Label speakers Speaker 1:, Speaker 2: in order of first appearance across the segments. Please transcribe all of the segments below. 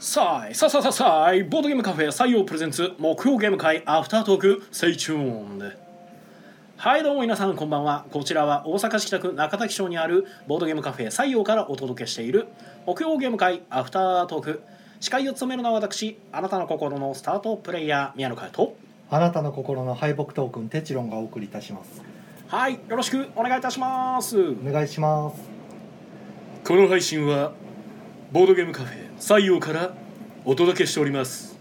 Speaker 1: さあいさあさあさあさあいボードゲームカフェ採用プレゼンツ木曜ゲーム会アフタートークセイチューンではいどうも皆さんこんばんはこちらは大阪市北区中崎町にあるボードゲームカフェ採用からお届けしている木曜ゲーム会アフタートーク司会を務めるのは私あなたの心のスタートプレイヤー宮野佳代と
Speaker 2: あなたの心の敗北トークンテチロンがお送りいたします
Speaker 1: はいよろしくお願いいたします
Speaker 2: お願いします
Speaker 1: この配信はボードゲームカフェ採用からお届けしております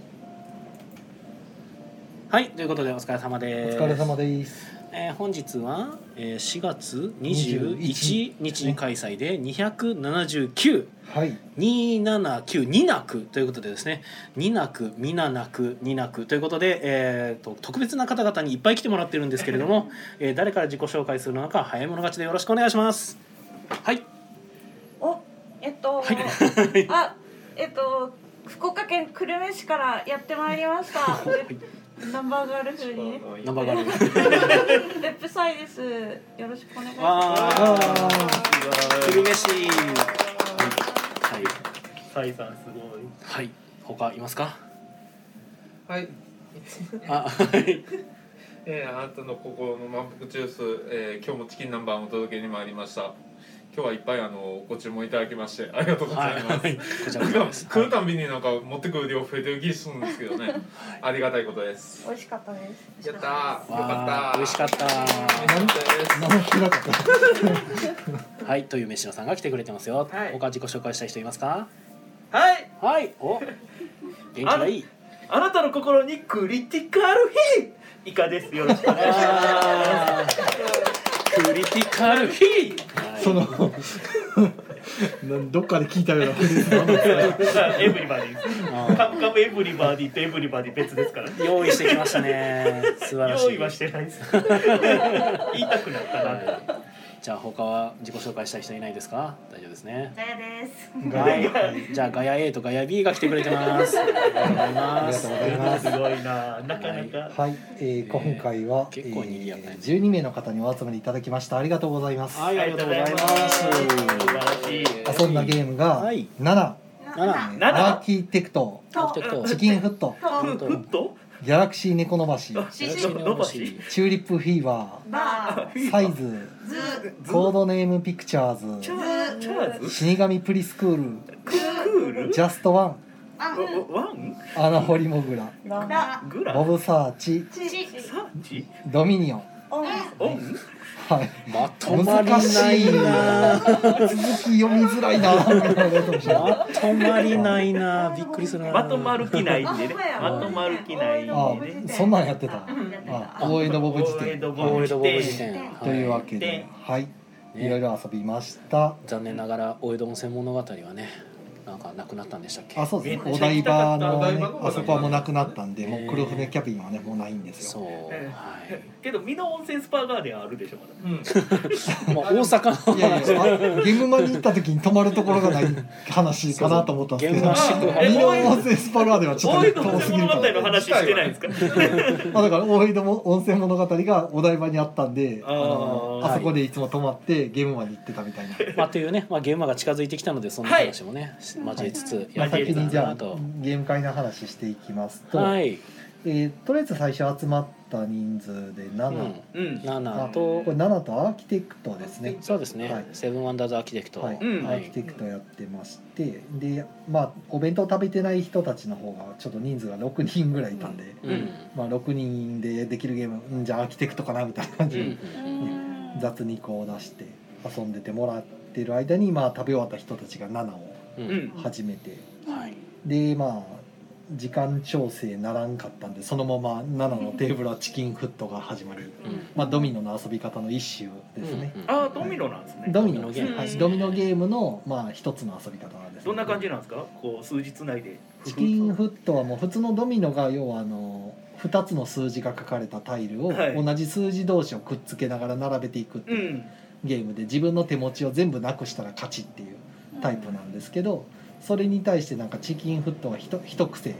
Speaker 1: はいということでお疲れ様
Speaker 2: お
Speaker 1: です
Speaker 2: 疲れ様です
Speaker 1: えー本日は、えー4月21
Speaker 2: 21
Speaker 1: 日に開催で279279
Speaker 2: はい
Speaker 1: 二なくということでですね二なく皆なく二なくということで、えー、と特別な方々にいっぱい来てもらってるんですけれど も、えー誰から自己紹介するのか早い者勝ちでよろしくお願いしますはい
Speaker 3: お、えっと、
Speaker 1: はい
Speaker 3: あ、えっと、福岡県久留米市からやってまいりました。ナンバーガール風にね。
Speaker 1: ナンバーガール
Speaker 3: レップサイです。よろしくお願いし
Speaker 1: わ
Speaker 3: ま
Speaker 1: ー
Speaker 3: す。
Speaker 1: 久留米市はい
Speaker 4: サイさんすごい。
Speaker 1: はい他いますか
Speaker 5: はい、
Speaker 1: あはい
Speaker 5: えー、あなたの心の満腹ジュース、えー、今日もチキン南蛮をお届けに参りました今日はいっぱいあのご注文いただきましてありがとうございます、
Speaker 1: はいこちらこ
Speaker 5: なん
Speaker 1: そ
Speaker 5: か
Speaker 1: です
Speaker 5: 食うたんびになんか持ってくる量増えてる気するんですけどね、ありがたいことです
Speaker 3: 美味しかったです。
Speaker 5: やったーよか
Speaker 1: わ
Speaker 5: っ
Speaker 1: ー
Speaker 5: た
Speaker 1: 美味しかった
Speaker 5: よかったです
Speaker 2: 生気だった
Speaker 1: はいという飯野さんが来てくれてますよ、
Speaker 4: はい
Speaker 1: 他自己紹介したい人いますか
Speaker 4: はい、
Speaker 1: はいお元気がいい
Speaker 4: あなたの心にクリティカルヒットイカです。よろしくお願 いしま
Speaker 1: あークリティカルヒー
Speaker 2: その なんどっかで聞いたようなフレーズだな
Speaker 4: す。エブリバディです。
Speaker 1: は
Speaker 4: カムカムエブリバディとエブリバディ別ですから。
Speaker 1: い用意してきましたね素晴らしい
Speaker 4: 用意はしてな いです。言いたくなったな。
Speaker 1: はいじゃあ他は自己紹介したい人いないですか大丈夫ですね
Speaker 3: ガヤです。
Speaker 1: はい、じゃあガヤ A とガヤ B が来てくれてます。ありがとうございま
Speaker 2: ありがとう
Speaker 1: す
Speaker 2: ご。ざいます
Speaker 4: すごいな。なかなか。
Speaker 2: はい、えー、今回は、え
Speaker 1: 結構賑やかやね
Speaker 2: ー、12名の方にお集まりいただきましたありがとうございます、
Speaker 1: はい、ありがとうございま。
Speaker 4: ありがとうございます素晴らしい。
Speaker 2: 遊んだゲームが、
Speaker 1: はい
Speaker 2: 7
Speaker 1: なら、
Speaker 4: な
Speaker 2: ア
Speaker 4: な
Speaker 2: ー。キテクト
Speaker 1: アーキテクト
Speaker 2: チキンフット
Speaker 1: う
Speaker 4: ふ
Speaker 1: ん
Speaker 4: ふっと。
Speaker 2: ギャラクシーネコノバシ
Speaker 3: シシ
Speaker 1: よろしくお願いしま
Speaker 2: チューリップフィーバ
Speaker 3: バ
Speaker 2: ーサイズ
Speaker 3: ー、ズ、
Speaker 2: コードネームピクチャー
Speaker 4: チ
Speaker 2: ズ
Speaker 4: ャーチャーズ。
Speaker 2: 死神プリスクー
Speaker 4: クール
Speaker 2: ル。ジャストワン
Speaker 3: アン、
Speaker 4: ワン。
Speaker 2: 穴掘りモグラ
Speaker 3: ラ、
Speaker 4: グラ。
Speaker 2: ボブサーチ
Speaker 3: チ、
Speaker 4: サーチ。
Speaker 2: ドミニオン
Speaker 3: オン、
Speaker 4: オン。
Speaker 2: はい
Speaker 1: す。まとまりないな。
Speaker 2: 続き読みづらいな
Speaker 1: まとまりないな、びっくりするな。
Speaker 4: まとまる気ないんでね。
Speaker 3: あ
Speaker 4: まとまる気ないんで
Speaker 2: あ
Speaker 4: ね。
Speaker 2: そんなんやってたあ大江戸ボブ辞典
Speaker 1: 大江戸ボブ辞典。
Speaker 3: はい
Speaker 1: は
Speaker 2: というわけではいいろいろ遊びました
Speaker 1: 残念ながら大江戸温泉物語はね、なんかなくなったんでしたっけ。
Speaker 2: あそうですねお台場のねあそこはもうなくなったんでも
Speaker 1: へ
Speaker 2: う
Speaker 1: ー
Speaker 2: 黒船キャビンはねもうないんです
Speaker 1: そ
Speaker 2: よ
Speaker 1: う。はい。
Speaker 4: けど美濃温泉スパガーデンあるでしょまだ。
Speaker 5: うん
Speaker 1: まあ大阪
Speaker 2: い
Speaker 1: の
Speaker 2: やい
Speaker 1: 話。
Speaker 2: やあゲームマに行った時に泊まるところがない話かなと思ったんですけど
Speaker 1: そうそうゲームマ
Speaker 4: 宿泊
Speaker 2: ミノ温泉スパルアではちょっと
Speaker 4: 大
Speaker 2: ね
Speaker 4: 江戸温
Speaker 2: 遠す
Speaker 4: 泉
Speaker 2: ぎる
Speaker 4: 物
Speaker 2: か
Speaker 4: 語
Speaker 2: ら
Speaker 4: の話してないんですか。
Speaker 2: まあだから大江戸も温泉物語がお台場にあったんで
Speaker 4: あ
Speaker 2: あ
Speaker 4: ー
Speaker 2: のあそこでいつも泊まってゲームマンに行ってたみたいな
Speaker 1: まあというね、まあ現場が近づいてきたのでその話もね、交えつつやってい
Speaker 2: 先
Speaker 1: けたら
Speaker 2: にじゃ
Speaker 1: な
Speaker 2: あ
Speaker 1: と。
Speaker 2: ゲーム会の話していきますと、
Speaker 1: はい。
Speaker 2: えーとりあえず最初集まった人数で7、
Speaker 1: うん。
Speaker 4: うん。
Speaker 1: 7
Speaker 2: ことれ7とアーキテクトですね
Speaker 1: そうですね、
Speaker 2: はい
Speaker 1: セブンワンダーズアーキテクト、
Speaker 2: はい、ア
Speaker 4: うん
Speaker 2: ーキテクトやってましてでまあお弁当食べてない人たちの方がちょっと人数が6人ぐらいいたんで、
Speaker 1: うんうん
Speaker 2: まあ、6人でできるゲームうんじゃあアーキテクトかなみたいな感じで、
Speaker 1: うん
Speaker 2: 雑にこう出して遊んでてもらってる間に、まあ、食べ終わった人たちが7を
Speaker 1: うん
Speaker 4: うん。
Speaker 2: 始めて、
Speaker 1: はい、
Speaker 2: でまあ時間調整ならんかったんでそのまま7のテーブルはチキンフットが始まり、
Speaker 1: うん
Speaker 2: まあ、ドミノの遊び方の一種ですね、
Speaker 1: うんうん
Speaker 4: ああドミノなんですね。
Speaker 2: ドミノですね
Speaker 4: うん
Speaker 2: はいドミノゲームの、まあ、一つの遊び方なんですね
Speaker 4: どんな感じなんですか。こう数日内で。
Speaker 2: チキンフットはもう普通のドミノが要はあの2つの数字が書かれたタイルを
Speaker 4: はい
Speaker 2: 同じ数字同士をくっつけながら並べていくって
Speaker 4: う。
Speaker 2: いうんゲームで自分の手持ちを全部なくしたら勝ちっていうタイプなんですけどそれに対してなんかチキンフットはひと一癖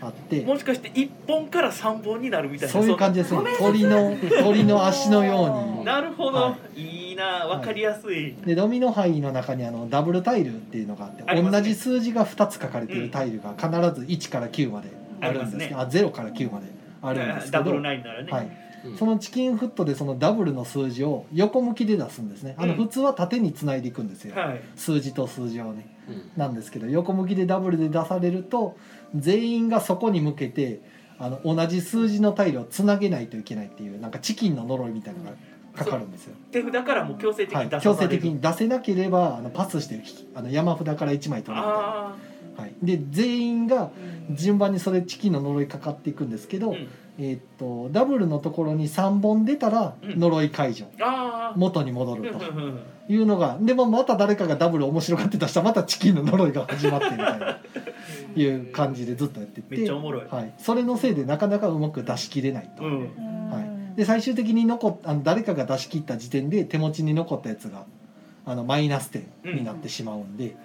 Speaker 2: あって
Speaker 4: もしかして一本から三本になるみたいな。
Speaker 2: そういう感じですね鳥の鳥の足のよう
Speaker 4: そん
Speaker 2: に
Speaker 4: ななるほど。、
Speaker 2: はい
Speaker 4: いいいな分かりやすい、
Speaker 2: でドミノ範囲の中にあのダブルタイルっていうのがあって
Speaker 4: ありますね
Speaker 2: 同じ数字が2つ書かれているタイルが必ず1から9まであるんですけどあ0から9まであるんですけ
Speaker 4: ダ
Speaker 2: ど
Speaker 4: ブルナインならね、
Speaker 2: はい、
Speaker 1: うん
Speaker 2: そのチキンフットでそのダブルの数字を横向きで出すんですねあの
Speaker 4: うん
Speaker 2: 普通は縦につないでいくんですよ、
Speaker 4: はい
Speaker 2: 数字と数字をね
Speaker 1: うん
Speaker 2: なんですけど横向きでダブルで出されると全員がそこに向けてあの同じ数字のタイルをつなげないといけないっていうなんかチキンの呪いみたいなのがかかるんですよ、
Speaker 4: 手札からもう強制的
Speaker 2: は
Speaker 4: に
Speaker 2: い
Speaker 4: 出、さ
Speaker 2: 強
Speaker 4: され
Speaker 2: 制
Speaker 4: る、
Speaker 2: 的に出せなければあのパスして引きあの山札から1枚取るみたいな、
Speaker 4: あ
Speaker 2: はい、で全員が
Speaker 4: あ、
Speaker 2: 順番にそれチキンの呪いかかっていくんですけど、
Speaker 4: うん
Speaker 2: えーっとダブルのところに3本出たら
Speaker 4: うん
Speaker 2: 呪い解除、
Speaker 4: ああ
Speaker 2: 元に戻
Speaker 4: うん
Speaker 2: ると
Speaker 4: うんうん
Speaker 2: いうのがでもまた誰かがダブル面白がって出したらまたチキンの呪いが始まってみたいないう感じでずっとやってて
Speaker 4: めっちゃおもろい
Speaker 2: はい、それのせいでなかなかうまく出し切れないと、
Speaker 4: うん
Speaker 2: はい、で最終的に残っあの誰かが出し切った時点で手持ちに残ったやつがあのマイナス点になってしまうんで、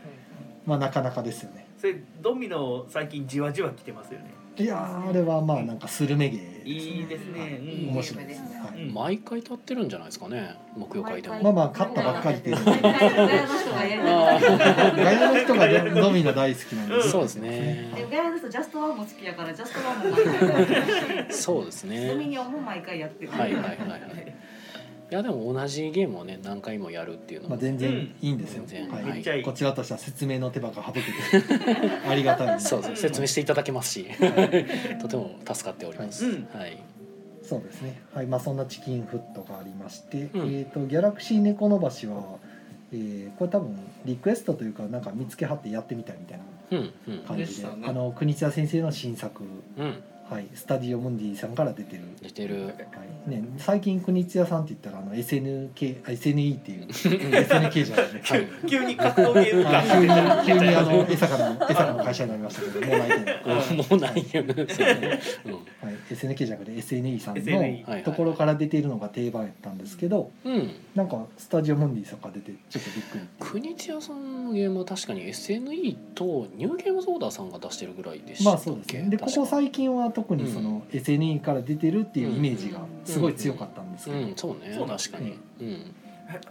Speaker 2: まあなかなかですよね
Speaker 4: それドミノ最近じわじわ来てますよね
Speaker 2: いやーあれはまあなんかスルメゲーですね
Speaker 4: いいですね、うん
Speaker 2: 面白いですね、はい
Speaker 4: うん
Speaker 1: 毎回立ってるんじゃないですかね木曜会でも
Speaker 2: まあまあ勝ったばっかりっていうの
Speaker 3: 絶対
Speaker 2: は
Speaker 3: ガヤの人がやる
Speaker 2: ガヤの人がドドミノ大好きなんで
Speaker 4: うん
Speaker 1: そうですね
Speaker 3: でもガヤの人ジャストワンも好きやからジャストワンも毎回やってるし
Speaker 1: そうです
Speaker 3: ドミ
Speaker 1: ね
Speaker 3: ニオンも毎回やってる
Speaker 1: はいはいはいはいいやでも同じゲームをね何回もやるっていうの
Speaker 2: ま
Speaker 1: も
Speaker 2: あ、全然いいんですよ、
Speaker 1: うん全然
Speaker 2: はい
Speaker 4: めっちゃいい
Speaker 2: こちらとしては説明の手間が省けてありがたいです
Speaker 1: そうですね説明していただけますし とても助かっております
Speaker 4: うん
Speaker 1: はい
Speaker 2: そうですねはいまあそんなチキンフットがありまして、
Speaker 1: うん
Speaker 2: えっ、とギャラクシー猫のばしは、えーこれ多分リクエストというかなんか見つけはってやってみたいみたいな
Speaker 1: うんうん
Speaker 2: 感
Speaker 5: で
Speaker 2: じ
Speaker 5: し
Speaker 2: で
Speaker 5: たね
Speaker 2: あの国津谷先生の新作
Speaker 1: うん
Speaker 2: はいスタディオムンディさんから出てる
Speaker 1: 似てる
Speaker 2: はいね、最近国津屋さんって言ったらあの SNK あ SNE っていう SNK じゃない
Speaker 1: はい
Speaker 4: 急に格闘ゲーム感
Speaker 2: 急に急にあの江坂の江坂の会社になりましたけどもうないけど、は
Speaker 1: もうないよねそれう
Speaker 2: い、SNK じゃなくて SNE さん
Speaker 4: SNE
Speaker 1: はいはい
Speaker 2: のところから出ているのが定番やったんですけど
Speaker 1: んうん
Speaker 2: なんかスタジオモンディさんから出てちょっとびっくり
Speaker 1: 国千代さんのゲームは確かに SNE とニューゲームズオーダーさんが出してるぐらいでしたっ
Speaker 2: まあそうです
Speaker 1: け
Speaker 2: ねでここ最近は特にその SNE から出てるっていうイメージがすごい強かったんですけ
Speaker 1: う
Speaker 2: ど、
Speaker 1: んそうね
Speaker 4: そうなん
Speaker 1: 確かに、うん、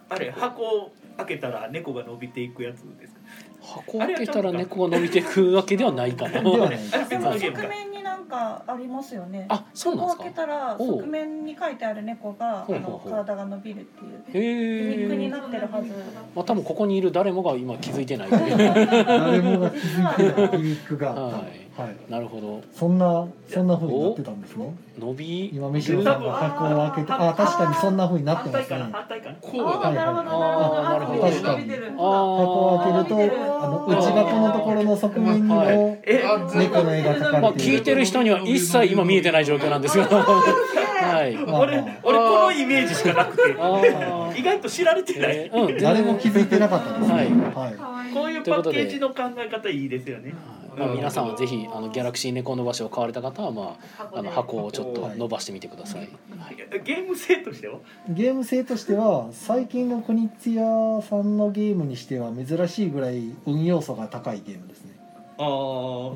Speaker 4: あれ箱を開けたら猫が伸びていくやつですか
Speaker 1: 箱を開けたら猫が伸びていくわけではないかな
Speaker 2: ではない
Speaker 4: あれ
Speaker 6: で
Speaker 4: 別
Speaker 6: も
Speaker 4: のゲーム
Speaker 6: 側
Speaker 4: だ
Speaker 6: 面になんかありますよね。
Speaker 1: あそうなんですか
Speaker 6: ここ開けたら
Speaker 1: おう
Speaker 6: 側面に書いてある猫があ
Speaker 1: ほうほう
Speaker 6: の
Speaker 1: ほう
Speaker 6: 体が伸びるっていう
Speaker 1: へ
Speaker 6: ギミックに
Speaker 1: え
Speaker 6: なってるはず。
Speaker 1: まあ多分ここにいる誰もが今気づいてないという
Speaker 2: 誰もが気づいてないギミックがあった、
Speaker 1: はい
Speaker 2: はい、
Speaker 1: なるほど
Speaker 2: そんなそんな風になってたんですね
Speaker 1: 伸び
Speaker 2: 今飯野さんが箱を開けてああ確かにそんな風になって
Speaker 4: 反
Speaker 2: ま
Speaker 4: 対
Speaker 2: す
Speaker 4: か
Speaker 2: ね
Speaker 4: な反対かな
Speaker 5: こう
Speaker 6: ああ
Speaker 5: だ
Speaker 6: なるほどなるほど。
Speaker 1: あーなるほど
Speaker 6: あー伸びてる伸びてる。
Speaker 2: 箱を
Speaker 1: あ
Speaker 2: 開けると
Speaker 6: あー
Speaker 2: あの内箱のところの側面にも、
Speaker 1: はい
Speaker 4: え
Speaker 5: あ
Speaker 2: 猫の絵が描
Speaker 1: あ、ま
Speaker 2: か
Speaker 1: あ、
Speaker 2: れて
Speaker 1: 聞いてる人には一切今見えてない状況なんですがはい
Speaker 2: まあ
Speaker 4: 俺
Speaker 2: まあ
Speaker 4: 俺このイメージしかなくて
Speaker 1: あー
Speaker 4: 意外と知られてない、
Speaker 1: えーうん
Speaker 2: 誰も気づいてなかったですね
Speaker 1: はい
Speaker 2: は、
Speaker 6: 可愛い
Speaker 4: こういうパッケージの考え方いいですよね
Speaker 1: はいまあ、皆さんはぜひあのギャラクシー猫伸ばしを買われた方は、まあ、あの箱をちょっと伸ばしてみてください。はい、
Speaker 4: ゲーム性としてはい
Speaker 2: ゲーム性としては最近の国津屋さんのゲームにしては珍しいぐらい運要素が高いゲームですね、
Speaker 4: あ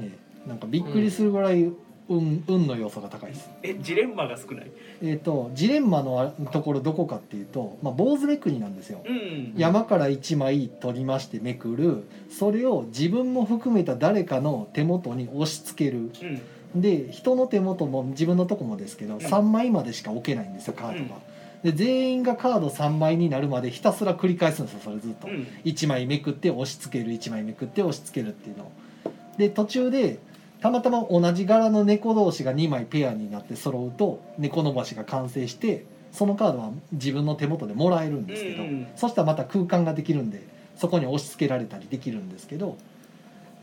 Speaker 4: ー
Speaker 2: ええなんかびっくりするぐらい運,、運の要素が高いです
Speaker 4: えジレンマが少ない
Speaker 2: えっ、とジレンマのあところどこかっていうと、まあ、坊主めくりなんですよ、
Speaker 4: うん
Speaker 2: 山から1枚取りましてめくるそれを自分も含めた誰かの手元に押し付ける
Speaker 4: うん
Speaker 2: で人の手元も自分のとこもですけど
Speaker 4: ん
Speaker 2: 3枚までしか置けないんですよカードが。で全員がカード3枚になるまでひたすら繰り返すんですよそれずっと
Speaker 4: う。ん
Speaker 2: 1枚めくって押し付ける1枚めくって押し付けるっていうのをで途中でたまたま同じ柄の猫同士が2枚ペアになって揃うと猫のばしが完成してそのカードは自分の手元でもらえるんですけど、
Speaker 4: うん
Speaker 2: そしたらまた空間ができるんでそこに押し付けられたりできるんですけど、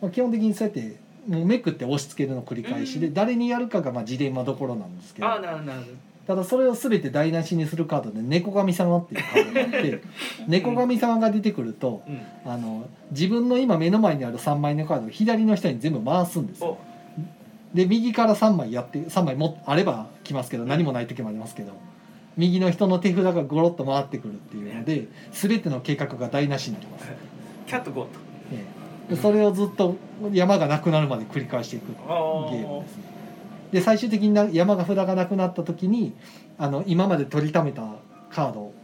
Speaker 2: まあ、基本的にそうやってもうめくって押し付けるの繰り返しで、
Speaker 4: うん
Speaker 2: 誰にやるかがまあジレンマどころなんですけど
Speaker 4: ああなるなる
Speaker 2: ただそれを全て台無しにするカードで猫神様っていうカードがあって 猫神様が出てくると。
Speaker 4: うん
Speaker 2: あの自分の今目の前にある3枚のカードを左の人に全部回すんですよ
Speaker 4: お
Speaker 2: で右から3枚やって3枚もあれば来ますけど何もない時もありますけど右の人の手札がゴロッと回ってくるっていうので全ての計画が台無しになります、え
Speaker 4: キャットゴート
Speaker 2: えでそれをずっと山がなくなるまで繰り返していくっていう
Speaker 4: あー
Speaker 2: ゲームですねで最終的にな山が札がなくなった時にあの今まで取りためたカード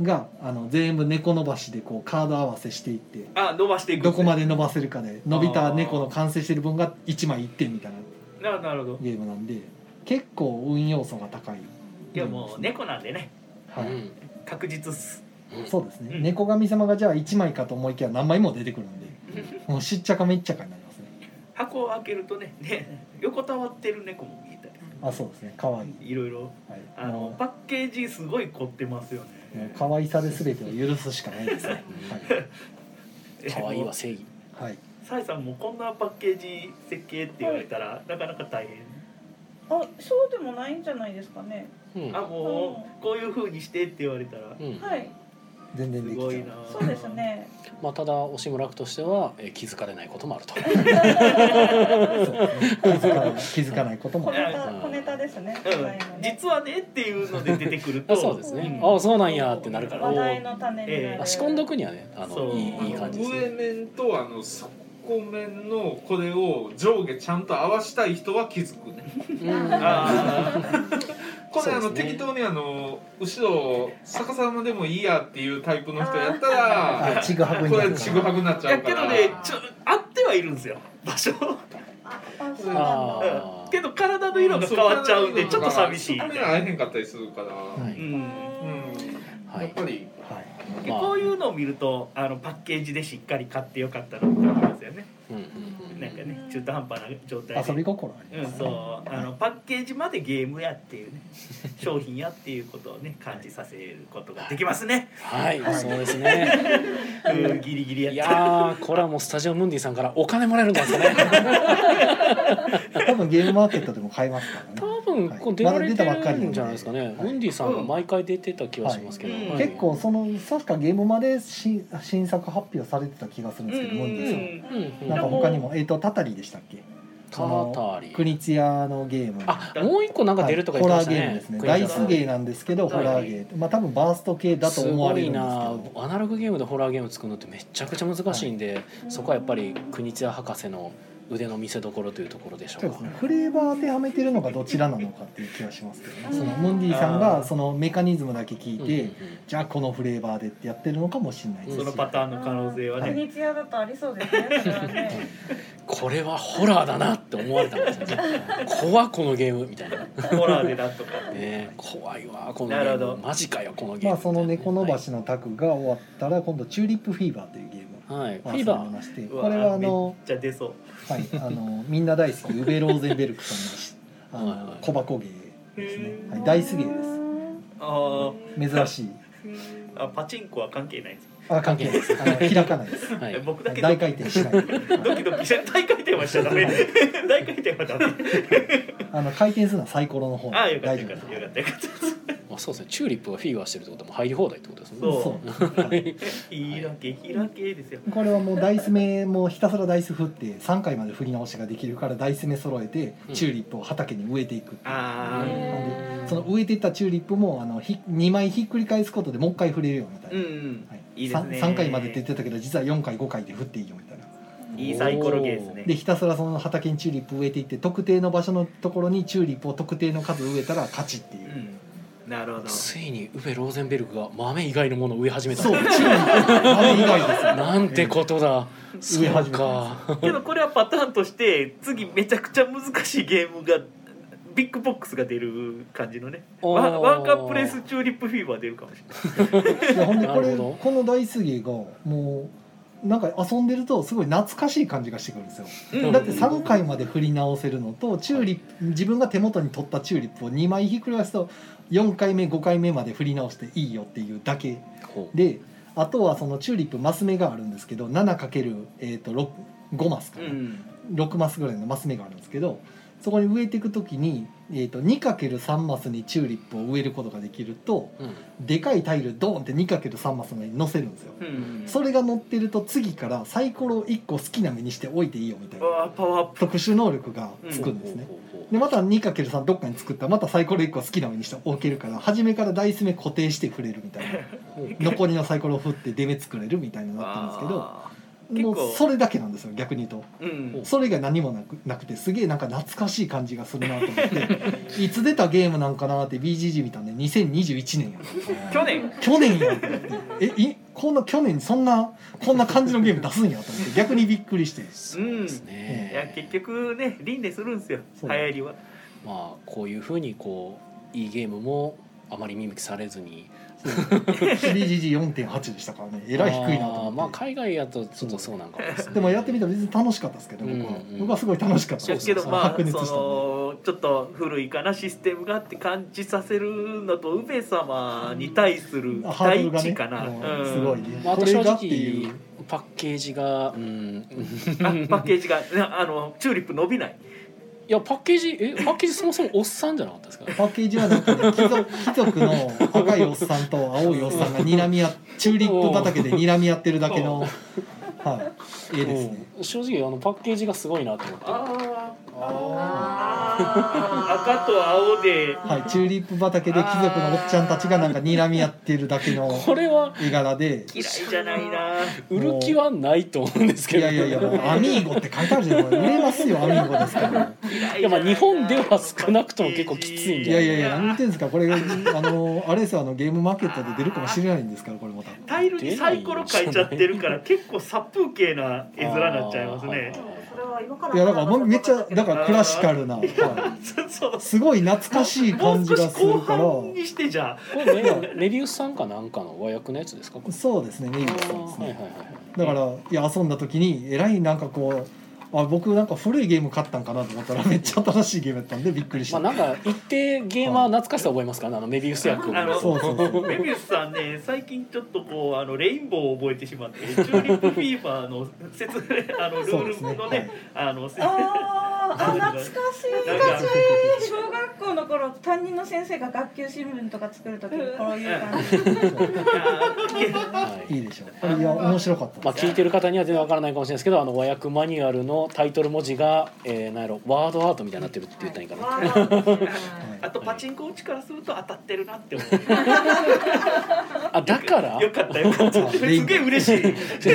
Speaker 2: があの全部猫伸ばしでこうカード合わせしていって
Speaker 4: あ伸ばしていく
Speaker 2: どこま
Speaker 4: で
Speaker 2: で伸ばせるかで伸びた猫の完成してる分が1枚1点みたいな
Speaker 4: ななるほど
Speaker 2: ゲームなんで結構運要素が高い、
Speaker 4: いやもう猫なんでね
Speaker 2: はい
Speaker 1: うん
Speaker 4: 確実っす
Speaker 2: そうですね、
Speaker 4: うん
Speaker 2: 猫神様がじゃあ1枚かと思いきや何枚も出てくるんでもうしっちゃかめっちゃかになりますね
Speaker 4: 箱を開けるとねね横たわってる猫も見えた
Speaker 2: あそうですね可愛い
Speaker 4: りいろいろ
Speaker 2: はい、
Speaker 4: あのパッケージすごい凝ってますよ
Speaker 2: もう
Speaker 4: ね
Speaker 2: 可愛さで全てを許すしかないですね
Speaker 1: 可愛いわ
Speaker 4: え
Speaker 1: 正義
Speaker 2: はい、はい、
Speaker 4: もうサイさんもこんなパッケージ設計って言われたらなかなか大変
Speaker 6: あ、そうでもないんじゃないですかね。
Speaker 1: うん
Speaker 4: あもうこういう風にしてって言われたら
Speaker 1: うん
Speaker 6: はい、
Speaker 2: 全然
Speaker 4: す
Speaker 2: でき
Speaker 4: ご
Speaker 2: ち
Speaker 4: い
Speaker 2: ゃ
Speaker 4: な
Speaker 2: う
Speaker 6: そうですね。
Speaker 1: まあただおしむらくとしてはえー気づかれないことも あると
Speaker 2: 気づかない 気づかないこと
Speaker 6: 小
Speaker 2: も
Speaker 6: ネタ、小ネタですね。
Speaker 4: う
Speaker 6: 話
Speaker 4: ん
Speaker 6: 題のね
Speaker 4: 実はねっていうので出てくると
Speaker 1: あそうですね
Speaker 4: うん
Speaker 1: あそうなんやってなるから
Speaker 6: 話題の種に
Speaker 4: え
Speaker 6: な
Speaker 4: え
Speaker 6: る。
Speaker 1: あ仕込んどくにはねあ
Speaker 4: そ
Speaker 1: の
Speaker 4: う
Speaker 1: いいいい感じです
Speaker 5: 上
Speaker 1: ね
Speaker 5: 面とあの底面のこれを上下ちゃんと合わしたい人は気づくね
Speaker 1: うん
Speaker 4: あ
Speaker 5: これあ
Speaker 1: そ
Speaker 5: の、
Speaker 1: うですね
Speaker 5: 適当にあの後ろ逆さまでもいいやっていうタイプの人やった
Speaker 2: あ
Speaker 5: ら
Speaker 2: ちぐは
Speaker 5: こ
Speaker 2: ぐにな
Speaker 5: れ
Speaker 2: る
Speaker 5: ちぐはぐになっ
Speaker 4: ー
Speaker 5: ちゃ
Speaker 4: や
Speaker 5: うか
Speaker 4: けど
Speaker 5: ら
Speaker 4: ねちょあってはいるんですよ場所
Speaker 6: あ、あそうなんだ。
Speaker 1: あー
Speaker 4: けど体の色が変わっちゃうんでちょっと寂しい、
Speaker 5: そこ
Speaker 4: う
Speaker 5: には会えへんかったりするから、
Speaker 2: は
Speaker 1: うん
Speaker 2: い、
Speaker 4: ん、
Speaker 6: うん
Speaker 1: は
Speaker 5: やっ
Speaker 1: い
Speaker 5: ぱり
Speaker 2: はい、
Speaker 4: でこういうのを見るとあのパッケージでしっかり買ってよかったなって思いますよね
Speaker 1: うんうん
Speaker 4: なんかね中途半端な状態で
Speaker 2: 遊び心あり
Speaker 4: う
Speaker 2: ま
Speaker 4: ん、
Speaker 2: す、
Speaker 4: そ
Speaker 2: ね
Speaker 4: うあのパッケージまでゲームやっていうね商品やっていうことをね感じさせることができますね、
Speaker 1: はい
Speaker 2: はい
Speaker 1: そうですね
Speaker 4: うん、ギリギリやっ
Speaker 1: い
Speaker 4: て
Speaker 1: やーこれはもうスタジオムンディさんからお金もらえるんじゃないですかね
Speaker 2: 多分ゲームマーケットでも買えますからね
Speaker 1: 多分
Speaker 2: はい
Speaker 1: こう出られてるんじゃないですかね
Speaker 2: まだ出たばっかりなんで
Speaker 1: ムンディさんが毎回出てた気はしますけど
Speaker 4: はい
Speaker 1: はい
Speaker 2: 結構その確かゲームまで新新作発表されてた気がするんですけど、
Speaker 4: うん
Speaker 2: モンディさん
Speaker 1: うんうん
Speaker 2: なんか他にも「えっ、とタタリ」でしたっけ
Speaker 1: タータリー
Speaker 2: 国津屋のゲーム
Speaker 1: あもう一個なんか出るとか言って
Speaker 2: は
Speaker 1: まし
Speaker 2: いホ
Speaker 1: た
Speaker 2: ラーゲーム
Speaker 1: ね
Speaker 2: ですね
Speaker 1: 国
Speaker 2: ダ
Speaker 1: 枝
Speaker 2: イ
Speaker 1: さ
Speaker 2: ス
Speaker 1: ん
Speaker 2: ゲーなんですけどホラーゲーまあ多分バースト系だと思われるんですけ
Speaker 1: ご
Speaker 2: ど
Speaker 1: いなアナログゲームでホラーゲーム作るのってめちゃくちゃ難しいんで、そこはやっぱり国津屋博士の腕の見せ所というところでしょ
Speaker 2: そう
Speaker 1: う
Speaker 2: です
Speaker 1: か
Speaker 2: ね、フレーバー当てはめてるのがどちらなのかっていう気はしますけどね、
Speaker 6: うん
Speaker 2: そのモンディさん
Speaker 4: あ
Speaker 2: が
Speaker 4: ー
Speaker 2: そのメカニズムだけ聞いて、
Speaker 1: うん
Speaker 2: じゃあこのフレーバーでってやってるのかもしれないです
Speaker 4: そ
Speaker 2: し
Speaker 4: のパターンの可能性は
Speaker 2: は
Speaker 4: ね、
Speaker 2: い
Speaker 6: 国津屋だとありそうですね。それはね
Speaker 1: これはホラーだなって思われたんですよね 怖っこのゲームみたいな、
Speaker 4: ホラーでだとかって
Speaker 1: ね、怖いわこのゲ
Speaker 4: なるほ
Speaker 1: ー
Speaker 4: ど
Speaker 1: ムマジかよこのゲーム
Speaker 2: まあその猫伸ば
Speaker 1: し
Speaker 2: しのタクが終わったら今度「チューリップフィーバー」というゲーム
Speaker 1: はい、はい、フ
Speaker 2: を
Speaker 1: ィ
Speaker 2: 遊
Speaker 1: ー
Speaker 2: び
Speaker 1: バ
Speaker 2: まして
Speaker 4: うわ
Speaker 2: これはあの
Speaker 4: めっちゃ出そう
Speaker 2: はい、あのみんな大好きウベ・ローゼンベルクさんのしあ
Speaker 1: はいは
Speaker 2: の
Speaker 1: い
Speaker 2: 小箱芸ですね
Speaker 4: へ、ー
Speaker 2: はい、ダイス芸です
Speaker 4: あ
Speaker 2: 珍しい
Speaker 4: ーあパチンコは関係ないです、
Speaker 2: あ関係ないですあの開かないです、
Speaker 1: ーはい
Speaker 4: え僕だ
Speaker 2: はい、
Speaker 4: け
Speaker 2: 大回転しない、
Speaker 4: ド
Speaker 2: は
Speaker 4: キ
Speaker 2: い、
Speaker 4: ドキして大回転はしちゃダ メ大回転はダメ
Speaker 2: あの回転するのはサイコロの方な
Speaker 4: ああ
Speaker 2: んで
Speaker 4: よかっ
Speaker 2: 大
Speaker 4: た
Speaker 2: 丈
Speaker 4: よ
Speaker 2: 夫
Speaker 4: か
Speaker 2: です
Speaker 4: ったよかった よかった
Speaker 1: まあ、そうですねチューリップがフィーバーしてるってことはもう入り放題ってことですね
Speaker 4: そう
Speaker 2: そう、はい
Speaker 4: 開け開けですよ
Speaker 2: これはもうダイス目もうひたすらダイス振って3回まで振り直しができるからダイス目揃えて
Speaker 1: うん
Speaker 2: チューリップを畑に植えていくっていう
Speaker 1: ー
Speaker 2: な
Speaker 4: あ
Speaker 2: んで
Speaker 6: うん
Speaker 2: その植えていったチューリップもあのひ2枚ひっくり返すことでもう一回振れるよみたい
Speaker 4: あう
Speaker 2: な、
Speaker 4: んうん
Speaker 2: はい
Speaker 4: いいですね
Speaker 2: 3回までって言ってたけど実は4回5回で振っていいよみたいない
Speaker 4: いサイコロゲーですね
Speaker 2: でひたすらその畑にチューリップ植えていって特定の場所のところにチューリップを特定の数植えたら勝ちっていうう、
Speaker 4: んなるほど
Speaker 1: ついにウベ・ローゼンベルクが豆以外のものを植え始めた
Speaker 2: そうチューリップ豆以外です よ
Speaker 1: なんてことだ、
Speaker 2: 植
Speaker 1: そ
Speaker 2: え
Speaker 1: う
Speaker 2: 始めた
Speaker 1: か
Speaker 4: けどこれはパターンとして次めちゃくちゃ難しいゲームがビッグボックスが出る感じのね
Speaker 1: おー
Speaker 4: ワンワンカップレスチューリップフィーバー出るかもしれない
Speaker 2: いやほんでこ
Speaker 1: な
Speaker 2: れ
Speaker 1: るほど
Speaker 2: この大水芸がもうなんか遊んでるとすごい懐かしい感じがしてくるんですよ、
Speaker 1: うん
Speaker 2: だって3回まで振り直せるのとチューリップ自分が手元に取ったチューリップを2枚ひっくり返すと4回目5回目まで振り直していいよっていうだけ
Speaker 1: ほう
Speaker 2: であとはそのチューリップマス目があるんですけど 7×5、えーと、ろく5マスかな、
Speaker 4: うん
Speaker 2: 6マスぐらいのマス目があるんですけどそこに植えていくときに、えー、と 2×3 マスにチューリップを植えることができると、
Speaker 1: うん
Speaker 2: でかいタイルドーンって 2×3 マスの上に乗せるんですよ、
Speaker 4: うん
Speaker 2: それが乗ってると次からサイコロを1個好きな目にして置いていいよみたいうな
Speaker 4: わーパワーアップ
Speaker 2: 特殊能力がつくんですね、
Speaker 1: ほうほうほう
Speaker 2: でまた 2×3 どっかに作ったらまたサイコロ1個好きな目にして置けるから初めからダイス 目固定して振れるみたいな残りのサイコロを振って出目作れるみたいなのになったんですけど
Speaker 4: あ結
Speaker 2: も
Speaker 4: 構
Speaker 2: うそれだけなんですよ逆に言うと
Speaker 4: うん
Speaker 2: それ以外何もなくなくてすげえなんか懐かしい感じがするなと思って いつ出たゲームなんかなって BGG 見たんで2021年や
Speaker 4: 去年
Speaker 2: 去年やんえいこんな去年にそんなこんな感じのゲーム出すんやと思って逆にびっくりして
Speaker 1: そうですね
Speaker 4: い、や結局ね輪廻するんですよ
Speaker 2: そ
Speaker 4: 流
Speaker 2: う
Speaker 4: 行りは
Speaker 1: まあこういうふうにこういいゲームもあまり見向きされずに
Speaker 2: BGG4.8 でしたからねえらい低いなと
Speaker 1: あーま
Speaker 2: 思
Speaker 1: あ
Speaker 2: って。
Speaker 1: 海外やとちょっとそうなんかもですね
Speaker 2: でもやってみたら別に楽しかったですけど僕は、
Speaker 1: うんうん
Speaker 2: 僕はすごい楽しかった
Speaker 4: だ
Speaker 2: です
Speaker 4: けどまあそ
Speaker 2: 白熱したんで
Speaker 4: のちょっと古いかなシステムがあって感じさせるのと上様に対する期
Speaker 2: ハードル
Speaker 4: 待
Speaker 2: がね
Speaker 4: 値かな、
Speaker 2: うん
Speaker 4: うん
Speaker 2: すごいね、
Speaker 1: まあ、あ
Speaker 2: ことれ
Speaker 1: 正
Speaker 2: がってい
Speaker 1: 直
Speaker 2: う
Speaker 1: パッケージがうん
Speaker 4: あパッケージがなあのチューリップ伸びない
Speaker 1: いやパッケージえパッケージそもそもおっさんじゃなかったですか
Speaker 2: パッケージはなんかね貴族貴族の赤いおっさんと青いおっさんが睨み合っチューリップ畑で睨み合ってるだけの、はい、絵ですね
Speaker 1: うん正直あのパッケージがすごいなと思って
Speaker 4: あ
Speaker 3: あー
Speaker 4: 赤と青で
Speaker 2: はい、チューリップ畑で貴族のおっちゃんたちがなんか睨み合ってるだけの
Speaker 1: これは
Speaker 2: 絵柄で
Speaker 4: 嫌いじゃないな
Speaker 1: 売る気はないと思うんです
Speaker 2: い
Speaker 1: けど
Speaker 2: やいやいやもうアミーゴって書いてあるじゃんこれ売れますよアミーゴですから
Speaker 4: 嫌い
Speaker 1: いやまあ日本では少なくとも結構きついん
Speaker 2: い
Speaker 1: じゃな
Speaker 2: やいやいや何言ってんですかこれがあのあれですよあのゲームマーケットで出るかもしれないんですからこれまた
Speaker 4: タイルにサイコロ書いちゃってるから結構殺風景な絵面になっちゃいますね
Speaker 6: そうそれは今から
Speaker 2: いやだからもうめっちゃだからクラシカルな、はい
Speaker 4: そうそう
Speaker 2: すごい懐かしい
Speaker 4: も
Speaker 2: 感
Speaker 4: う
Speaker 2: じ
Speaker 4: 少し
Speaker 2: がする
Speaker 4: 後
Speaker 2: から
Speaker 4: 半にしてじゃあ
Speaker 1: これねメビウスさんかなんかの和訳のやつですかこれ
Speaker 2: そうですねメイビさんです
Speaker 1: はいはい
Speaker 2: ね
Speaker 1: はいはい
Speaker 2: だからいや遊んだ時にえらいなんかこうあ僕なんか古いゲーム買ったんかなと思ったらめっちゃ新しいゲームやったんでびっくりし
Speaker 1: ま
Speaker 2: た、
Speaker 1: あなんか一定ゲームは懐かしさ覚えますからねあのメビウス役を
Speaker 4: あの
Speaker 2: そうそうそう
Speaker 4: メビウスさんね最近ちょっとこうあのレインボーを覚えてしまってチューリップフィーバーの説明あのル
Speaker 2: そう
Speaker 4: ー
Speaker 2: ですね
Speaker 4: ルの
Speaker 2: は
Speaker 4: ね
Speaker 2: い
Speaker 4: あの説明
Speaker 6: あーあ懐かしい
Speaker 4: なんか
Speaker 6: 小学校の頃担任の先生が学級新聞とか作る時にこういう感じ
Speaker 1: はい
Speaker 2: いいでしょういや面白かったです、
Speaker 1: まあ、聞いてる方には全然わからないかもしれないですけどあの和訳マニュアルのタイトル文字が、えー、なんやろワードアートみたいになってるって言ったらいいかな、
Speaker 3: わー
Speaker 2: はい
Speaker 4: あとパチンコ打ちからすると当たってるなって思
Speaker 1: あだから
Speaker 4: うよかったよかったす
Speaker 2: レインボー
Speaker 4: げえ嬉しい
Speaker 2: じゃ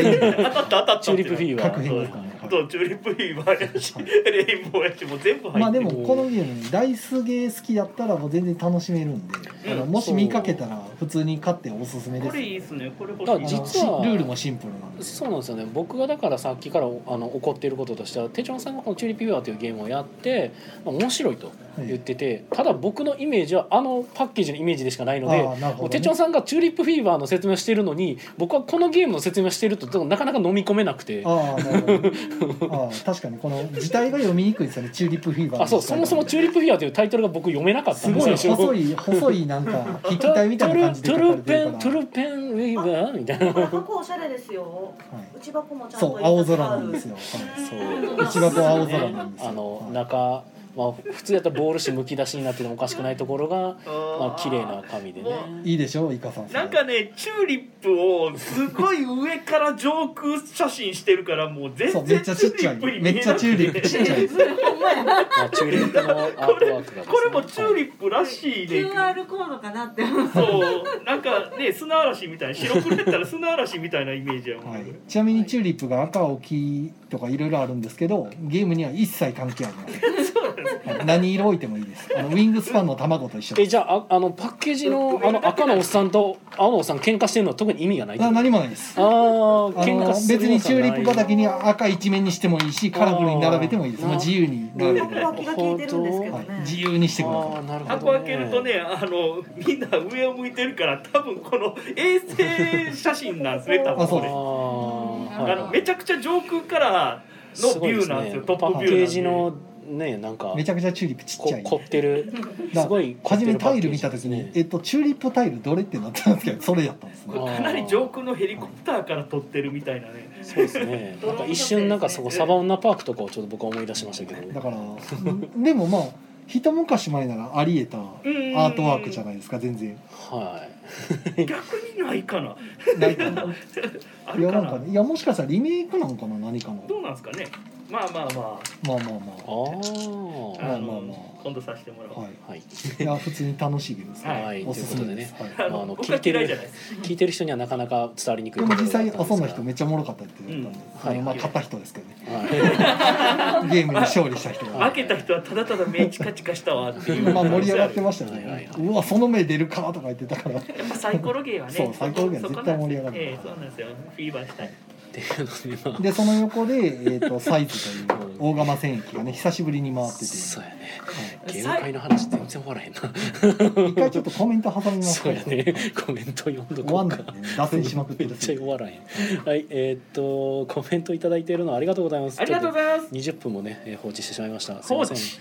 Speaker 2: あ
Speaker 4: 当たった当たった
Speaker 1: チューリップフィーバ
Speaker 2: 確
Speaker 1: ー
Speaker 2: 変ですかね、はい
Speaker 4: とチューリップフィーバーやしレインボーやしもう全部入ってる
Speaker 2: まあでもこのゲームねダイスゲー好きやったらもう全然楽しめるんで、あのもし見かけたら普通に買っておすすめで
Speaker 4: こ
Speaker 2: す
Speaker 4: れいいですねこれ欲
Speaker 1: あ
Speaker 2: あ
Speaker 1: の
Speaker 2: の
Speaker 4: しい
Speaker 1: 実
Speaker 4: な
Speaker 1: は
Speaker 2: しルールもシンプルなんで
Speaker 1: そうなんですよね僕がだからさっきからあの怒っていることとしては手帳さんがこの「チューリップフィーバー」というゲームをやって、まあ、面白いと言ってて、ただ僕のイメージはあのパッケージのイメージでしかないので
Speaker 2: ああなるほどね
Speaker 1: もう手帳さんが「チューリップフィーバー」の説明をしているのに僕はこのゲームの説明をしているとなかなか飲み込めなくて。
Speaker 2: ああなるほどああ確かにこの字体が読みにくいですよねチューリップフィーバー
Speaker 1: あそうそもそも「チューリップフィーバー」というタイトルが僕読めなかった
Speaker 2: す
Speaker 1: んで
Speaker 2: ご
Speaker 1: す
Speaker 2: い
Speaker 1: よ最初
Speaker 2: 細い細いなんか筆記体みたいな感じで
Speaker 1: ト
Speaker 2: 書
Speaker 1: ゥル
Speaker 2: かれ
Speaker 1: トゥルペ
Speaker 2: て
Speaker 1: ントゥ
Speaker 2: るか
Speaker 1: ルペンウィーバーみたいな
Speaker 3: これ箱おしゃれですよ。
Speaker 2: ら、はい、
Speaker 3: 内箱もちゃんと
Speaker 2: そう青空なんですよ、はい、
Speaker 1: そう
Speaker 2: 一箱青空なんですよ
Speaker 1: あの
Speaker 2: はい
Speaker 1: 中まあ普通やったらボール紙むき出しになっててもおかしくないところがま
Speaker 4: あ
Speaker 1: あ綺麗な紙でね
Speaker 2: いいでしょうイカさんそれ
Speaker 4: なんかねチューリップをすごい上から上空写真してるからもう全
Speaker 2: そうめっ
Speaker 4: 然
Speaker 2: ち
Speaker 4: チ
Speaker 2: ゃちっ
Speaker 4: ューリ
Speaker 2: ちゃ
Speaker 4: ップに
Speaker 2: い
Speaker 4: 見え
Speaker 2: め
Speaker 4: な
Speaker 2: っちゃ
Speaker 4: く
Speaker 2: チューリップちっちゃいです
Speaker 1: まあチューリップのアートワークがですね
Speaker 4: これもチューリップらしいで、
Speaker 3: QR コードかなって。
Speaker 4: そうなんかね砂嵐みたいな白黒やったら砂嵐みたいなイメージやもん、
Speaker 2: はい、ちなみにチューリップが赤青黄とかいろいろあるんですけどゲームには一切関係ありません、はい、何色置いてもいいですあのウィングスパンの卵と一緒
Speaker 1: え
Speaker 2: です
Speaker 1: じゃあああのパッケージのあの赤のおっさんと青のおっさん喧嘩してるのは特に意味がない
Speaker 2: あ何
Speaker 1: も
Speaker 2: もないです
Speaker 1: あー
Speaker 2: あ
Speaker 1: 喧
Speaker 2: の
Speaker 1: 嘩する
Speaker 2: 別にチューリップ
Speaker 1: だ
Speaker 2: 畑に赤一面にしてもいいしカラフルに並べてもいいです
Speaker 1: あー
Speaker 2: もう自由に並べてくださ
Speaker 3: 脇が効いてるんですけ
Speaker 2: い、
Speaker 3: ど
Speaker 2: はい、
Speaker 3: ね。
Speaker 2: 自由にしてください
Speaker 1: なるほど、ね、
Speaker 4: 箱開けるとねあのみんな上を向いてるから多分この衛星写真なんですね多分
Speaker 2: あ
Speaker 4: こ
Speaker 2: そう
Speaker 4: れ
Speaker 2: です
Speaker 1: あー
Speaker 4: あのめちゃくちゃ上空からのビューなんですよ
Speaker 1: ご
Speaker 4: ト
Speaker 1: い
Speaker 4: ップ
Speaker 1: パ
Speaker 4: ビ
Speaker 1: ッ
Speaker 4: ュー
Speaker 1: ケ
Speaker 4: な
Speaker 1: ージ
Speaker 4: ん
Speaker 1: の
Speaker 4: で
Speaker 1: ねなんか
Speaker 2: めちゃくちゃチューリップちっちゃ
Speaker 1: こ
Speaker 2: い
Speaker 1: 凝ってる
Speaker 2: だ
Speaker 1: すごい凝っ
Speaker 2: 初
Speaker 1: て
Speaker 2: め
Speaker 1: るパ
Speaker 2: タ
Speaker 1: ッケ
Speaker 2: イル
Speaker 1: ー
Speaker 2: 見
Speaker 1: ジ
Speaker 2: た
Speaker 1: で
Speaker 2: 時
Speaker 1: す
Speaker 2: に、
Speaker 1: ね
Speaker 2: えっと、チューリップタイルどれってなったんですけどそれやったんですね
Speaker 4: かなり上空のヘリコプターから撮ってるみたいなね
Speaker 1: そうですねなんか一瞬なんかそこサバ女パークとかをちょっと僕は思い出しましたけ
Speaker 2: だ
Speaker 1: ど
Speaker 2: からでもまあ一昔前ならありえたアートワークじゃないですか全然
Speaker 1: はい
Speaker 4: 逆にないかな
Speaker 2: ないかな
Speaker 4: あ
Speaker 2: い
Speaker 4: る
Speaker 2: やな
Speaker 4: かな
Speaker 2: か
Speaker 4: ん
Speaker 2: ねいやもしかしたらリメイクなんかな何かの
Speaker 4: どうなんですかねまあま
Speaker 2: まあ
Speaker 4: あま
Speaker 2: まあま
Speaker 1: あー
Speaker 4: あ、あの
Speaker 2: まあまあまあ
Speaker 4: 今度させてもらお
Speaker 2: あ
Speaker 4: う。
Speaker 2: はい
Speaker 1: はい、
Speaker 2: いや普通に楽しいゲームです
Speaker 4: はい
Speaker 1: はい、と
Speaker 2: お
Speaker 1: い
Speaker 2: す
Speaker 1: うこ
Speaker 2: す
Speaker 1: とで
Speaker 2: めで
Speaker 1: ね
Speaker 2: す、はい、
Speaker 4: あ
Speaker 1: あ
Speaker 4: の
Speaker 1: の
Speaker 4: 僕
Speaker 1: 聞
Speaker 4: はい
Speaker 1: てる
Speaker 4: 嫌いじゃないです。
Speaker 1: 聞いてる人にはなかなか伝わりにく
Speaker 2: で
Speaker 1: い
Speaker 2: も実際遊ん
Speaker 1: ことだ
Speaker 2: だ
Speaker 1: った
Speaker 2: 人
Speaker 1: んで
Speaker 2: めっちゃおもろかったって言ったんで、
Speaker 1: うん
Speaker 2: あのま
Speaker 1: は
Speaker 2: あ
Speaker 1: い
Speaker 2: 勝った人ですけどね
Speaker 1: すがはい
Speaker 2: ゲームに勝利した人
Speaker 1: は
Speaker 2: が
Speaker 1: い
Speaker 4: 負けた人はただただ目チカチカしたわっていう。
Speaker 2: まあ盛り上がってましたよね、
Speaker 1: はいはいはいう
Speaker 2: わその目出るかとか言ってたから
Speaker 4: やっぱサイコロゲーはね。
Speaker 2: そうサイコロゲーは絶対盛り上がる
Speaker 4: ええそうなんですよ。フィーバーしたい。
Speaker 1: っていうのでま
Speaker 2: でその横で、えー、とサイズという大釜戦役がね久しぶりに回っ
Speaker 1: あ
Speaker 2: てて、
Speaker 1: そうやね
Speaker 2: は
Speaker 1: ゲーム会の話全然終わらへんな
Speaker 2: い、一回ちょっとコメント挟みます
Speaker 1: そうやねコメント読んど
Speaker 2: 終
Speaker 1: こ
Speaker 2: わ
Speaker 1: うんか
Speaker 2: ないんでね脱線しまくって
Speaker 1: めっ
Speaker 2: る
Speaker 1: ちゃ終わらへんはいえーっとコメントいただいているのありがとうございます
Speaker 4: ありがとうございます。
Speaker 1: 20分もね、えー放置してしまいました。すい
Speaker 4: 放
Speaker 1: ま
Speaker 4: 置
Speaker 1: せ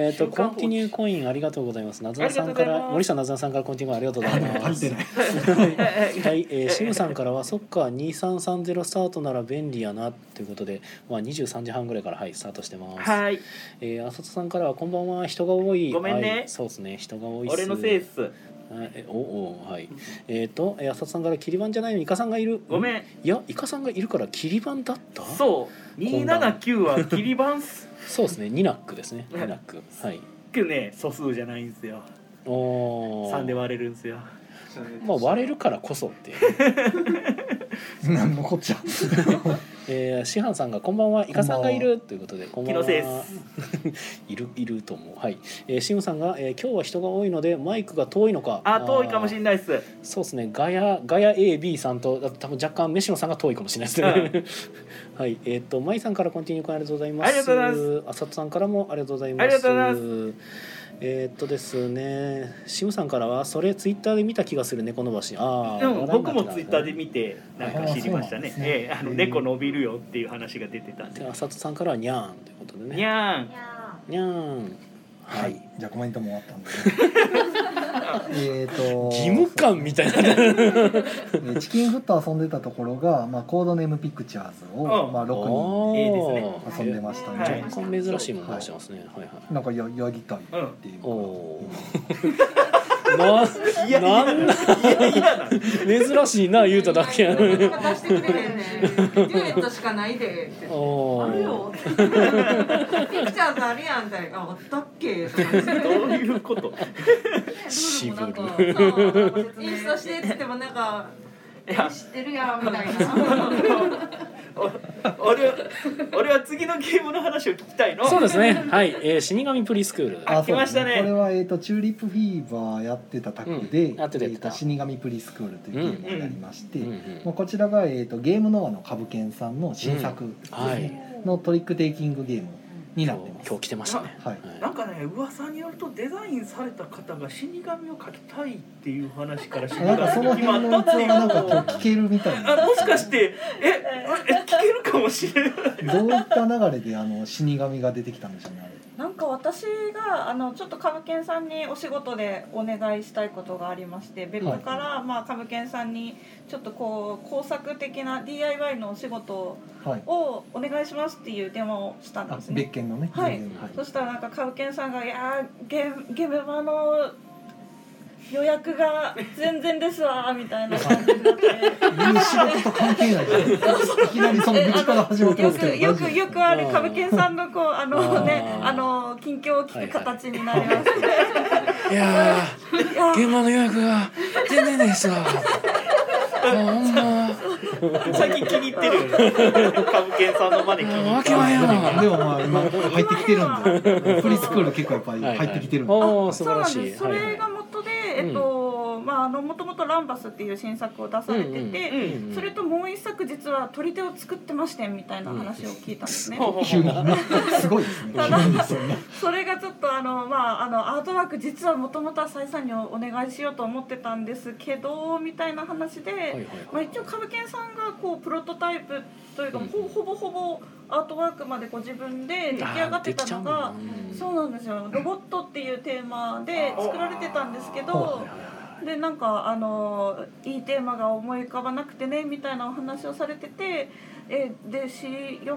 Speaker 1: ん。えっ、と
Speaker 4: 週
Speaker 1: コ
Speaker 4: 刊放置
Speaker 1: ンティニューコインありがとうございます。なずなさんか
Speaker 4: ありがとうござい
Speaker 1: ら
Speaker 4: ます
Speaker 1: 森下なずなさんからコンティニューコインありがとうござい
Speaker 2: 足
Speaker 1: ま
Speaker 2: り
Speaker 1: す。
Speaker 2: てない
Speaker 1: はい、えー、シムさんからはそっか2330スタートなら便利やなということで、まあ23時半ぐらいからはいスタートしてます。
Speaker 4: はい。
Speaker 1: えー、浅田さんからはこんばんは人が多い。
Speaker 4: ごめんね
Speaker 1: はいそうですね人が多いっす。
Speaker 4: 俺のせいっす。
Speaker 1: はいえおおはい。えっ、と、えー、浅田さんから切り番じゃないのイカさんがいる。
Speaker 4: ご
Speaker 1: ん。
Speaker 4: めん。
Speaker 1: いやイカさんがいるから切り番だった。う。
Speaker 4: そう。
Speaker 1: こ
Speaker 4: 二
Speaker 1: んばんは
Speaker 4: 七九は切り番す。
Speaker 1: そうですねニナックですねニナックはい。
Speaker 4: くね素数じゃないんですよ。
Speaker 1: おお。
Speaker 4: 三で割れるんですよ。
Speaker 1: まあ割れるからこそっていう、
Speaker 2: 何のこっちゃ
Speaker 1: えー、師範さんが「こんばんはイカさんがいる」ということで「こんば
Speaker 4: 気
Speaker 1: んは
Speaker 4: のせいっす。
Speaker 1: いるいると思うはい、えー、シムさんが、えー「今日は人が多いのでマイクが遠いのか」
Speaker 4: あ遠いかもしれ
Speaker 1: ない
Speaker 4: ないっす。
Speaker 1: そうですねガヤガヤ AB さんとあと多分若干飯野さんが遠いかもしれないですね、 はいえっ、と舞さんからコンティニューコインありがとうございます
Speaker 4: ありがとうございます
Speaker 1: 浅田さんからもありがとうございます
Speaker 4: ありがとうござい
Speaker 1: えーっとですねシムさんからは「それツイッターで見た気がする猫のばし」ああ、
Speaker 4: でも僕もツイッターで見て
Speaker 1: は
Speaker 4: ないんか知りまし
Speaker 2: そ
Speaker 4: たね。
Speaker 2: うなんですね
Speaker 4: ええあ
Speaker 2: う
Speaker 4: の
Speaker 2: ん
Speaker 4: 猫伸びるよっていう話が出てたん
Speaker 1: で
Speaker 4: で。
Speaker 1: 浅田さんからは「にゃーん」ということでね
Speaker 4: にゃーん。
Speaker 1: に
Speaker 6: や
Speaker 1: ゃーん。
Speaker 2: は
Speaker 1: はいい。
Speaker 2: じゃあコメントも終わ ったんでえっと
Speaker 1: 義務感みたいな。
Speaker 2: えーチキンフット遊んでたところが、まあ、コードネームピクチャーズを、
Speaker 4: うん
Speaker 2: まあ、
Speaker 1: お
Speaker 2: 6
Speaker 1: ー
Speaker 4: いいです
Speaker 2: 人で遊んでましたね、
Speaker 4: はい
Speaker 1: 若干珍しいもの出してますね。はいはい。
Speaker 2: なんかややりたいっていうか、
Speaker 1: おおー。 な、なんだ、
Speaker 4: いやな。
Speaker 1: 珍しいな、言うただけや のに。
Speaker 6: 勝たしてくれへ んねん。デュエットしかないでって。
Speaker 1: お
Speaker 6: ある
Speaker 1: お
Speaker 6: よ。。ピクチャーズあるやんみたいな。あったっけ。とか言って
Speaker 4: どういうこと。
Speaker 1: 渋る。
Speaker 6: そうインストしてって言ってもなんか
Speaker 4: いや
Speaker 6: 知ってるやんみたいな。
Speaker 4: お俺は俺は次のゲームの話を聞きたいの。
Speaker 1: そうですね。はい、えー死神プリスクール。
Speaker 4: あ来ましたね
Speaker 2: これは、えー、とチューリップフィーバーやってたタクで、
Speaker 1: うんやってた
Speaker 2: え
Speaker 1: やっ
Speaker 2: ー
Speaker 1: てた
Speaker 2: と死神プリスクールというゲームになりまして、
Speaker 1: うんう
Speaker 2: ま
Speaker 1: ん
Speaker 2: あ、こちらが、えー、とゲームノアの株券さんの新作ですね、
Speaker 1: はい。
Speaker 2: のトリックテイキングゲームに
Speaker 1: 今
Speaker 2: なってます
Speaker 1: 日、今日来てましたね。
Speaker 2: はい
Speaker 4: なんかね噂によるとデザインされた方が死神を描きたいっていう話から死神
Speaker 2: なんかその
Speaker 4: が決ま
Speaker 2: 辺
Speaker 4: った
Speaker 2: の
Speaker 4: っ
Speaker 2: 逸
Speaker 4: て
Speaker 2: 話
Speaker 4: い
Speaker 2: が
Speaker 4: う
Speaker 2: なんか
Speaker 4: こと
Speaker 2: 今日聞けるみたいな
Speaker 4: あもしかしてええ聞けるかもし れない
Speaker 2: どういった流れであの死神が出てきたんでしょうねあれ
Speaker 6: なんか私があのちょっと株券さんにお仕事でお願いしたいことがありまして別府から、まあ株券さんにちょっとこう工作的な DIY のお仕事
Speaker 2: はい。
Speaker 6: をお願いしますっていう電話をしたん
Speaker 2: あ
Speaker 6: です
Speaker 2: 別
Speaker 6: ね。
Speaker 2: 件のね。
Speaker 6: はい
Speaker 2: 全然
Speaker 6: そしたらなんか株券さんが「いやーゲゲメマの予約が全然ですわ」みたいな感じになって。
Speaker 2: 言う仕事と関係ないじゃん。いきなりその愚痴から始まってますけど。
Speaker 6: よくよくよくある株券さんのこうあのね
Speaker 1: あー
Speaker 6: あの近況を聞く形になります。
Speaker 1: いや
Speaker 6: いや
Speaker 1: ー、現場の予約が全然です わ。あほんま。
Speaker 4: 最近気に入ってるよ ね株券さんのマネ気に入
Speaker 1: わ
Speaker 4: っ
Speaker 1: けはや
Speaker 2: 大丈夫
Speaker 1: わ。
Speaker 2: でもまあ今入ってきてるんで、プリスクール結構やっぱり
Speaker 1: はいは
Speaker 2: 入
Speaker 1: い
Speaker 2: ってきてるんで。
Speaker 1: おお、素
Speaker 6: そう
Speaker 1: 晴
Speaker 6: な
Speaker 1: ら
Speaker 6: ん
Speaker 1: し
Speaker 6: で
Speaker 1: い。
Speaker 6: す。それが元でえっとまああの元々ランバスっていう新作を出されて
Speaker 4: てる
Speaker 6: て。
Speaker 4: うん
Speaker 6: それともう一作実は取り手を作ってましてみたいな話を聞いたんですね。
Speaker 4: ほ うほうほ
Speaker 2: 急
Speaker 4: う
Speaker 2: にねすごいですね。
Speaker 6: ただ
Speaker 2: 急にそんな
Speaker 6: それがちょっとあのまああのアートワーク実はもともとはサイさんにお願いしようと思ってたんですけどみたいな話で、
Speaker 1: はいはい
Speaker 6: まあ、一応株券さんがこうプロトタイプというか、
Speaker 1: うん
Speaker 6: ほほぼほぼアートワークまでご自分で出来上がってたのが
Speaker 1: あーできちゃうもんなうん
Speaker 6: そうなんですよロボットっていうテーマで作られてたんですけどでなんかあのいいテーマが思い浮かばなくてねみたいなお話をされてて。えでし四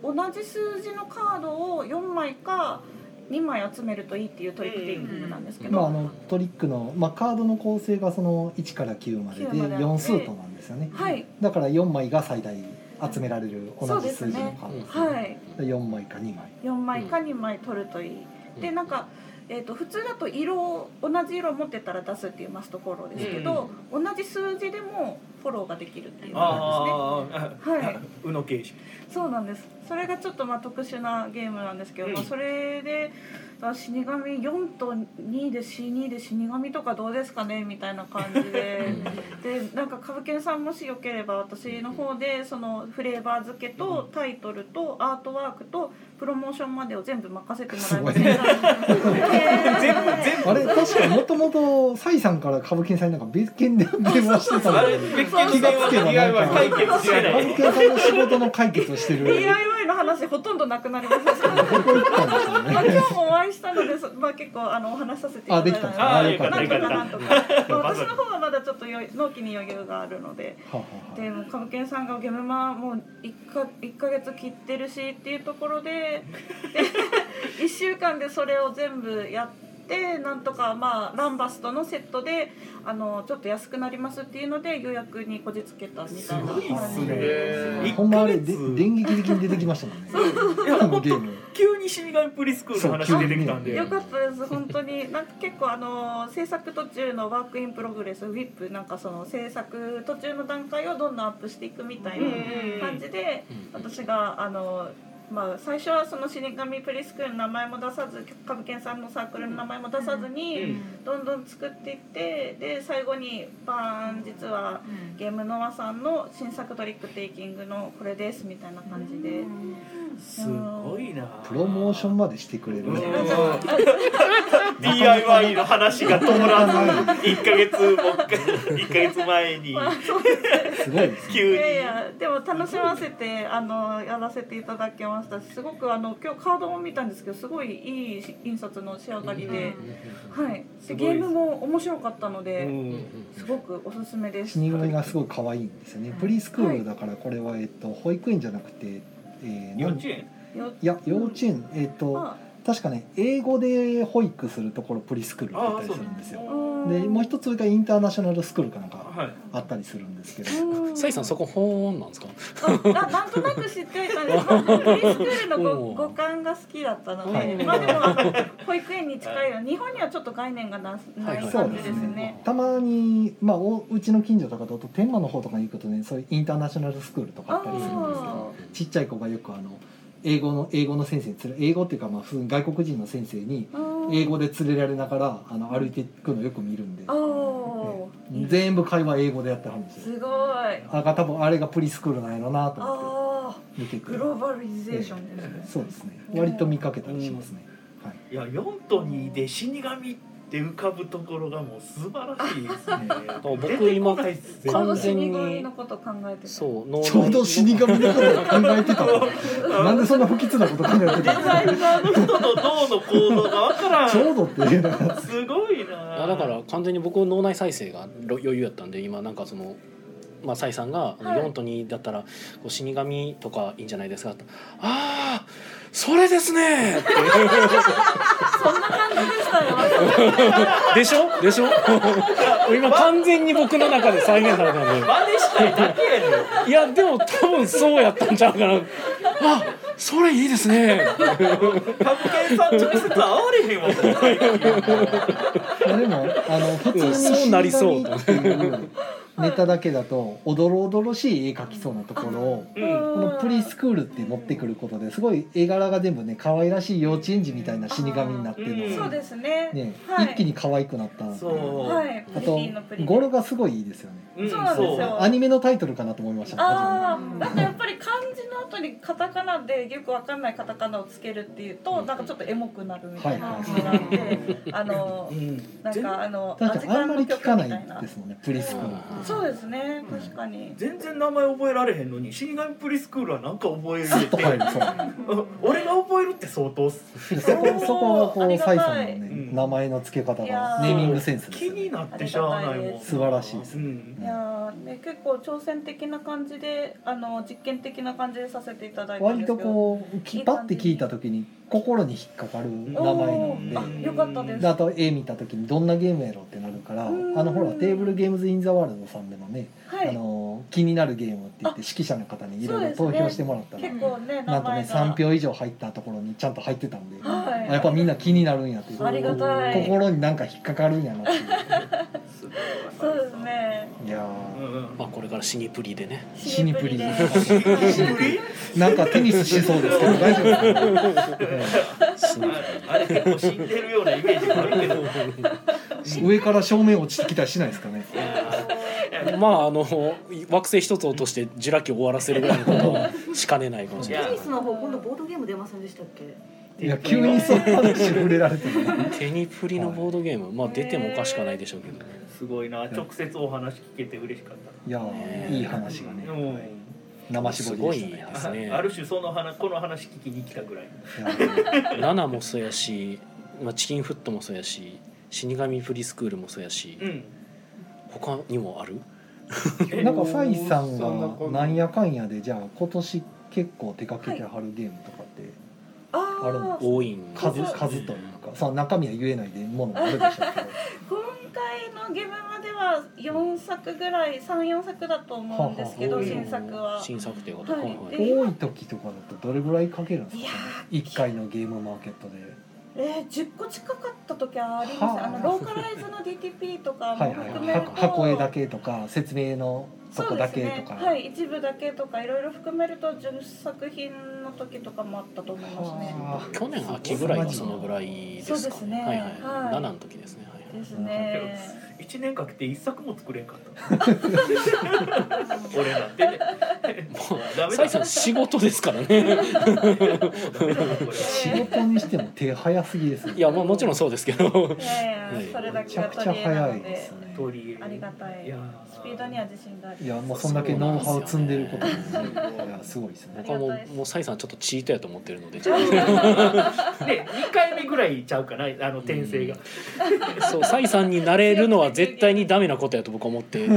Speaker 6: 同じ数字のカードを4枚か2枚集めるといいっていうトリックテイキングなんですけ
Speaker 2: まあ
Speaker 6: ど、
Speaker 2: あのトリックのまあカードの構成がその1から9まで
Speaker 6: 9まであっ
Speaker 2: で
Speaker 6: て
Speaker 2: 4スートなんですよね。
Speaker 6: はい
Speaker 2: だから4枚が最大集められる同じ数字のカードですね。
Speaker 6: はい
Speaker 2: 4枚か2枚
Speaker 6: 4枚か2枚取るといい、
Speaker 1: うん
Speaker 6: でなんか、えー、と普通だと色を同じ色を持ってたら出すっていうマストフォローですけど、同じ数字でもフォローができるっていう感
Speaker 4: ああ
Speaker 6: じですね。はい
Speaker 4: 宇野刑事
Speaker 6: そうなんですそれがちょっとまあ特殊なゲームなんですけど、
Speaker 4: うん
Speaker 6: まあそれであ死神4と2で C2 で死神とかどうですかねみたいな感じででなんか歌舞伎さんもしよければ私の方でそのフレーバー付けとタイトルとアートワークとプロモーションまでを全部任せてもらえませんか
Speaker 4: 全部全部
Speaker 2: あれ確かもともとサイさんから歌舞伎さんになんか別件で電話してた
Speaker 4: あ
Speaker 2: の
Speaker 4: れ別件
Speaker 2: 気がつけばなんか
Speaker 4: DIY 解決して
Speaker 2: 歌
Speaker 4: な
Speaker 2: 舞
Speaker 4: い
Speaker 2: 伎さんの仕事の解決を してる
Speaker 6: DIY の話ほとんどなくなりましたしま
Speaker 2: どこ行ったんですよ
Speaker 6: あ
Speaker 2: ね
Speaker 6: 今日もお会いしたので、そまあ、結構あのお話しさせていただいたんですけど
Speaker 4: あ
Speaker 2: あ
Speaker 4: あ
Speaker 2: ー
Speaker 4: よ
Speaker 2: よ
Speaker 4: か
Speaker 2: か
Speaker 4: っ
Speaker 2: ったた
Speaker 4: よ
Speaker 2: よ
Speaker 4: か
Speaker 2: か
Speaker 4: っ
Speaker 2: った
Speaker 6: たまあ
Speaker 4: ま
Speaker 6: 私
Speaker 4: ず
Speaker 6: の方はまだちょっと余納期に余裕があるので。
Speaker 2: はあはあは
Speaker 6: でもう歌舞伎さんがゲームマもう一か一ヶ月切ってるしっていうところでで一週間でそれを全部やってなんとかまあランバスとのセットであのちょっと安くなりますっていうので予約にこじつけたみたいな
Speaker 4: すごいっすね
Speaker 2: あ
Speaker 4: 一
Speaker 2: ほんまあれ
Speaker 4: ヶ
Speaker 2: で
Speaker 4: 月
Speaker 2: 電撃的に出てきましたもんね
Speaker 4: いや
Speaker 2: こ
Speaker 4: 本
Speaker 2: のゲ
Speaker 4: 当
Speaker 2: ーム
Speaker 4: 急に死神プリスクールの話出てきたんで
Speaker 6: よかったです本当 になんか結構あの制作途中のワークインプログレスウィップなんかその制作途中の段階をどんどんアップしていくみたいな感じで私があの。まあ、最初はその死神プリスクールの名前も出さず歌舞伎さんのサークルの名前も出さずにどんどん作っていってで最後にバーン実はゲームノアさんの新作トリックテイキングのこれですみたいな感じで
Speaker 4: すごいな
Speaker 2: プロモーションまでしてくれる
Speaker 4: うん
Speaker 2: ね
Speaker 4: DIY の話が止まらず1ヶ月も1 ヶ月前に
Speaker 6: まあそう
Speaker 2: すごいですね
Speaker 4: 急
Speaker 6: いやい
Speaker 4: に
Speaker 6: やでも楽しませてあのやらせていただきましたしすごくあの今日カードも見たんですけどすごいいい印刷の仕上がりで、はい
Speaker 4: す
Speaker 6: で
Speaker 4: ごい
Speaker 6: ゲームも面白かったの
Speaker 4: う
Speaker 6: で、
Speaker 4: ん
Speaker 6: すごくおすすめです。
Speaker 2: 死神がすごい可愛いんですよねプリスクールだからこれはえっと保育園じゃなくてえー
Speaker 4: 幼稚園
Speaker 6: よ
Speaker 2: いや幼稚園えっと
Speaker 6: あ
Speaker 2: 確かね英語で保育するところプリスクールって言ったりするんですよ
Speaker 6: うん
Speaker 2: でもう一つそれがインターナショナルスクールかなんか
Speaker 4: はい
Speaker 2: あったりするんですけど
Speaker 6: うん
Speaker 1: サイさんそこほーんなんですか
Speaker 6: あななんとなく知っていた んです。まあプリスクールのご五感が好きだったの
Speaker 2: はい
Speaker 6: で、まあでもあの保育園に近いよ。日本にはちょっと概念がなない
Speaker 1: はい
Speaker 2: そう
Speaker 6: 感
Speaker 2: で
Speaker 6: じですす
Speaker 2: ね
Speaker 6: ね。
Speaker 2: たまに、まあ、おうちの近所とかだと天満の方とかに行くとねそういうインターナショナルスクールとかあったりするんですけど
Speaker 6: あ
Speaker 2: ちっちゃい子がよくあの英語の英語の先生に連れ英語っていうかまあ普通に外国人の先生に
Speaker 6: あうん
Speaker 2: 英語で連れられながらあの歩いていくのよく見るんで、
Speaker 6: あー
Speaker 2: ね全部会話英語でやってはるんですよ
Speaker 6: すごい。あ
Speaker 2: あが多分あれがプリスクールなんやろなと思っ
Speaker 6: あ
Speaker 2: て見て
Speaker 6: ー、
Speaker 2: て
Speaker 6: グローバリゼーションですね。
Speaker 2: そうですね割と見かけたりしますね、はい
Speaker 4: いや4と2で死神って浮かぶところがもう素晴らしいです ね
Speaker 1: 僕
Speaker 4: 出てこないっす
Speaker 6: ちょう
Speaker 1: 今
Speaker 6: ど
Speaker 4: ね
Speaker 6: 死神のこと考えてた。
Speaker 1: そう脳
Speaker 2: ちょうど死神のことを考えてたの なんでそんな不吉なこと考えてたの
Speaker 4: デザイナーの人の脳の行動がわからん
Speaker 2: ちょうどっていうのが
Speaker 4: すごいな
Speaker 1: あだから完全に僕脳内再生がろ余裕やったんで今なんかその。まあ、サイさんがあの
Speaker 6: はい
Speaker 1: 4と2だったら「こう死神とかいいんじゃないですか」って「ああそれですね」 って
Speaker 6: そんな感じでしたよ。
Speaker 1: でしょでしょ 今完全に僕の中で再現されたん
Speaker 4: 真似したいだけやねん
Speaker 1: でいやでも多分そうやったんちゃうかなあそれいいですね
Speaker 4: 歌舞伎さん直接会われへんわ
Speaker 2: まあでもあの普通
Speaker 1: う
Speaker 2: に
Speaker 1: んそうなりそう
Speaker 2: 死神っていうネタだけだとおどろおどろしい絵描きそうなところを
Speaker 4: うん
Speaker 2: このプリスクールって持ってくることですごい絵柄が全部ね可愛らしい幼稚園児みたいな死神になってるの
Speaker 6: そう
Speaker 2: が、
Speaker 6: ですね。
Speaker 2: ね
Speaker 6: はい
Speaker 2: 一気に可愛くなったなってい
Speaker 4: そう
Speaker 6: はい。
Speaker 2: あ
Speaker 6: プリテ
Speaker 2: と
Speaker 6: ィのプリ。
Speaker 2: 語呂がすごいいいですよね
Speaker 4: うん
Speaker 6: そうなんですよ
Speaker 2: アニメのタイトルかなと思いました
Speaker 6: ああ、なんかやっぱり漢字の後にカタカナでよくわかんないカタカナをつけるっていうと、なんかちょっとエモくなるみたいな感じなんで、 あの
Speaker 4: う。ん
Speaker 6: なんかあの、
Speaker 2: 確かにあんまり聞かない
Speaker 6: な
Speaker 2: ですもんねプリスクールって
Speaker 6: そうですね、確かに。
Speaker 4: 全然名前覚えられへんのに死神プリスクールはなんか覚え
Speaker 2: スッと入
Speaker 4: る
Speaker 2: るそう
Speaker 4: 俺が覚えるって相当っす
Speaker 2: そこそこがこ
Speaker 6: あり
Speaker 2: う
Speaker 6: が
Speaker 2: サ
Speaker 6: た
Speaker 2: イ
Speaker 6: い
Speaker 2: さんのね、
Speaker 4: うん
Speaker 2: 名前の付け方
Speaker 6: い
Speaker 2: が
Speaker 6: やー
Speaker 2: ネーミングセンスです
Speaker 4: 気
Speaker 2: よね
Speaker 4: になってしゃあないもん
Speaker 2: 素晴らしいです
Speaker 4: うん
Speaker 6: いやーね、結構挑戦的な感じであの実験的な感じでさせていただいたんで
Speaker 2: 割
Speaker 6: すけ
Speaker 2: と
Speaker 6: ど
Speaker 2: こうきパッて聞いた時に心に引っかかる名前な
Speaker 4: お
Speaker 2: の
Speaker 4: ー
Speaker 2: で。
Speaker 6: あよかったです
Speaker 2: であと絵見た時にどんなゲームやろうってなるからあ
Speaker 6: うん
Speaker 2: のほらテーブルゲームズ・イン・ザ・ワールドさんでもね、
Speaker 6: はい
Speaker 2: あのの気になるゲームって言って指揮者の方にいろいろ投票してもらったら、
Speaker 6: 結構ね
Speaker 2: な
Speaker 6: 名
Speaker 2: んとね
Speaker 6: 前
Speaker 2: 3
Speaker 6: が
Speaker 2: 票以上入ったところにちゃんと入ってたんで、
Speaker 6: はい
Speaker 2: あやっぱみんな気になるんやっていう
Speaker 6: ありがたい
Speaker 2: 心になんか引っかかるんやなっていう
Speaker 6: そうですね
Speaker 2: いや
Speaker 4: うんうん
Speaker 1: まあ、これからシニプリでね
Speaker 2: シニプリ
Speaker 6: で
Speaker 2: ーなんかテニスしそうですけど大丈夫です か、
Speaker 1: シニプ
Speaker 4: あれ結構死んでるようなイメージがあるけど
Speaker 2: うん上から正面落ちてきたりしないですかね
Speaker 1: リまああの惑星一つ落としてジュラ紀を終わらせるぐらいのことはしかねないかもしれない
Speaker 7: テニスの方今度ボードゲーム出ませんでしたっけ
Speaker 2: いや急にその話触れられてもね
Speaker 1: 手にプリのボードゲームまあ出てもおかしくはないでしょうけどね
Speaker 4: すごいな直接お話聞けて嬉しかった
Speaker 2: いや
Speaker 1: ね
Speaker 2: ーいい話がね
Speaker 4: でも
Speaker 2: 生絞りでし
Speaker 1: すごい
Speaker 2: たね
Speaker 1: ですね
Speaker 4: ある種その話この話聞きに来たぐらい
Speaker 2: いやー
Speaker 1: ナナもそうやし、まあ、チキンフットもそうやし死神フリースクールもそうやし、
Speaker 4: うん
Speaker 1: 他にもある
Speaker 2: なんかファイさん
Speaker 5: そんなこ
Speaker 2: が
Speaker 5: んな
Speaker 2: なんやかんやでじゃあ今年結構手掛けてはるゲームとかって
Speaker 6: あ
Speaker 2: あるの
Speaker 6: あ
Speaker 1: 多いん
Speaker 2: 数数というかその中身は言えないでものもあるでしょうけど
Speaker 6: 今回のゲームまでは4作ぐらい34作だと思うんですけ
Speaker 1: お
Speaker 6: ど
Speaker 1: ー
Speaker 6: 新作は
Speaker 1: 新作ってこと、
Speaker 6: はい
Speaker 1: はいはい
Speaker 6: で
Speaker 2: 多い時とかだとどれぐらいかけるんですか、ね
Speaker 6: いや、
Speaker 2: 1回のゲームマーケットで
Speaker 6: えー、10個近かった時あります
Speaker 2: はあ
Speaker 6: あのローカライズの DTP とか
Speaker 2: はい
Speaker 6: も
Speaker 2: はい
Speaker 6: 含
Speaker 2: はい
Speaker 6: める
Speaker 2: は
Speaker 6: と
Speaker 2: 箱絵だけとか説明のとこだけとか、
Speaker 6: そうですねはい一部だけとかいろいろ含めると10作品の時とかもあったと思いますね
Speaker 2: は
Speaker 1: 去年秋ぐらいはそのぐらいです
Speaker 6: そうで
Speaker 1: か
Speaker 6: す
Speaker 1: ね
Speaker 6: ね
Speaker 1: はいはい、
Speaker 6: はい
Speaker 1: 7の時ですね、はい
Speaker 6: ですね
Speaker 4: 1年かけて1作も作れんかった俺なんてねダメ
Speaker 1: サ
Speaker 4: だ
Speaker 1: イさん仕事ですからね
Speaker 4: ダメだなこれは
Speaker 2: 仕事にしても手早すぎですね
Speaker 1: いやまあもちろんそうですけど
Speaker 6: いやいや、
Speaker 1: はい
Speaker 6: それだ
Speaker 2: め
Speaker 6: け
Speaker 2: ちゃ
Speaker 6: が
Speaker 2: くちゃ
Speaker 6: 取り柄な
Speaker 2: 早い
Speaker 6: の
Speaker 2: です
Speaker 6: で
Speaker 2: ね
Speaker 4: 取り入れ
Speaker 6: ありがたい
Speaker 4: いやー
Speaker 6: スピードには自信があり
Speaker 2: いやもうそんだけノウハウ積んでることです
Speaker 1: そう
Speaker 2: ね
Speaker 1: なんですよね
Speaker 2: いやすごいですね
Speaker 1: 僕はもうもうサイさんちょっとチートやと思ってるのでちょっ
Speaker 4: で2回目ぐらいちゃうかなあの転生が
Speaker 1: とそうサイさんに慣れるのは絶対にダメなことやと僕は思って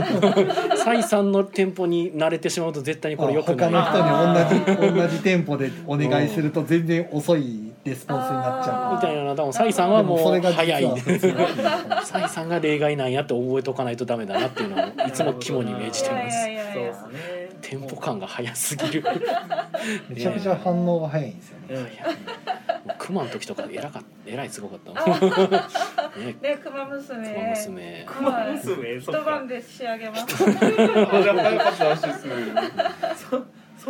Speaker 1: サイさんの店舗に慣れてしまうと絶対にこれ良く
Speaker 2: 他
Speaker 1: ない
Speaker 2: の人に同じ同じ店舗でお願いすると全然遅いレスポンスになっちゃう
Speaker 1: みたいな多分サイさん
Speaker 2: で
Speaker 1: は
Speaker 2: も
Speaker 1: も
Speaker 2: そうれが
Speaker 1: 早い
Speaker 2: 実はすごい
Speaker 1: サイさんが例外なんやって覚えとかないとダメだなっていうのをいつも肝に銘じて
Speaker 6: い
Speaker 1: ま
Speaker 6: やい
Speaker 1: す
Speaker 6: やいやいや
Speaker 4: そうですね
Speaker 1: テンポ感が早すぎる
Speaker 2: めちゃくちゃ反応が早いんですよね
Speaker 4: うん
Speaker 1: クマの時とか偉かっ偉いすごか ったもん ね
Speaker 6: で熊娘
Speaker 1: クマ娘
Speaker 4: 熊娘そ
Speaker 6: 一
Speaker 4: っか
Speaker 6: 晩で仕上げ ます
Speaker 4: そそ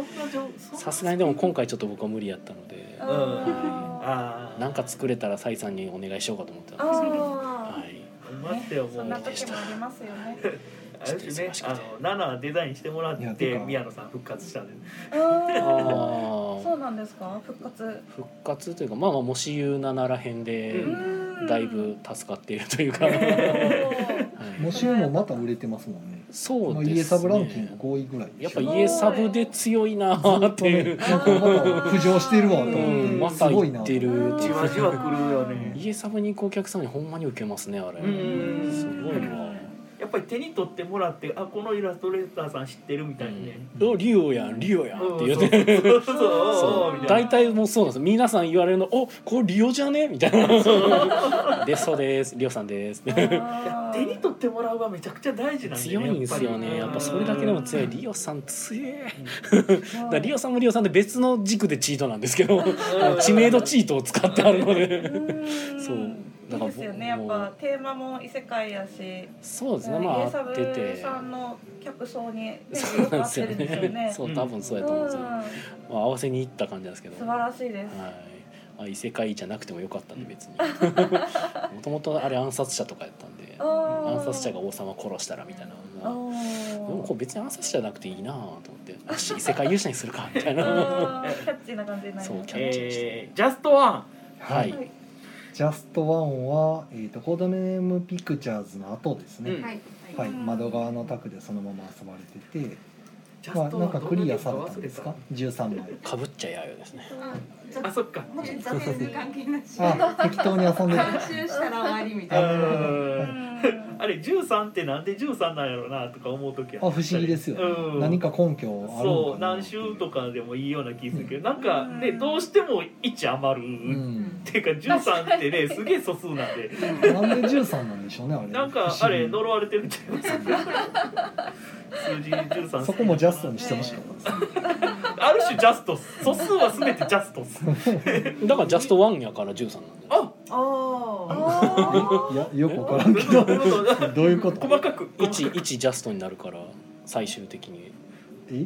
Speaker 4: んな状そんな
Speaker 1: さすがにでも今回ちょっと僕は無理やったので
Speaker 6: あ
Speaker 4: うんああ
Speaker 1: なんか作れたらサイさんにお願いしようかと思ってたんですけど
Speaker 6: あ
Speaker 1: はい
Speaker 4: 待ってよ
Speaker 6: ーそ
Speaker 4: も
Speaker 6: ん
Speaker 4: う
Speaker 6: な時もありますよね
Speaker 4: あれですね
Speaker 1: ちょっ
Speaker 4: あ
Speaker 1: と忙しくて
Speaker 4: のナナデザインしてもら
Speaker 2: いや
Speaker 4: ってて
Speaker 2: か
Speaker 4: 宮野さん復活したんで
Speaker 6: ああ
Speaker 1: あ
Speaker 6: そ
Speaker 1: あ
Speaker 6: うなんですか復活
Speaker 1: 復活というかまあまあもし言うなならへんで
Speaker 6: うん
Speaker 1: だいぶ助かっているという か、
Speaker 6: お
Speaker 1: はい
Speaker 6: ー
Speaker 2: もしもまた売れてますもんね
Speaker 1: そう
Speaker 2: もう
Speaker 1: ですね
Speaker 2: 家サブランキング5位ぐらい
Speaker 1: や
Speaker 2: で
Speaker 1: っ
Speaker 2: しょ
Speaker 1: ぱ家サブで強いなーっていう、
Speaker 2: ずっとねなんかまた浮上してるわと
Speaker 1: う
Speaker 2: 思って
Speaker 1: ん、ま
Speaker 2: す
Speaker 1: た
Speaker 2: ごい
Speaker 1: 行
Speaker 2: な
Speaker 1: ってるって
Speaker 4: じ
Speaker 1: いう
Speaker 4: わじわくるよね
Speaker 1: 家サブに行くお客さんにほんまに受けますねあれ
Speaker 4: うん
Speaker 1: すごいな
Speaker 4: やっぱり手に取ってもらってあこのイラストレーターさん知ってるみたいにね、
Speaker 1: 「おリオやんリオやん」って言
Speaker 4: う
Speaker 1: っ
Speaker 4: そう
Speaker 1: て
Speaker 4: そうそう
Speaker 1: そ
Speaker 4: み
Speaker 1: う
Speaker 4: たい
Speaker 1: 大
Speaker 4: な
Speaker 1: 体もうそうなんです皆さん言われるの「おこれリオじゃね?」みたい な「でそうですリオさんです」
Speaker 6: あ
Speaker 4: 手に
Speaker 6: ー
Speaker 4: 取ってもらうはめちゃくちゃ大事なんで、ね、
Speaker 1: 強いんですよねやっぱそれだけでも強い
Speaker 4: うん
Speaker 1: リオさん強えだからリオさんもリオさんで別の軸でチートなんですけど 知名度チートを使ってあるので
Speaker 6: うん
Speaker 1: そう
Speaker 6: いいですよねやっ
Speaker 1: も
Speaker 6: ぱ
Speaker 1: う
Speaker 6: テーマも異世界やし
Speaker 1: そうですねま
Speaker 6: イ
Speaker 1: あ
Speaker 6: エサ
Speaker 1: 合って
Speaker 6: ブ
Speaker 1: て
Speaker 6: さんの客層にね
Speaker 1: そうなん
Speaker 6: 合
Speaker 1: で
Speaker 6: っ
Speaker 1: す
Speaker 6: て
Speaker 1: よ
Speaker 6: るんですよ
Speaker 1: ね
Speaker 6: ね
Speaker 1: そううん多分そうやと思うんですよねまあ合わせに行った感じなんですけ
Speaker 6: うん
Speaker 1: ど
Speaker 6: 素晴らしいです
Speaker 1: はい、まあ、異世界じゃなくてもよかったんで 別にもともとあれ暗殺者とかやったんで
Speaker 6: あー
Speaker 1: 暗殺者が王様殺したらみたいな
Speaker 6: あ
Speaker 1: でもこう別に暗殺者じゃなくていいなと思って よし異世界勇者にするかみたいな
Speaker 6: あーキャッチーな感じになり
Speaker 1: そう
Speaker 6: ます
Speaker 1: キャッチして、
Speaker 4: えー、ジャストワ
Speaker 1: は
Speaker 2: はいいジャストワンはえっとコードネームピクチャーズの後です
Speaker 4: ン、う
Speaker 2: ね
Speaker 4: ん
Speaker 7: はい
Speaker 2: はい
Speaker 6: うん
Speaker 2: 窓側の卓でそのまま遊ばれてて
Speaker 4: ジャ
Speaker 2: まあ
Speaker 4: スト
Speaker 2: な
Speaker 4: ワン
Speaker 2: んかクリアされ
Speaker 4: どんな
Speaker 2: たん
Speaker 4: ゲーム
Speaker 2: です
Speaker 4: か
Speaker 2: か
Speaker 4: 忘
Speaker 2: 13枚
Speaker 1: かぶっちゃやよですね
Speaker 4: れたあそっか
Speaker 7: もう挫折関係な し
Speaker 2: あ適当に遊んでた
Speaker 7: 3周したら終わりみたいな
Speaker 4: ああれ13ってなんで13なんやろうなとか思う時
Speaker 2: あ
Speaker 4: あ
Speaker 2: 不思議ですよ、ね
Speaker 4: うん
Speaker 2: 何か根拠あるの
Speaker 4: そ
Speaker 2: か
Speaker 4: う
Speaker 2: な
Speaker 4: 何週とかでもいいような気するけど、なん
Speaker 6: う
Speaker 4: か
Speaker 6: ん
Speaker 4: ねどうしても1余る、
Speaker 2: う
Speaker 4: っ
Speaker 2: ん、
Speaker 4: ていうか13ってねすげえ素数なんで
Speaker 2: なんで13なんでしょうねあれ
Speaker 4: なんかあれ呪われてるんちゃいます数字13
Speaker 2: そこもジャストにしてほしかったですね
Speaker 4: ある種ジャストス素数は全てジャストス
Speaker 1: だからジャストワンやから13なんだよ
Speaker 4: あ
Speaker 7: あ
Speaker 6: あ
Speaker 2: いやよくわからんけ ど
Speaker 4: どういうこと
Speaker 2: どういうこと
Speaker 4: 細かく細かく
Speaker 1: 11ジャストになるから最終的に
Speaker 2: え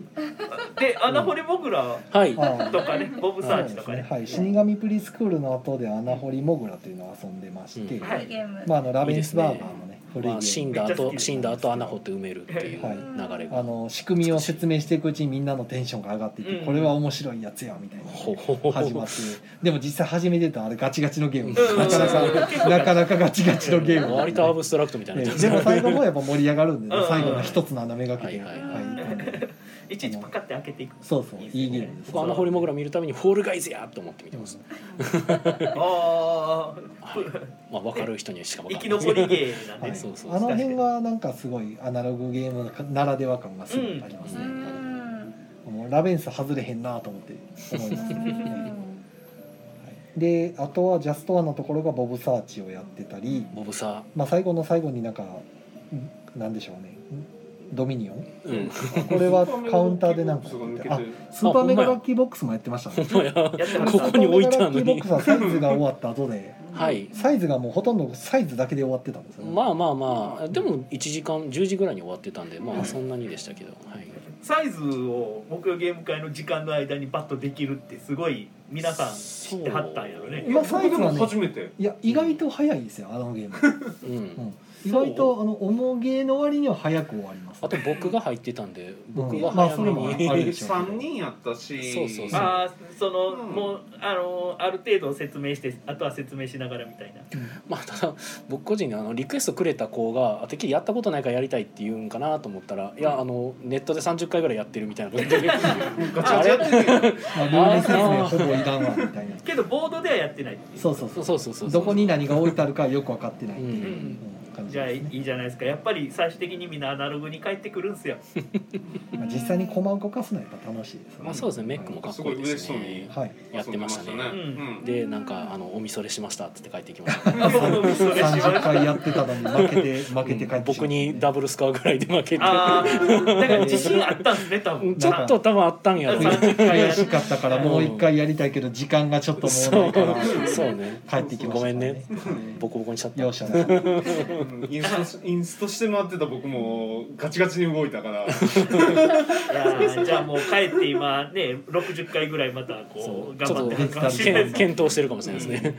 Speaker 4: で穴掘りモグラ
Speaker 1: はい
Speaker 2: あ
Speaker 4: とかねボブサ
Speaker 2: そう
Speaker 4: ー
Speaker 2: で
Speaker 4: チと
Speaker 2: す
Speaker 4: か
Speaker 2: ね
Speaker 4: ね
Speaker 2: はい、死神プリスクールの後で穴掘りモグラというのを遊んでまして、
Speaker 1: うん
Speaker 6: あ。いいゲーム。
Speaker 2: まあ、あのラベンスバーガーのね古い
Speaker 1: まあ、
Speaker 2: ゲ
Speaker 1: 死
Speaker 2: ー
Speaker 1: ん
Speaker 2: ム
Speaker 1: だ
Speaker 4: めっちゃ好
Speaker 1: 後
Speaker 4: きです
Speaker 1: 死んだ後穴掘って埋めるっていう
Speaker 2: はい
Speaker 1: 流れ
Speaker 2: あ
Speaker 1: が。
Speaker 2: の仕組みを説明していくうちにみんなのテンションが上がっていって、
Speaker 4: うん
Speaker 2: これは面白いやつやみたいな
Speaker 1: ほほほ
Speaker 2: 始ま
Speaker 1: ほ
Speaker 2: ってでも実際始めてたらあれガチガチのゲーム、
Speaker 1: うん
Speaker 2: なかなかなかなかガチガチのゲーム
Speaker 1: 割とアブストラクトみたいな
Speaker 2: え
Speaker 1: 感
Speaker 2: え
Speaker 1: じ
Speaker 2: で
Speaker 1: で
Speaker 2: も最後もやっぱ盛り上がるんで、
Speaker 4: う
Speaker 2: ね
Speaker 4: ん、
Speaker 2: 最後の一つの穴めがけて、
Speaker 1: は
Speaker 2: はいい
Speaker 1: はい
Speaker 4: いちいちパカって開けていく
Speaker 2: そうそういいゲームです
Speaker 1: 僕穴掘りモグラ見るためにホールガイズやーって思って見てます、
Speaker 4: あ
Speaker 1: はいまあ、分かる人にはしか
Speaker 4: あ
Speaker 1: 分か
Speaker 4: 生き
Speaker 1: らない
Speaker 4: 残りゲーなん
Speaker 2: は
Speaker 4: で
Speaker 2: い、
Speaker 4: ね
Speaker 1: そうそうそう
Speaker 2: あの辺はなんかすごいアナログゲームならでは感がすごいあります
Speaker 6: う
Speaker 2: ね、やっぱり
Speaker 6: ん。
Speaker 2: もうラベンス外れへんなと思って思いますね、 はいであとはジャストワンのところがボブサーチをやってたり、
Speaker 1: ボブサ
Speaker 2: まあ、最後の最後になんかんなんでしょうねんドミニオン
Speaker 1: ーうん
Speaker 2: これはカウンターでなんか
Speaker 5: すごい
Speaker 2: やっ
Speaker 5: 抜
Speaker 2: てて
Speaker 5: けて
Speaker 2: あ
Speaker 5: る
Speaker 2: スーパーメガラッキーボックスもやってました ね
Speaker 1: ほんまや
Speaker 4: やってはる
Speaker 1: ここに置いてあるのに
Speaker 2: スーパーメガラッキーボックスはサイズが終わった後で
Speaker 1: はい
Speaker 2: サイズがもうほとんどサイズだけで終わってたんですよね、
Speaker 1: まあまあまあでも1時間10時ぐらいに終わってたんでまあそんなにでしたけど、はい、
Speaker 4: サイズを木曜ゲーム会の時間の間にバッとできるってすごい皆さん知ってはったんやろね
Speaker 2: そう今サイズはね
Speaker 5: 僕でも初めて
Speaker 2: いや意外と早いですよあのゲーム、
Speaker 1: うん、
Speaker 2: うん、意外とあの重ゲーの割には早く終わります
Speaker 1: あと僕が入ってたんで僕
Speaker 2: うん
Speaker 1: が
Speaker 2: まあ
Speaker 1: 早
Speaker 2: そ
Speaker 1: め
Speaker 2: れ
Speaker 1: に、
Speaker 2: もあ
Speaker 1: あ
Speaker 2: るでしょうけど
Speaker 5: 3人やったし
Speaker 1: そうそうそう
Speaker 4: ああその、
Speaker 5: うん
Speaker 4: もうあのある程度説明してあとは説明しながらみたいな
Speaker 1: まあ、ただ僕個人にあのリクエストくれた子があてっきりやったことないからやりたいって言うんかなと思ったらいやあのネットで30回ぐらいやってるみたいな感じで
Speaker 5: ガチャガチャやってるけど
Speaker 2: まあ、ルール説明ほぼいらんわみたいな
Speaker 4: けどボードではやってないっていう
Speaker 2: そうそうそう
Speaker 1: そうそうそう
Speaker 2: どこに何が置いてあるかよく分かってない、
Speaker 1: う
Speaker 2: うん
Speaker 1: ん
Speaker 2: 感じ
Speaker 4: じゃあ
Speaker 2: で
Speaker 4: い
Speaker 2: すね
Speaker 4: いじゃないですかやっぱり最終的にみんなアナログに帰ってくるんすよ
Speaker 2: まあ、実際に駒を動かすのはやっぱ楽しいですよ ね、
Speaker 1: まあそうですねメックもかっ
Speaker 5: す
Speaker 1: こ
Speaker 5: ご
Speaker 1: い
Speaker 5: い
Speaker 1: い
Speaker 5: 嬉
Speaker 1: で
Speaker 5: し
Speaker 1: す
Speaker 5: そう
Speaker 1: ね
Speaker 5: に
Speaker 2: はい
Speaker 1: やってましたね
Speaker 5: 遊んで
Speaker 4: う
Speaker 1: でなんかあの「お見それしました」っつって 帰ってきまし
Speaker 4: あもうそれしま
Speaker 2: 30
Speaker 4: した
Speaker 2: 回やってたのに負けて負けて帰
Speaker 1: た
Speaker 2: ってしま
Speaker 1: 僕
Speaker 2: うね
Speaker 1: にダブルスカアぐらいで負けて
Speaker 4: あーだから自信あったんですね多
Speaker 1: うん
Speaker 4: 分
Speaker 1: ちょっと多分あったんやろな
Speaker 4: 30回
Speaker 2: 悔
Speaker 4: やる
Speaker 2: しかったからもう一回やりたいけど時間がちょっともう
Speaker 1: そ
Speaker 2: な
Speaker 1: う
Speaker 2: いから
Speaker 1: そうね
Speaker 2: 帰ってきましたから
Speaker 1: ごめんねボコボコにしちゃった
Speaker 2: 容赦なく
Speaker 5: うんインストインストして回ってた僕もガチガチに動いたから
Speaker 4: いやーじゃあもう帰って今ね60回ぐらいまた
Speaker 1: そ
Speaker 4: こ
Speaker 1: う
Speaker 4: う
Speaker 1: ちょ
Speaker 4: 頑張
Speaker 1: っ
Speaker 4: って
Speaker 1: と
Speaker 4: はるかもしれない
Speaker 1: 検検討してるかもしれないですね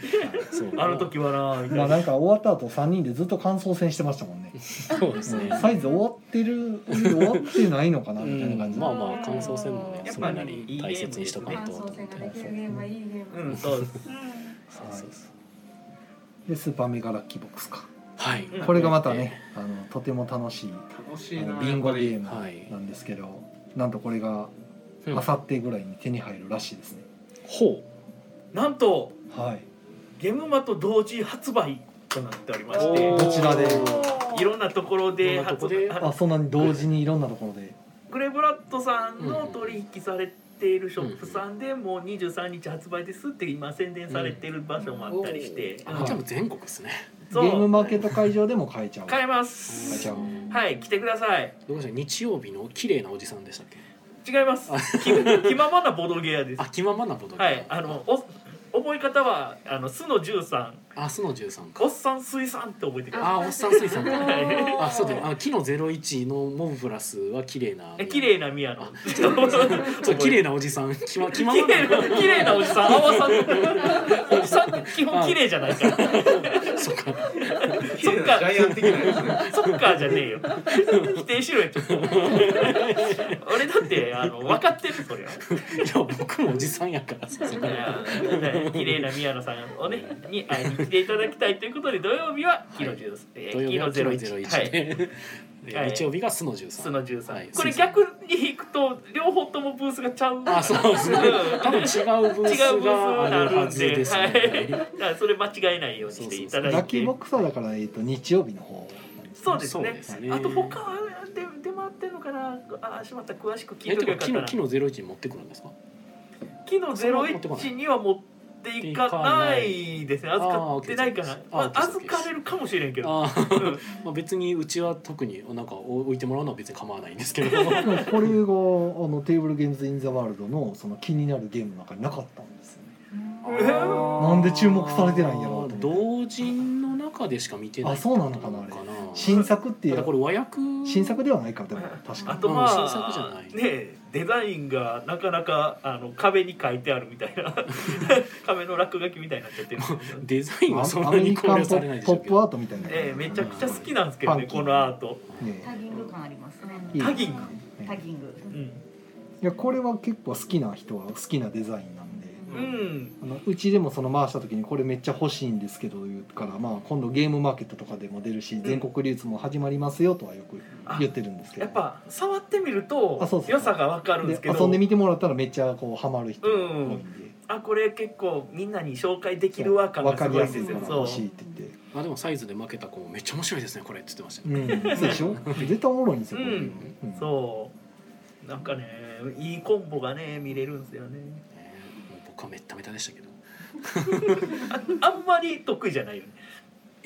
Speaker 1: そう
Speaker 4: あの時はなーみ た
Speaker 2: まあ
Speaker 4: いな
Speaker 2: なんか終わった後三人でずっと感想戦してましたもんね
Speaker 1: そうですね
Speaker 2: サイズ終わってる終わってないのかなみたいな感じ
Speaker 1: まあまあ感想戦もね
Speaker 4: やっ
Speaker 1: そ
Speaker 4: ぱ
Speaker 1: れ
Speaker 4: り
Speaker 1: なり大切にしとかんとと
Speaker 7: 感
Speaker 1: 思
Speaker 7: 想
Speaker 1: って
Speaker 7: 戦ができるゲームはいいゲーム。
Speaker 4: うんそうです
Speaker 1: そうそうそう
Speaker 2: でスーパーメガラッキーボックスか
Speaker 1: はい
Speaker 2: これがまたねあのとても楽しい
Speaker 5: 楽し
Speaker 2: あ
Speaker 5: いな
Speaker 2: のビンゴゲー
Speaker 5: ム
Speaker 2: ム
Speaker 1: はい
Speaker 2: なんですけどなんとこれが
Speaker 1: うん
Speaker 2: あさってぐらいに手に入るらしいですね
Speaker 1: ほ
Speaker 4: なんと
Speaker 2: はい
Speaker 4: ゲムマと同時発売となっておりまし
Speaker 1: お
Speaker 4: て
Speaker 1: ー
Speaker 2: こちらで
Speaker 4: いろんなところ
Speaker 1: い
Speaker 4: で
Speaker 1: ろんなと
Speaker 4: 発
Speaker 1: こで
Speaker 4: 売
Speaker 2: あそんなに同時にいろんなところで
Speaker 4: グレーブラッドさんの取引されているショップさんでもう23日発売ですって今宣伝されてる場所もあったりして、
Speaker 1: うあじゃあ全国ですね
Speaker 2: ゲ
Speaker 4: そう
Speaker 2: ームマーケット会場でも買えちゃう
Speaker 4: 買えま
Speaker 2: 買え
Speaker 4: す
Speaker 2: ちゃう
Speaker 4: はい来てください
Speaker 1: どうでした日曜日の綺麗なおじさんでしたっけ
Speaker 4: 違いますき気ままなボドゲアです
Speaker 1: あ気ままなボドゲ
Speaker 4: はいあのお覚え方はあの巣の13
Speaker 1: 明日の13か
Speaker 4: おっさん水産って覚えてください
Speaker 1: あおっさん水産か
Speaker 4: はい
Speaker 1: あそうだよあの木の01のモンプラスは綺麗な
Speaker 4: え綺麗な宮野
Speaker 1: あ そう 綺麗なおじさん気ま気ま
Speaker 4: 綺
Speaker 1: まな
Speaker 4: 麗な綺麗なおじさんあわ さんおじさんって基本綺麗じゃないから
Speaker 1: そうか
Speaker 5: ジャイアン的なやつね
Speaker 4: そっかじゃねえよ否定しろよちょっと俺だってあの分かってるそれはい
Speaker 1: や僕もおじさんやからさそこは
Speaker 4: 綺麗な宮野さんをねに会いに来ていただきたいということで土曜日はキロ十え
Speaker 1: 土曜
Speaker 4: ーキ
Speaker 1: 日
Speaker 4: ロ
Speaker 1: は
Speaker 4: ゼ
Speaker 1: ゼ
Speaker 4: ロ
Speaker 1: ロ
Speaker 4: 一
Speaker 1: ゼロ一
Speaker 4: はい
Speaker 1: で、
Speaker 4: は
Speaker 1: で
Speaker 4: い
Speaker 1: 日曜日が素の十三。
Speaker 4: 素の十三、
Speaker 1: はい
Speaker 4: これ逆に行くと両方ともブースがちゃう
Speaker 1: あ、そうですね。多分違うブー
Speaker 4: 違
Speaker 1: ス
Speaker 4: うブースに
Speaker 1: があ
Speaker 4: な
Speaker 1: る
Speaker 4: る
Speaker 1: は
Speaker 4: ん
Speaker 1: ず
Speaker 4: で
Speaker 1: です
Speaker 4: はい
Speaker 1: ね。
Speaker 4: だからそれ間違えないようにしていただ
Speaker 2: ラ
Speaker 4: い
Speaker 2: ッキー
Speaker 4: て
Speaker 2: ボックスはだから、えっと日曜日の方
Speaker 1: ね
Speaker 4: そうですね
Speaker 1: ね
Speaker 4: あと他はで出回ってるのかなあしまった詳しく聞
Speaker 1: え
Speaker 4: いと
Speaker 1: て
Speaker 4: け
Speaker 1: か木
Speaker 4: ばよかった
Speaker 1: の
Speaker 4: な
Speaker 1: 木のゼロ一に持ってくるんですか
Speaker 4: 木のゼロ一には持っていかないですね
Speaker 1: あ
Speaker 4: 預
Speaker 1: ー
Speaker 4: かってないから
Speaker 1: あー OK
Speaker 4: まあ預かれるかもしれんけど
Speaker 1: ああ
Speaker 4: うん
Speaker 1: まあ別にうちは特になんか置いてもらうのは別に構わないんですけれども
Speaker 2: でもこれがあのテーブルゲームズインザワールドのその気になるゲームの中になかったんですよね。なんで注目されてないんやろうと
Speaker 1: 同人の中でしか見てない
Speaker 2: あそうなのかなあれ
Speaker 1: かな
Speaker 2: 新作ってい
Speaker 1: ただ
Speaker 2: う
Speaker 1: これ和訳
Speaker 2: 新作ではないかでも確か
Speaker 4: あ
Speaker 2: に。
Speaker 4: とまあ、
Speaker 1: うん新作じゃない
Speaker 4: ねデザインがなかなかあの壁に書いてあるみたいな 壁の落書きみたいになっちゃってるんですよ
Speaker 1: デザインはそん
Speaker 2: ア
Speaker 1: な
Speaker 2: メリ
Speaker 1: に考
Speaker 2: カン
Speaker 1: 慮
Speaker 2: ポ
Speaker 1: されない
Speaker 2: ッ
Speaker 1: でし
Speaker 2: プ
Speaker 1: ょ
Speaker 2: ア
Speaker 1: うけど
Speaker 2: ートみたいな。
Speaker 4: ええめちゃくちゃ好きなんですけどね
Speaker 2: ファンキー
Speaker 4: このアート、
Speaker 2: ね
Speaker 6: タギング感ありますね。
Speaker 2: いい
Speaker 4: タギング
Speaker 6: タギング。
Speaker 4: うん
Speaker 2: いやこれは結構好きな人は好きなデザインなんで
Speaker 4: う
Speaker 5: うん
Speaker 2: あのうちでもその回した時にこれめっちゃ欲しいんですけど言うから、まあ、今度ゲームマーケットとかでも出るし全国流通も始まりますよとはよく言ってるんですけど
Speaker 4: やっぱ触ってみると
Speaker 2: あそうそう
Speaker 4: 良さがわかるんですけ
Speaker 2: で
Speaker 4: ど
Speaker 2: 遊んでみてもらったらめっちゃこうハマる人が多いんで。
Speaker 4: あこれ結構みんなに紹介できるわ感
Speaker 2: わ
Speaker 4: が
Speaker 2: か
Speaker 4: す
Speaker 2: り
Speaker 4: ごい
Speaker 2: や
Speaker 4: ですす
Speaker 2: いか
Speaker 4: よ
Speaker 2: ら
Speaker 4: そう
Speaker 2: 欲しいって言って
Speaker 1: あでもサイズで負けた子もめっちゃ面白いですねこれって言ってましたね
Speaker 2: うんそうでしょ絶対おもろいんですよ、これ
Speaker 4: うん
Speaker 2: うん
Speaker 4: そうなんかねいいコンボがね見れるんですよ
Speaker 1: ね
Speaker 4: ね
Speaker 1: もう僕はめっためたでしたけど
Speaker 4: ああんまり得意じゃないよね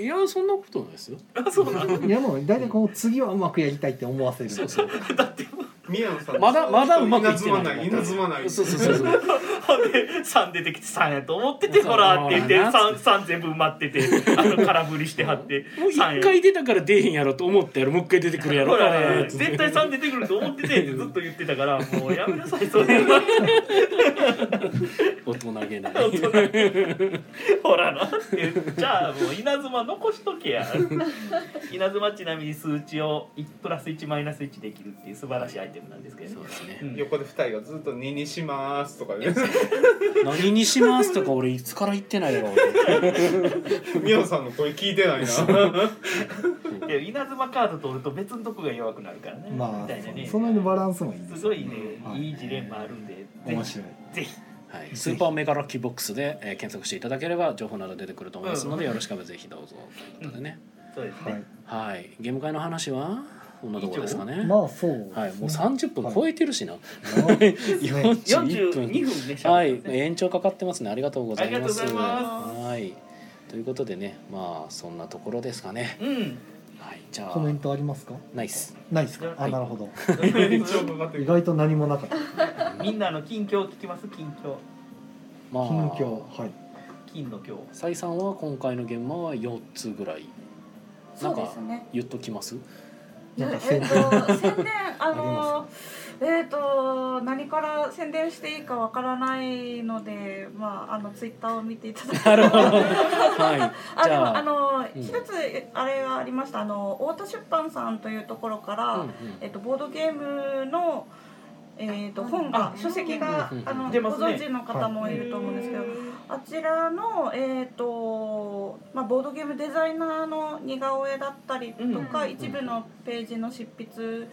Speaker 1: いやそんなことないですよ
Speaker 4: あ そうなの
Speaker 2: いやもう大体こう次はうまくやりたいって思わせる
Speaker 1: そうそう
Speaker 4: だってもう
Speaker 5: 宮野さん
Speaker 1: まだまだうまくいってない
Speaker 5: 稲妻ない稲
Speaker 1: そう
Speaker 5: 妻
Speaker 1: そう
Speaker 5: ない
Speaker 1: そうそう
Speaker 4: ほんで3出てきて3やと思っててほらって言って
Speaker 1: ほらな
Speaker 4: 3, 三全部埋まっててあの空振りしてはって
Speaker 1: もう一
Speaker 4: 三や
Speaker 1: 回出たから出えへんやろと思ったやろもう一回出てくるやろ
Speaker 4: ほ
Speaker 1: あ
Speaker 4: ら
Speaker 1: れ
Speaker 4: 絶対3出てくると思っててってずっと言ってたからもうやめなさいそれ
Speaker 1: 大人げない
Speaker 4: 大人 ほらなってじゃあもう稲妻残しと けや稲妻ちなみに数値を1プラス1マイナス1できるっていう素晴らしいアイテムなんですけど
Speaker 1: そうですね
Speaker 4: うん
Speaker 5: 横で二人がずっと「二にします」とかね
Speaker 1: 何にしますとか俺いつから言ってないよ
Speaker 5: 宮野さんの声聞いてないな
Speaker 4: で稲妻カード取ると別のとこが弱くなるからね
Speaker 2: ま
Speaker 4: み
Speaker 2: あ
Speaker 4: たいなね
Speaker 2: その辺のバランスもいいですす
Speaker 4: ごい
Speaker 2: ね
Speaker 4: ね、
Speaker 2: はい
Speaker 4: いいジレンマあるんで、
Speaker 2: 面
Speaker 4: ぜ
Speaker 2: 白い
Speaker 4: ひぜひ
Speaker 1: はい、スーパーメガラッキーボックスで、えー検索していただければ情報など出てくると思いますので、
Speaker 4: うん
Speaker 1: よろしければぜひどうぞということでね、
Speaker 4: そうですね、
Speaker 2: はい
Speaker 1: はいゲーム会の話はこんなところですかね、
Speaker 2: まあそう
Speaker 1: はい、もう30分
Speaker 2: はい
Speaker 1: 超えてるしな、
Speaker 2: ね
Speaker 1: 41分
Speaker 4: 42分ね、
Speaker 1: はい
Speaker 4: 喋ってますね
Speaker 1: 延長かかってますねありがとうございます
Speaker 4: ありがとうござい
Speaker 6: ます
Speaker 1: はいということでねまあそんなところですかね
Speaker 4: うん
Speaker 1: はいじゃあ
Speaker 2: コメントありますか
Speaker 1: ナイス
Speaker 2: ないですか
Speaker 1: は
Speaker 2: あ
Speaker 1: い
Speaker 2: なるほど
Speaker 5: 延長かかって
Speaker 2: 意
Speaker 5: る
Speaker 2: 外と何もなかった
Speaker 4: みんなの近況聞きます近況
Speaker 1: まあ
Speaker 2: 近況はい
Speaker 4: 金の今
Speaker 1: 採算は今回の現場は4つぐらい
Speaker 6: そうですね。
Speaker 1: 言っとき ます
Speaker 2: なん
Speaker 6: え
Speaker 2: か
Speaker 6: っと
Speaker 2: 宣
Speaker 6: 宣
Speaker 2: 伝
Speaker 6: 伝あのえっと何から宣伝していいかわからないので、まああのツイッターを見ていただき
Speaker 1: なるほどは
Speaker 6: あ
Speaker 1: じ
Speaker 6: で
Speaker 1: ゃ
Speaker 6: も
Speaker 1: あ
Speaker 6: あの
Speaker 1: うん
Speaker 6: 一つあれがありましたあの太田出版さんというところから、
Speaker 1: い、うんうん
Speaker 6: えっと、ボードゲームの、えっと本が
Speaker 7: うん
Speaker 6: 書籍が、
Speaker 1: うん
Speaker 6: あの
Speaker 4: 出
Speaker 6: ご
Speaker 4: ますね
Speaker 6: 存知の方もいると思うんですけど、あちらの、えっとまあ、ボードゲームデザイナーの似顔絵だったりとか、
Speaker 7: うん
Speaker 6: 一部のページの執筆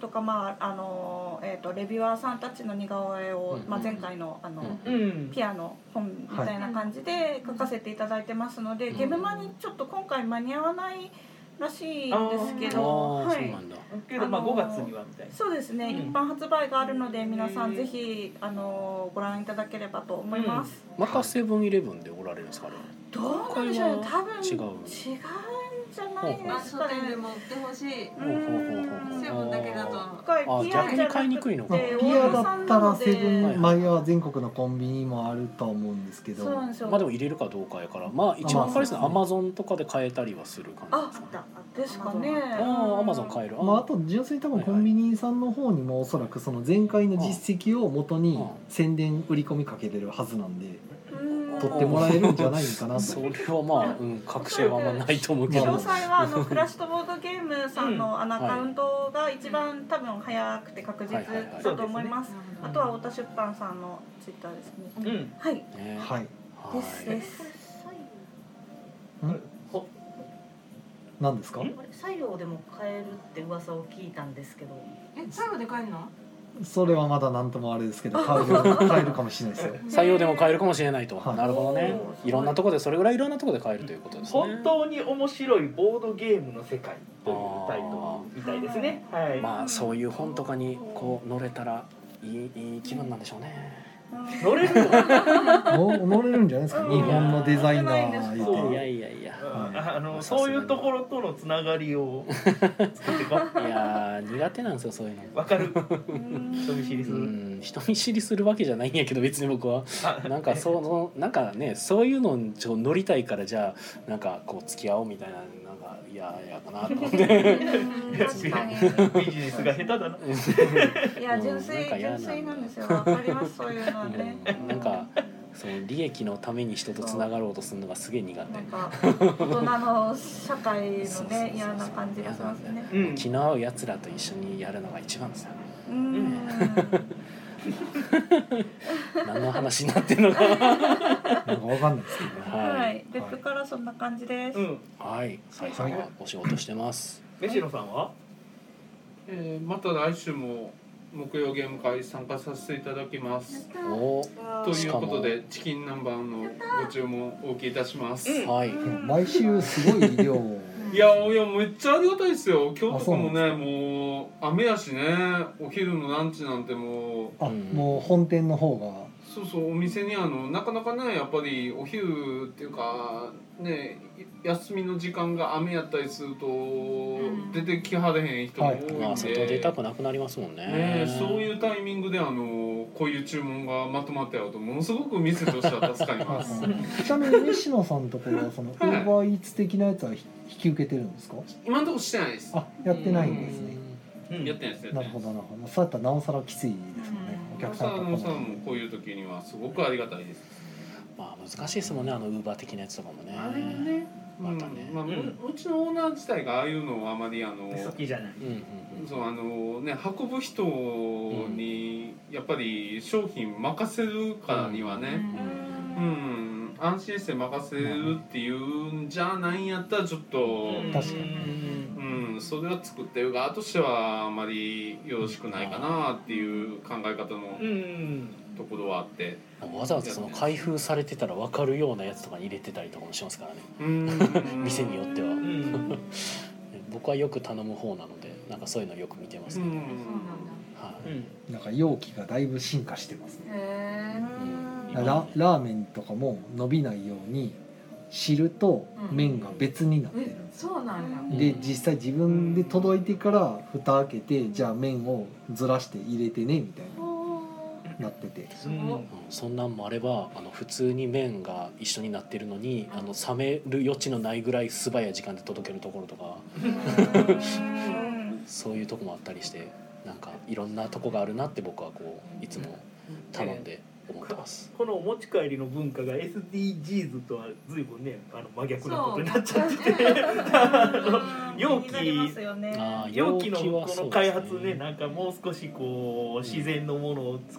Speaker 6: とか、まああのえっとレビュアーさんたちの似顔絵を、
Speaker 1: うん
Speaker 6: まあ、前回のあの、
Speaker 1: うん
Speaker 4: うん
Speaker 6: ピアノ本みたいな感じで書かせていただいてますので、
Speaker 1: うん
Speaker 6: ゲームマにちょっと今回間に合わないらしいんですけ
Speaker 1: あ
Speaker 6: ど、
Speaker 1: あ、
Speaker 6: は
Speaker 1: そう
Speaker 6: い
Speaker 1: な、んだ
Speaker 4: けどまあ
Speaker 6: あの
Speaker 4: 5
Speaker 6: ー
Speaker 4: 月にはみたいな
Speaker 6: そうですね、
Speaker 4: うん
Speaker 6: 一般発売があるので皆さ
Speaker 4: うん
Speaker 6: んぜひあのご覧いただければと思います。
Speaker 1: またセブンイレブンでおられるんですかあれは
Speaker 6: どうなんでしょうね、多分
Speaker 1: 違う
Speaker 6: 違うんじゃない
Speaker 7: まあ
Speaker 6: です
Speaker 7: 書
Speaker 6: か
Speaker 7: 店で
Speaker 6: ね。
Speaker 7: も売ってほしい。
Speaker 1: ほうほうほうほう
Speaker 6: うん
Speaker 7: セブンだけだと。
Speaker 6: 今回
Speaker 1: あ
Speaker 6: ピア
Speaker 1: 逆に買いにくいのか
Speaker 6: じゃなくて
Speaker 2: ピアだったらセブ
Speaker 1: はい
Speaker 2: ン前は全国のコンビニもあるとは思うんですけど
Speaker 6: そうなんですよ。
Speaker 1: まあでも入れるかどうかやからまあ一番分かりやすいのはアマゾンとかで買えたりはする感
Speaker 6: あ
Speaker 1: じですかね
Speaker 6: ですかね。
Speaker 1: ああアマゾン買える
Speaker 2: まあ、あと純粋に多分
Speaker 1: はいは
Speaker 2: コ
Speaker 1: い
Speaker 2: ンビニさんの方にもおそらくその前回の実績を元に宣伝売り込みかけてるはずなんで
Speaker 6: うん
Speaker 2: 取ってもらえるんじゃないかな
Speaker 1: そ
Speaker 2: と
Speaker 1: れはまあ、うん、確証はあんまないと思うけど
Speaker 6: 詳
Speaker 2: まあ
Speaker 6: 細はあのクラッシュとボードゲームさんのあの
Speaker 1: うん
Speaker 6: アカウントが一番多分早くて確実
Speaker 1: はいはいはい
Speaker 6: だと思います。
Speaker 7: う
Speaker 6: あ
Speaker 7: ん
Speaker 6: とは太田出版さんのツイッターですね。
Speaker 4: うん
Speaker 6: はい。
Speaker 1: ね
Speaker 2: はい
Speaker 1: は
Speaker 6: です
Speaker 1: い
Speaker 6: です。
Speaker 2: 何ですか
Speaker 4: ん
Speaker 8: あれ西洋でも買えるって噂を聞いたんですけど
Speaker 7: え、最後で帰るの？
Speaker 2: それはまだ何ともあれですけど買える買えるかもしれないですよ
Speaker 1: 採用でも買えるかもしれないと、
Speaker 2: はい
Speaker 1: なるほどねいろんなとこでそれぐらいいろんなとこで買えるということですね
Speaker 4: 本当に面白いボードゲームの世界というタイトルみたいですね。はい。
Speaker 1: まあそういう本とかにこう乗れたらいいいい気分なんでしょうね
Speaker 4: 乗れるの。
Speaker 2: の乗れるんじゃないですか日本のデザイナ
Speaker 4: うん
Speaker 2: ー
Speaker 1: い
Speaker 2: い
Speaker 1: や
Speaker 2: て
Speaker 1: いやいや
Speaker 2: はい
Speaker 4: あ
Speaker 1: さ
Speaker 4: の
Speaker 1: すが
Speaker 4: そ
Speaker 1: に
Speaker 4: ういうところとのつながりを作っていこ
Speaker 1: いやー苦手なんですよそういうの
Speaker 4: う。わか る。人見知りす
Speaker 1: う
Speaker 4: る。
Speaker 1: ん人見知りするわけじゃないんやけど別に僕は
Speaker 4: あ
Speaker 1: なんかそのなんかねそういうのにちょ乗りたいからじゃあなんかこう付き合おうみたいななんかいやいやかなと思って
Speaker 6: 確かに。
Speaker 4: ビジネスが下手だな。
Speaker 6: いや、純
Speaker 1: うんなん
Speaker 6: 粋、
Speaker 1: か嫌なん
Speaker 6: 純
Speaker 1: だ
Speaker 6: 粋なんですよ。わかり ます、そういうのはね。
Speaker 1: うんなんかその利益のために人とつながろうとするのがすげえ苦
Speaker 6: なん
Speaker 1: 手
Speaker 6: か、大人の社会
Speaker 1: そ
Speaker 6: の
Speaker 1: うそうそう
Speaker 6: ね、嫌な感じがします
Speaker 1: 嫌なん
Speaker 6: ね。
Speaker 4: うん。
Speaker 1: 気の合うやつらと一緒にやるのが一番ですよね
Speaker 6: うん。
Speaker 1: 何の話になってんのか
Speaker 2: なんかわかんないですけどね
Speaker 1: は
Speaker 6: はいい、別府からそんな感じです
Speaker 4: う。ん。
Speaker 1: はい斉さんはお仕事してます
Speaker 4: 飯野さんは？
Speaker 5: えーまた来週も木曜ゲーム会参加させていただきます
Speaker 1: おー
Speaker 5: ということでチキン南蛮のご注文お受けいたします、
Speaker 1: はい
Speaker 2: でも毎週すごい量を
Speaker 5: いやいやめっちゃありがたいですよ今日とかもね
Speaker 2: あ
Speaker 5: もう雨やしねお昼のランチなんてもう
Speaker 2: あもう本店の方が
Speaker 5: そうそうお店にあのなかなかねやっぱりお昼っていうかね休みの時間が雨やったりすると、
Speaker 7: ん
Speaker 5: 出てきはれへん人も多いんで、
Speaker 1: まあ外出たくなくなりますもんね
Speaker 5: ねえそういうタイミングであのこういう注文がまとまってやるとものすごく店としては助か ります
Speaker 2: ちなみに西野さんのところはそのウーバーイーツ的なやつは引き受けてるんですか
Speaker 5: 今のところしてないです
Speaker 2: あやってないんですね
Speaker 4: うん
Speaker 5: やってないですやって
Speaker 2: なる
Speaker 5: ない
Speaker 2: ほどなるほどそうやったらなおさらきついですよねお
Speaker 5: お客
Speaker 2: 客さん
Speaker 5: さ
Speaker 2: とか
Speaker 5: んも
Speaker 2: も
Speaker 5: さんもこういう時にはすごくありがたいです
Speaker 1: まあ難しいですもんねあのウーバー的なやつとかもね
Speaker 5: あれはね、うん
Speaker 1: またね
Speaker 5: まあ、う
Speaker 4: うん
Speaker 5: うちのオーナー自体がああいうのをあまりあの
Speaker 4: 好きじゃない。
Speaker 1: うんうんうん
Speaker 5: そうあのね運ぶ人にやっぱり商品任せるからにはね、うん安心して任せるっていうんじゃないんやったらちょっと、
Speaker 2: 確かに
Speaker 4: に。
Speaker 5: うん、それは作ってる側としてはあまりよろしくないかなっていう考え方の
Speaker 4: うん。
Speaker 5: ところは あって、
Speaker 1: わざわざその開封されてたら分かるようなやつとかに入れてたりとかもしますからね
Speaker 5: うん、
Speaker 1: 店によっては
Speaker 4: うん。
Speaker 1: 僕はよく頼む方なのでなんかそういうのよく見てます
Speaker 5: う
Speaker 1: けど、
Speaker 5: ん
Speaker 1: はい
Speaker 4: うん。
Speaker 2: なんか容器がだいぶ進化してますね
Speaker 7: へ
Speaker 1: うん
Speaker 2: ララーメンとかも伸びないように汁と麺が別になってる、
Speaker 7: えそうなんや
Speaker 1: うん
Speaker 2: で実際自分で届いてから蓋開けてじゃあ麺をずらして入れてねみたいななってて
Speaker 7: すごい
Speaker 1: うんそんなんもあればあの普通に麺が一緒になってるのにあの冷める余地のないぐらい素早い時間で届けるところとかそういうとこもあったりしてなんかいろんなとこがあるなって僕はこういつも頼んで思ってます。
Speaker 4: このお持ち帰りの文化が SDGs とはずいぶんねあの真逆なこ
Speaker 7: そ
Speaker 4: と
Speaker 7: う
Speaker 4: になっちゃってて容器
Speaker 6: 気になりますよね。
Speaker 1: あー
Speaker 4: 容器の
Speaker 1: は
Speaker 4: こ
Speaker 1: そうです
Speaker 4: の開発ねなんかもう少しこう自然のものをつ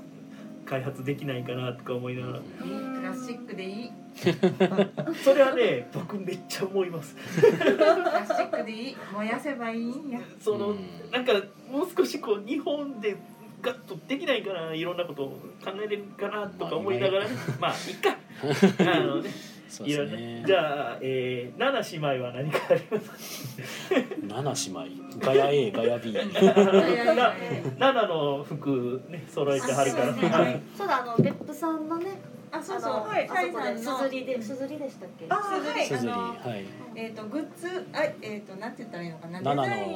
Speaker 4: 開発できないかなとか思いながら
Speaker 7: プラスチックでいい
Speaker 4: それはね僕めっちゃ思います
Speaker 7: プラスチックでいい燃やせばいいんや
Speaker 4: その、
Speaker 1: うん
Speaker 4: なんかもう少しこう日本でガッとできないからいろんなことを考えれるかなとか思いながらねまあいっかあのね
Speaker 1: そう
Speaker 4: い
Speaker 1: で
Speaker 4: ろ
Speaker 1: す
Speaker 4: いろね
Speaker 1: ね。
Speaker 4: じゃあ、えー、七姉妹は何かありますか
Speaker 1: 七姉妹ガヤ A ガヤ B。
Speaker 4: な七の服ね揃えてはるから
Speaker 8: そうですねはいそうだあの別府さんのね
Speaker 6: あ、そう
Speaker 8: あ
Speaker 6: そう、
Speaker 8: の
Speaker 6: はい、
Speaker 8: あそこですすずりですずりでしたっけ
Speaker 6: あ、はい、
Speaker 1: ス
Speaker 6: あ
Speaker 1: ズリ
Speaker 6: の、
Speaker 1: はい。
Speaker 6: えっ、と、グッズ、あ、えっ、と、なんて言ったらいいのかな。
Speaker 1: 七
Speaker 6: デザイン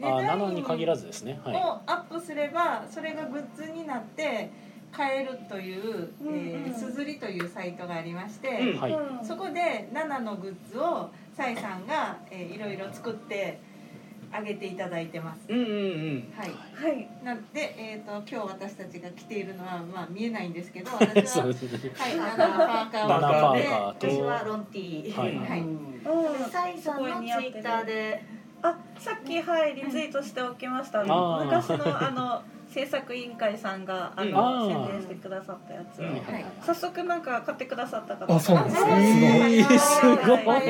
Speaker 1: のあ七に限らずですね。は
Speaker 6: デザイン
Speaker 1: い。
Speaker 6: をアップすれば、それがグッズになって。買えるという、え
Speaker 8: うんうん
Speaker 6: ー、すずりというサイトがありまして。
Speaker 4: うん
Speaker 1: はい。
Speaker 6: そこで7のグッズをサイさんが、えーいろいろ作ってあげていただいてます。
Speaker 4: うんうんうん
Speaker 6: はい。
Speaker 8: はい
Speaker 6: なんでえっ、と今日私たちが着ているのはまあ見えないんで すけど、私
Speaker 1: そう
Speaker 6: は
Speaker 1: ですね。
Speaker 6: はい7のパーカ
Speaker 1: バナー
Speaker 6: ー
Speaker 1: パ
Speaker 6: を着
Speaker 1: ー
Speaker 6: て、
Speaker 1: カー
Speaker 8: 私
Speaker 1: と。
Speaker 8: はロンティー
Speaker 1: はい
Speaker 4: うん
Speaker 6: はい。
Speaker 8: サイさんのツイッターで
Speaker 6: あ、さっきはいリツイートしておきました。
Speaker 1: あー
Speaker 6: 昔のあの制作委員会さんがあ
Speaker 1: う
Speaker 6: の
Speaker 1: んあー
Speaker 6: 宣伝してくださったやつ
Speaker 4: う
Speaker 6: を
Speaker 4: ん
Speaker 8: はい
Speaker 6: 早速なんか買ってくださった方
Speaker 2: あそうなんです
Speaker 1: え
Speaker 2: ね
Speaker 1: ーすごい
Speaker 6: まあ、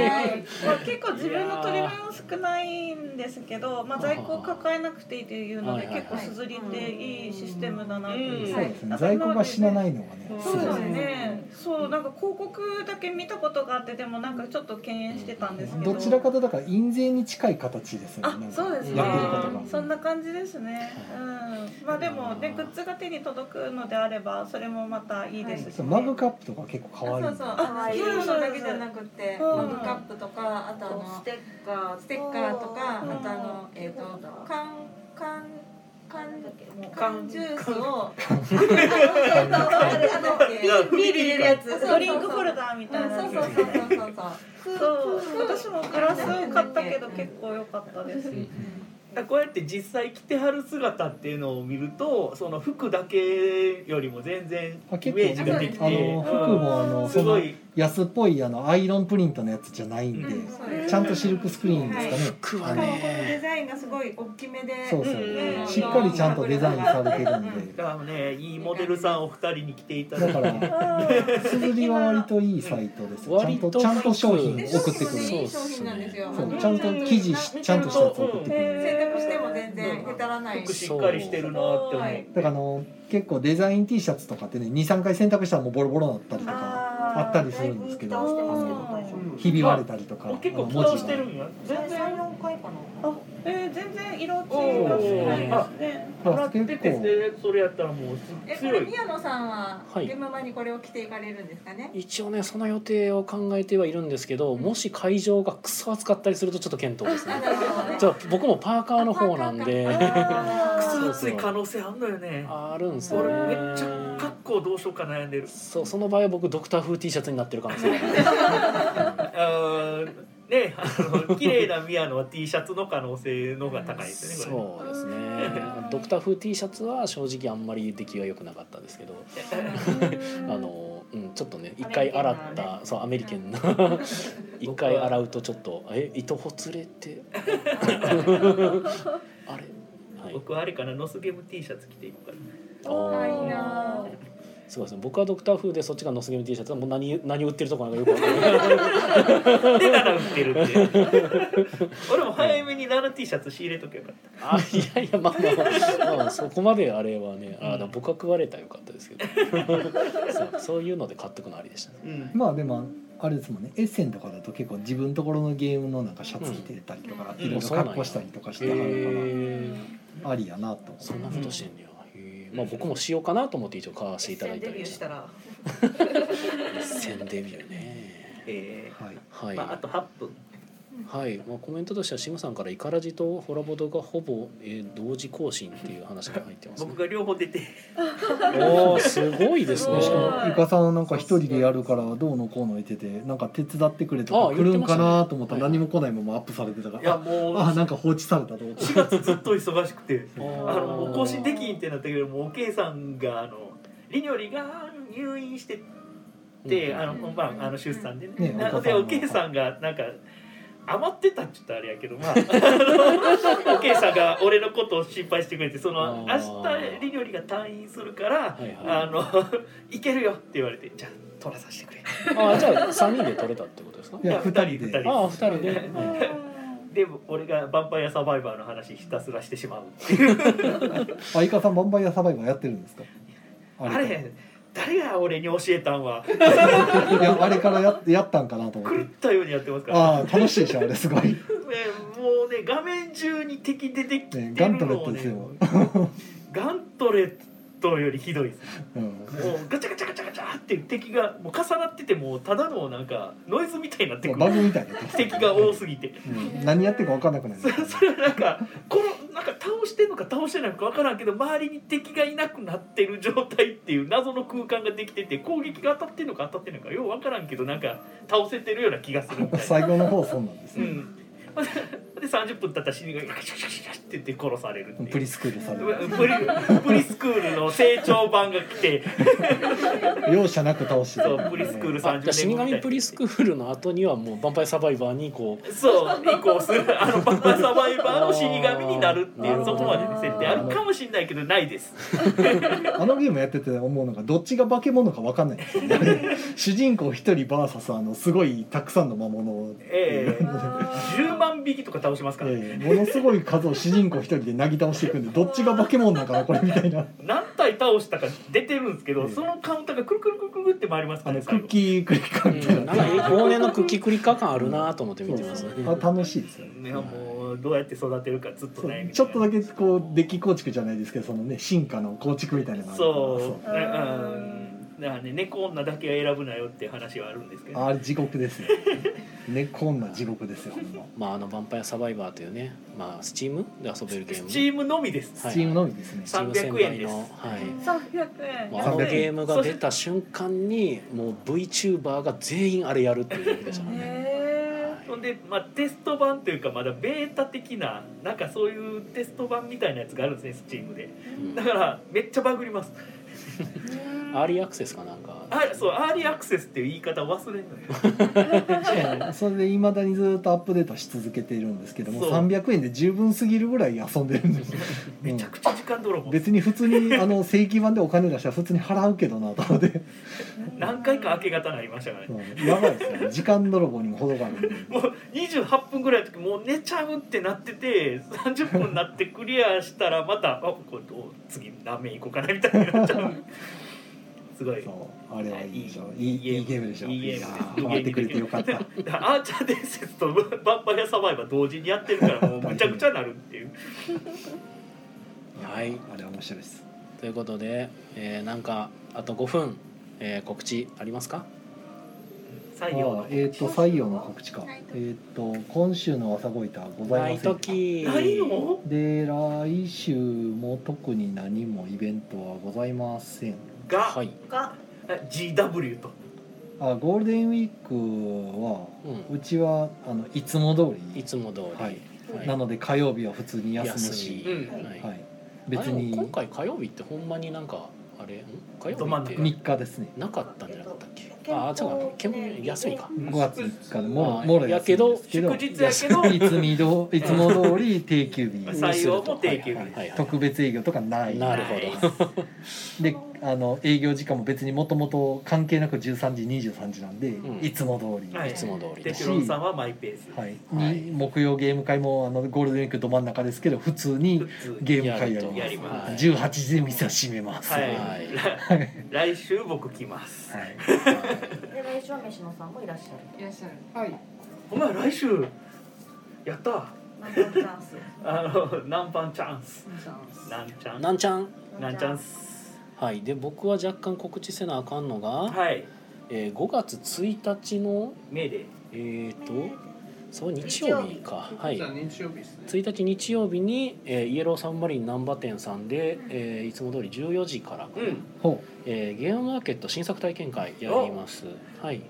Speaker 6: 結構自分の取り分は少ないんですけど、まあ、在庫を抱えなくていいというので
Speaker 1: はいはい
Speaker 6: 結
Speaker 1: はい
Speaker 6: 構すずりっていいシステムだなと
Speaker 2: すご
Speaker 6: 思
Speaker 2: い
Speaker 6: っ
Speaker 2: そ
Speaker 6: て
Speaker 2: うですね在庫が死なないのがねす
Speaker 6: そう
Speaker 2: ごい
Speaker 6: です
Speaker 2: で
Speaker 6: ねそうなんか広告だけ見たことがあってでもなんかちょっと敬遠してたんです
Speaker 2: す
Speaker 6: け
Speaker 2: ね
Speaker 6: ど
Speaker 2: どちらかとだから印税に近い形ですよ
Speaker 6: あ
Speaker 2: ねなんか
Speaker 6: そうですね
Speaker 2: やってることが
Speaker 6: そんな感じですねうんまあでもねグッズが手に届くのであればそれもまたいいですし、
Speaker 2: そう
Speaker 6: ね、
Speaker 2: マグカップとか結構可愛い
Speaker 7: そうそうあのゲームのだけじゃなくて
Speaker 6: うん
Speaker 7: マグカップとかあとあの
Speaker 8: ステッカー
Speaker 7: ステッカーとかあ
Speaker 6: うん
Speaker 7: とあのえっと缶缶缶缶
Speaker 8: 缶
Speaker 7: ジュースを
Speaker 8: ビール入れるやつ
Speaker 6: ドリンクホルダーみ
Speaker 7: う
Speaker 6: たい
Speaker 7: ん
Speaker 6: な
Speaker 7: そう
Speaker 6: やつ
Speaker 7: そうそうそうそうそう
Speaker 6: そう私もグラスを買ったけど結構良かったです
Speaker 4: こうやって実際着てはる姿っていうのを見るとその服だけよりも全然イメ
Speaker 2: あ結構
Speaker 4: ージができて
Speaker 2: あの服もあ
Speaker 4: う
Speaker 2: の
Speaker 4: んす
Speaker 2: そ
Speaker 4: ご
Speaker 2: の
Speaker 4: い
Speaker 2: 安っぽいあのアイロンプリントのやつじゃないん
Speaker 7: うん
Speaker 2: で
Speaker 7: そうです
Speaker 2: ちゃんとシルクスクリーンですかね
Speaker 1: 服は
Speaker 7: しかもこの
Speaker 1: ね
Speaker 7: デザインがすごい大きめで
Speaker 2: そうそう
Speaker 4: うん
Speaker 2: しっかりちゃんとデザインされてるんで
Speaker 4: だからねいいモデルさんお二人に着ていただい
Speaker 2: だ
Speaker 4: て
Speaker 2: からすずりは割といいサイトですよちゃん
Speaker 1: 割
Speaker 2: と
Speaker 1: と
Speaker 2: ちゃんと商品
Speaker 7: で
Speaker 2: を送って
Speaker 7: 商
Speaker 2: く
Speaker 7: 品もねい
Speaker 2: る
Speaker 7: い商品なんですよ
Speaker 2: そ
Speaker 7: あ
Speaker 2: う
Speaker 7: の
Speaker 2: ちゃんと記事しちゃんとしたやつ送ってくる
Speaker 7: 選択しても全然へたらない
Speaker 4: 服しっかりしてるなって思って
Speaker 2: だからあの結構デザイン T シャツとかってね23回洗濯したらもうボロボロになったりとかあったりするんですけど
Speaker 8: だいぶ倒して
Speaker 6: ますけ
Speaker 2: ひび割れたりとか
Speaker 4: あ結構
Speaker 2: あの
Speaker 4: 蓋をしてるんや
Speaker 8: 全
Speaker 4: 全
Speaker 8: 然
Speaker 4: 然
Speaker 8: 34回かな
Speaker 6: あ、えー、全然色違い
Speaker 4: お
Speaker 6: が
Speaker 4: ーあ
Speaker 6: ね
Speaker 2: まあ結
Speaker 4: 洗ってて
Speaker 2: 構
Speaker 4: でそれやったらもう
Speaker 7: えこ
Speaker 4: 強
Speaker 7: れ
Speaker 4: い
Speaker 7: 宮野さんは
Speaker 1: はい
Speaker 7: 現場にこれを着ていかれるんですかね
Speaker 1: 一応ねその予定を考えてはいるんですけどもし会場がクソ暑かったりするとちょっと検討です
Speaker 7: あ
Speaker 1: ね
Speaker 7: なるほどね
Speaker 1: じゃあ僕もパーカーの方なんで
Speaker 6: あー
Speaker 4: 靴薄い可能性あんのよね
Speaker 1: あるんですよ
Speaker 4: 俺
Speaker 1: ね
Speaker 4: めっちゃ格好どうしようか悩んでる
Speaker 1: そうその場合は僕ドクター風 T シャツになってる可能性がある
Speaker 4: あーねあの綺麗な宮野は T シャツの可能性の方が高いですねこ
Speaker 1: そうですねドクター風 T シャツは正直あんまり出来が良くなかったですけどあの、うん、ちょっとね一回洗った、そうアメリカン な一回洗うとちょっとえ糸ほつれてあれは
Speaker 4: れ
Speaker 1: い
Speaker 4: 僕はあれかなノスゲム T シャツ着ていくから
Speaker 1: あ
Speaker 7: いい
Speaker 1: ー
Speaker 7: なぁ
Speaker 1: すごいですね僕はドクター風でそっちがノスゲム T シャツもう何何売ってるとこなんかよくわからない
Speaker 4: で7売ってるっていう俺も早めに7 T シャツ仕入れとけばよか
Speaker 1: あ
Speaker 4: っ
Speaker 1: いやいやまあまあ、まあ、そこまであれはねあでも僕は食われたらよかったですけど そうそういうので買ってくのありでしたね
Speaker 4: た、うん
Speaker 2: まあでもあれですもんねエッセンとかだと結構自分のところのゲームのなんかシャツ着てたりとか
Speaker 4: うん
Speaker 2: いろいろ格好したりとかしてはる
Speaker 1: へ
Speaker 2: からありやなと
Speaker 1: そんなことしてんねやへえまあ僕もしようかなと思って一応買わせていただいたりした
Speaker 6: ら
Speaker 1: 一戦デビューね
Speaker 4: え
Speaker 2: はい
Speaker 1: は
Speaker 4: ー
Speaker 1: い、
Speaker 4: まあ、あと8分
Speaker 1: はいまあ、コメントとしてはシムさんから「イカラジとホラボドがほぼ、えー同時更新」っていう話が入ってますね
Speaker 4: 僕が両方出て
Speaker 1: おーすごいですね
Speaker 2: し
Speaker 1: し
Speaker 2: か
Speaker 1: かも
Speaker 2: もイカさんなんか一人でやるからどうのこうの言っててなんか手伝ってくれと
Speaker 1: あ
Speaker 2: か
Speaker 1: あ
Speaker 2: 来るんか
Speaker 1: 言
Speaker 2: な
Speaker 1: ってましたね
Speaker 2: と思ったら何も来ないままアップされてたか
Speaker 4: いや
Speaker 2: ら
Speaker 4: もう
Speaker 2: ああなんか放置されたと思って
Speaker 4: 4月ずっと忙しくて
Speaker 1: あ
Speaker 4: あのもう更新
Speaker 1: ー
Speaker 4: できんってなったけどもうおけいさんがあのりにょりが入院してて、
Speaker 1: うん
Speaker 4: あの今晩あの出産でね
Speaker 2: ね
Speaker 4: なので
Speaker 2: お母さん
Speaker 4: お
Speaker 2: も
Speaker 4: けいさんがなんか余ってたって言ったらあれやけどまああのおけいさんが俺のことを心配してくれてその
Speaker 1: あ
Speaker 4: 明
Speaker 1: ー
Speaker 4: 日りにょりが退院するから「
Speaker 1: はいはい
Speaker 4: あの いけるよ」って言われて「じゃあ取らさせてくれ」
Speaker 1: あーじゃあ3人で撮れたってことですか
Speaker 2: いや
Speaker 4: 二
Speaker 2: 二人
Speaker 4: 二
Speaker 2: で
Speaker 1: ああ2人で、はい
Speaker 4: でも俺が「ヴァンパイアサバイバー」の話ひたすらしてしまうっていう
Speaker 2: あイカさんバンバイアサバイバーやってるんですか
Speaker 4: あれ誰が俺に教えたんは
Speaker 2: からいやあれからややったんかなと思
Speaker 4: 狂
Speaker 2: っ
Speaker 4: ってたようにやってますから、ね、
Speaker 2: ああ楽しいでしょあれすごい
Speaker 4: もうね画面中に敵出てきてる
Speaker 2: ねガントレッ
Speaker 4: のを
Speaker 2: ト
Speaker 4: ね
Speaker 2: ですよ
Speaker 4: ガントレットよりひどいです
Speaker 2: うん
Speaker 4: もうガチャガチャガチャガチャって敵がもう重なっててもうただのなんかノイズみたいになってく
Speaker 2: バ
Speaker 4: る
Speaker 2: グみたいなやつ
Speaker 4: 敵が多すぎて
Speaker 2: うん何やってるか分かんなくなる
Speaker 4: そそれはなんかこのなんか倒してんのか倒してないのか分からんけど周りに敵がいなくなってる状態っていう謎の空間ができてて攻撃が当たってんのか当たってんのかよう分からんけどなんか倒せてるような気がするみたいな
Speaker 2: 最後の方そうなんです
Speaker 4: う
Speaker 2: ね
Speaker 4: ん、で30分経ったら死神がガシャガシャガシャガシャって言って殺されるっていう
Speaker 2: プリスクールされる
Speaker 4: プリプリスクールの成長版が来て
Speaker 2: 容赦なく倒して
Speaker 4: そうプリスクール
Speaker 1: あじゃあ
Speaker 4: 30
Speaker 1: 死
Speaker 4: 年後みた
Speaker 1: 神
Speaker 4: い
Speaker 1: プリスクールの後にはもうヴァンパイアサバイバーにこう
Speaker 4: そう移行するあのバンバンサバイバーの死神になるって
Speaker 1: あ
Speaker 4: い
Speaker 1: ー
Speaker 4: うそこまでの設定あるかもしれないけどないです
Speaker 2: あのゲームやってて思うのがどっちが化け物か分かんないんですよね主人公一人 VS あのすごいたくさんの魔物を、
Speaker 4: ええ10
Speaker 6: 10
Speaker 4: 万匹とか倒しますから、
Speaker 2: ええものすごい数を主人公一人でなぎ倒していくんでどっちが化け物なんかなこれみたいな
Speaker 4: 何体倒したか出てるんですけど、
Speaker 2: ええ
Speaker 4: そのカウンターがくるくるくるくるって回りますか
Speaker 2: あ
Speaker 4: ら
Speaker 2: の
Speaker 4: ね
Speaker 2: ク
Speaker 4: 最後
Speaker 2: ッキークリ ッカーみた
Speaker 1: う
Speaker 2: い
Speaker 1: んな
Speaker 2: な
Speaker 1: んか往年のクッキークリッカー感あるなと思って
Speaker 2: そ
Speaker 1: 見
Speaker 2: う
Speaker 1: て
Speaker 2: で
Speaker 1: ます
Speaker 2: す
Speaker 1: ね
Speaker 2: ねあ楽しいですよね
Speaker 4: ねもうどうやって育てるかずっと
Speaker 2: そう
Speaker 4: 悩み
Speaker 2: ちょっとだけこうデッキ構築じゃないですけどそのね進化の構築みたいなのがあるから
Speaker 4: そう
Speaker 3: う
Speaker 4: うんだからね猫女だけは選ぶなよって話はあるんですけど
Speaker 2: あれ地獄ですよねこんな地獄ですよほんま
Speaker 1: まああのヴァンパイアサバイバーというねまあスチームで遊べるゲーム
Speaker 4: スチームのみです、
Speaker 1: は
Speaker 2: スチームのみですね、
Speaker 4: い
Speaker 1: ム
Speaker 4: 300円です
Speaker 1: はい
Speaker 3: 三百円
Speaker 1: もうあの
Speaker 2: 300
Speaker 1: ゲームが出た瞬間にもう VTuber が全員あれやるっていう時でしたもんね。
Speaker 3: へ
Speaker 4: そんで、まあ、テスト版というかまだベータ的ななんかそういうテスト版みたいなやつがあるんですねスチームでだからめっちゃバグります
Speaker 1: うんアーリーアクセスかなんか。
Speaker 4: あそうアーリーアクセスっていう言い方忘れんのよ
Speaker 2: はい それでいまだにずっとアップデートし続けているんですけども
Speaker 4: そう
Speaker 2: 300円で十分すぎるぐらい遊んでるんですよ、
Speaker 4: めちゃくちゃ時間泥
Speaker 2: うん
Speaker 4: 棒
Speaker 2: 別に普通にあの正規版でお金出したら普通に払うけどなと思って、
Speaker 4: 何回か明け方になりましたから
Speaker 2: う
Speaker 4: ね
Speaker 2: んやばいですよね時間泥棒にも程があるんで
Speaker 4: もう28分ぐらいの時もう寝ちゃうってなってて30分になってクリアしたらまたあこれどう次何面行こうかなみたいになっちゃうすごい
Speaker 2: そうあれはいいでしょい
Speaker 4: いい
Speaker 2: いいいゲームでしょ
Speaker 4: いいゲーム
Speaker 2: や変わってくれてよかった
Speaker 4: だからアーチャー伝説とヴァンパイアサバイバー同時にやってるからもうむちゃくちゃなるっていう
Speaker 1: はい。
Speaker 2: あれは面白いです
Speaker 1: ということで、えーなんかあと5分、えー告知ありますか？
Speaker 2: あ
Speaker 4: 採用の
Speaker 2: えっ、と採用の告知かえっ、と今週の朝ごいたはござ
Speaker 1: ないい
Speaker 2: ません
Speaker 1: 時。
Speaker 4: ないの
Speaker 2: で来週も特に何もイベントはございません
Speaker 4: が、
Speaker 1: はい。
Speaker 3: が
Speaker 4: GW と
Speaker 2: あゴールデンウィークは
Speaker 1: う
Speaker 2: うちはあのいつも通
Speaker 1: ん。い
Speaker 2: り
Speaker 1: つも通り。
Speaker 2: はい
Speaker 1: はい
Speaker 2: なので火曜日は普通に休むし、
Speaker 4: うん
Speaker 1: はい
Speaker 2: はい、
Speaker 1: 別
Speaker 2: 別
Speaker 1: に
Speaker 2: に
Speaker 1: 今回火曜日ってほんまになんかあれん火曜
Speaker 4: ど真ん
Speaker 1: 日
Speaker 4: 中
Speaker 1: って
Speaker 2: 3日ですね
Speaker 1: なかったんじゃなかったっけ？
Speaker 8: 憲法
Speaker 1: ああ違うか。憲法安いか。
Speaker 2: 5月3日でも
Speaker 1: あ
Speaker 2: ろ
Speaker 1: ー
Speaker 2: もろ休みですけど
Speaker 4: 祝
Speaker 2: い
Speaker 4: 日やけど
Speaker 2: つみ どいつも通り定休日
Speaker 4: うん採用も定休日
Speaker 1: はいはいはい
Speaker 2: 特別営業とかない
Speaker 1: なるほど。
Speaker 2: であの営業時間も別にもともと関係なく13時23時なんで、
Speaker 1: うん
Speaker 2: いつも通り、
Speaker 4: はい
Speaker 1: いつも通り
Speaker 4: テ
Speaker 1: で
Speaker 4: テロンさんはマイペース、
Speaker 2: はい
Speaker 1: はい
Speaker 2: に木曜ゲーム会もあのゴールデンウィークど真ん中ですけど普通に
Speaker 4: 普通に
Speaker 2: ゲーム会やります
Speaker 4: やります
Speaker 1: はい
Speaker 2: 18時で店を閉めます、
Speaker 4: はい、
Speaker 2: い
Speaker 4: 来週僕来ます、
Speaker 2: はい
Speaker 8: で来週は飯野さんもいらっしゃる。
Speaker 7: いらっしゃる。
Speaker 5: はい
Speaker 4: お前来週やった
Speaker 3: なんかチャンス
Speaker 4: あの南蛮チャンス
Speaker 7: じゃあ
Speaker 4: なんちゃん
Speaker 1: なんちゃん。
Speaker 4: なんちゃんス
Speaker 1: はい、で僕は若干告知せなあかんのが、
Speaker 4: はい
Speaker 1: えー5月1日の
Speaker 4: メーデー
Speaker 1: えっ、とそう日曜日かはい
Speaker 5: じゃあ日曜日ですね
Speaker 1: 1日日曜日に、えーイエローサンマリン難波店さんで、えーいつも通り14時からかな、
Speaker 4: うん
Speaker 2: ほ
Speaker 1: えーゲームマーケット新作体験会やりますはい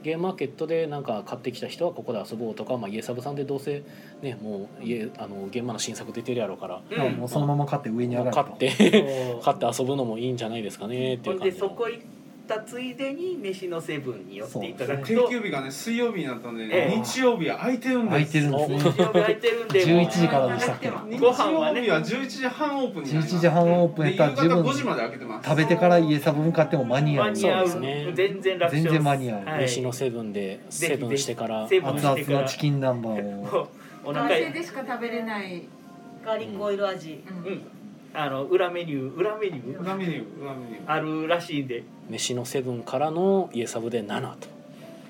Speaker 1: ゲームマーケットでなんか買ってきた人はここで遊ぼうとか、まあ、家サブさんでどうせねもう家あの現場の新作出てるやろうから
Speaker 2: う、もうそのまま買って上に上がると
Speaker 1: 買って
Speaker 4: そう
Speaker 1: 買って遊ぶのもいいんじゃないですかねって
Speaker 4: ほ
Speaker 1: いうん感
Speaker 4: で
Speaker 1: じ
Speaker 4: そ
Speaker 1: の
Speaker 4: こ行ったついでに飯のセブンに寄っていただく
Speaker 5: 定
Speaker 4: と
Speaker 5: 休日がね水曜日になったんで、
Speaker 4: ええ
Speaker 5: 日曜日は空いてるんです
Speaker 2: 空いてるんですね
Speaker 4: 日曜日空いてるんで
Speaker 2: 11時からでしたっけ
Speaker 5: 日
Speaker 4: ご
Speaker 5: 曜
Speaker 4: 飯はね
Speaker 5: 日は11時半オープンになります
Speaker 2: 11時半オープンやっ
Speaker 5: で夕
Speaker 2: た
Speaker 5: 方
Speaker 2: ら十分
Speaker 5: 5時まで開けてます
Speaker 2: 食べてから家サブ向かっても間に合
Speaker 4: 間
Speaker 2: う
Speaker 4: に合う
Speaker 1: そうですね
Speaker 4: 全然楽勝
Speaker 2: 全然間に合う
Speaker 4: はい
Speaker 1: 飯のセブンでセブンしてから
Speaker 4: ぜひ
Speaker 2: 熱々なチキン南蛮を
Speaker 4: もうお
Speaker 7: 男
Speaker 4: 腹い
Speaker 7: 性でしか食べれない。
Speaker 6: ガリコイル味
Speaker 7: う。
Speaker 4: うんんあの裏メニュー裏メニュー
Speaker 5: 裏メニュー裏メニュー
Speaker 4: あるらしいんで
Speaker 1: 飯のセブンからの家サブで7と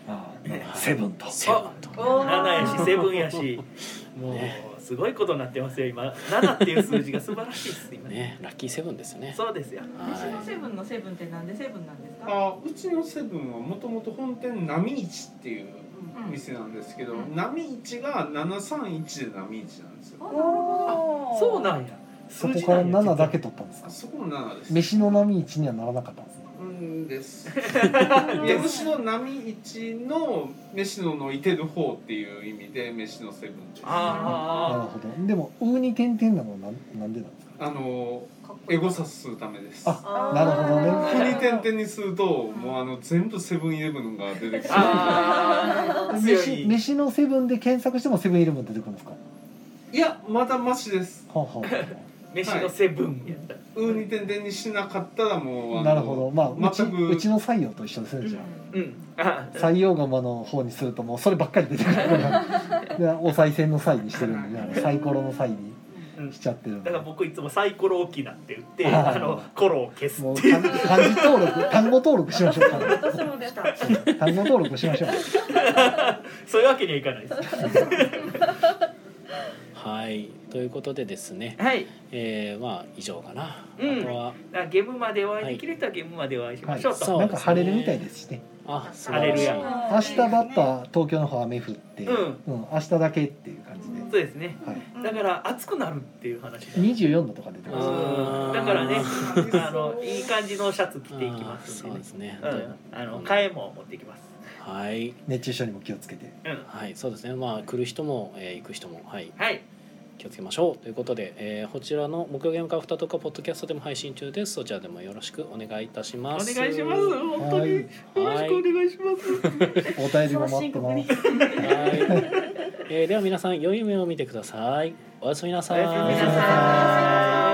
Speaker 2: ああセブンと
Speaker 1: セブンと
Speaker 3: おー
Speaker 4: 7やしセブンやしもうすごいことになってますよ今7っていう数字が素晴らしいです今
Speaker 1: ねラッキーセブンですよね
Speaker 4: そうですよ
Speaker 1: はい
Speaker 6: 私のセブンのセブンってなんでセブンなんですか
Speaker 5: あうちのセブンはもともと本店波市っていう店なんですけど、
Speaker 7: うん
Speaker 5: 波市が731で波市なんですよ
Speaker 3: おー
Speaker 4: そうなんや
Speaker 2: そ
Speaker 4: 数
Speaker 2: こ
Speaker 4: 字
Speaker 2: から
Speaker 4: なんや
Speaker 2: 7だけ取ったんです
Speaker 5: あ
Speaker 2: か
Speaker 5: そこの7です
Speaker 2: 飯の波一にはならなかったんですね
Speaker 5: うん んです。で牛の波一の飯野のいてる方っていう意味で飯野セブンです。
Speaker 2: なる
Speaker 4: あ
Speaker 2: ほどでも「う」に点々なのはなんなんでなんですか
Speaker 5: あのエゴサするためです。
Speaker 2: あ
Speaker 3: あー
Speaker 2: なるほどね
Speaker 5: ここに点々にするともうあの全部セブンイレブンが出てきて
Speaker 4: あああ強
Speaker 2: 飯
Speaker 4: い
Speaker 2: 飯のセブンで検索してもセブンイレブン出てくるんですかはい
Speaker 5: やまだマシです。
Speaker 2: あはあは
Speaker 4: 飯のセブンやった
Speaker 5: うに点々にしなかったら
Speaker 2: あ
Speaker 5: もうあの
Speaker 2: なるほどまあうち
Speaker 5: 全く
Speaker 2: うちの採用と一緒ですねじゃ
Speaker 4: うんあ
Speaker 2: あ採用釜の方にするともうそればっかり出てくるから でお賽銭の際にしてるんで、ね、あのサイコロの際に
Speaker 4: うん
Speaker 2: しちゃってるんで
Speaker 4: だから僕いつもサイコロ置きなって言って
Speaker 2: あー
Speaker 4: あのコロを消す
Speaker 2: もう
Speaker 4: っていう
Speaker 2: 漢漢字登録単語登録しましょう単語
Speaker 3: 私も出た。
Speaker 2: 単語登録しましょう
Speaker 4: そういうわけにはいかないです
Speaker 1: はいということでですね
Speaker 4: はい
Speaker 1: えー、まあ以上かな、
Speaker 4: うん
Speaker 1: あとは
Speaker 4: あゲームまでお会いできる人はゲームまでお会いしましょうと、
Speaker 1: そう
Speaker 2: なんか晴れるみたいですしね
Speaker 1: あ素
Speaker 4: 晴れるやん
Speaker 2: 明日だったら東京の方雨降って、
Speaker 4: うん
Speaker 2: 明日だけっていう感じで、
Speaker 4: そうですね
Speaker 2: はい、
Speaker 4: だから暑くなるっていう話だ
Speaker 2: 24度とか出て
Speaker 4: う
Speaker 2: ました
Speaker 1: あ
Speaker 4: ん
Speaker 1: ー
Speaker 4: だからねあのいい感じのシャツ着ていきます
Speaker 1: あー
Speaker 4: ん
Speaker 1: そう
Speaker 4: で
Speaker 1: で
Speaker 4: ね
Speaker 1: すね、
Speaker 4: うんあの替えも持ってきます
Speaker 1: はい
Speaker 2: 熱中症にも気をつけて
Speaker 4: うん
Speaker 1: はいそうですねまあ来る人も、えー行く人もはい
Speaker 4: はい
Speaker 1: 気をつけましょうということで、えーこちらの木曜ゲームカフェとかポッドキャストでも配信中ですそちらでもよろしくお願いいたし
Speaker 4: お
Speaker 1: ま
Speaker 4: 願い
Speaker 1: す
Speaker 4: します本当によろ
Speaker 1: は
Speaker 4: し
Speaker 1: い
Speaker 4: くお願いします
Speaker 2: お便りも待ってます
Speaker 1: はい、えーでは皆さん良い夢を見てくださいおやすみなさい
Speaker 4: おやすみな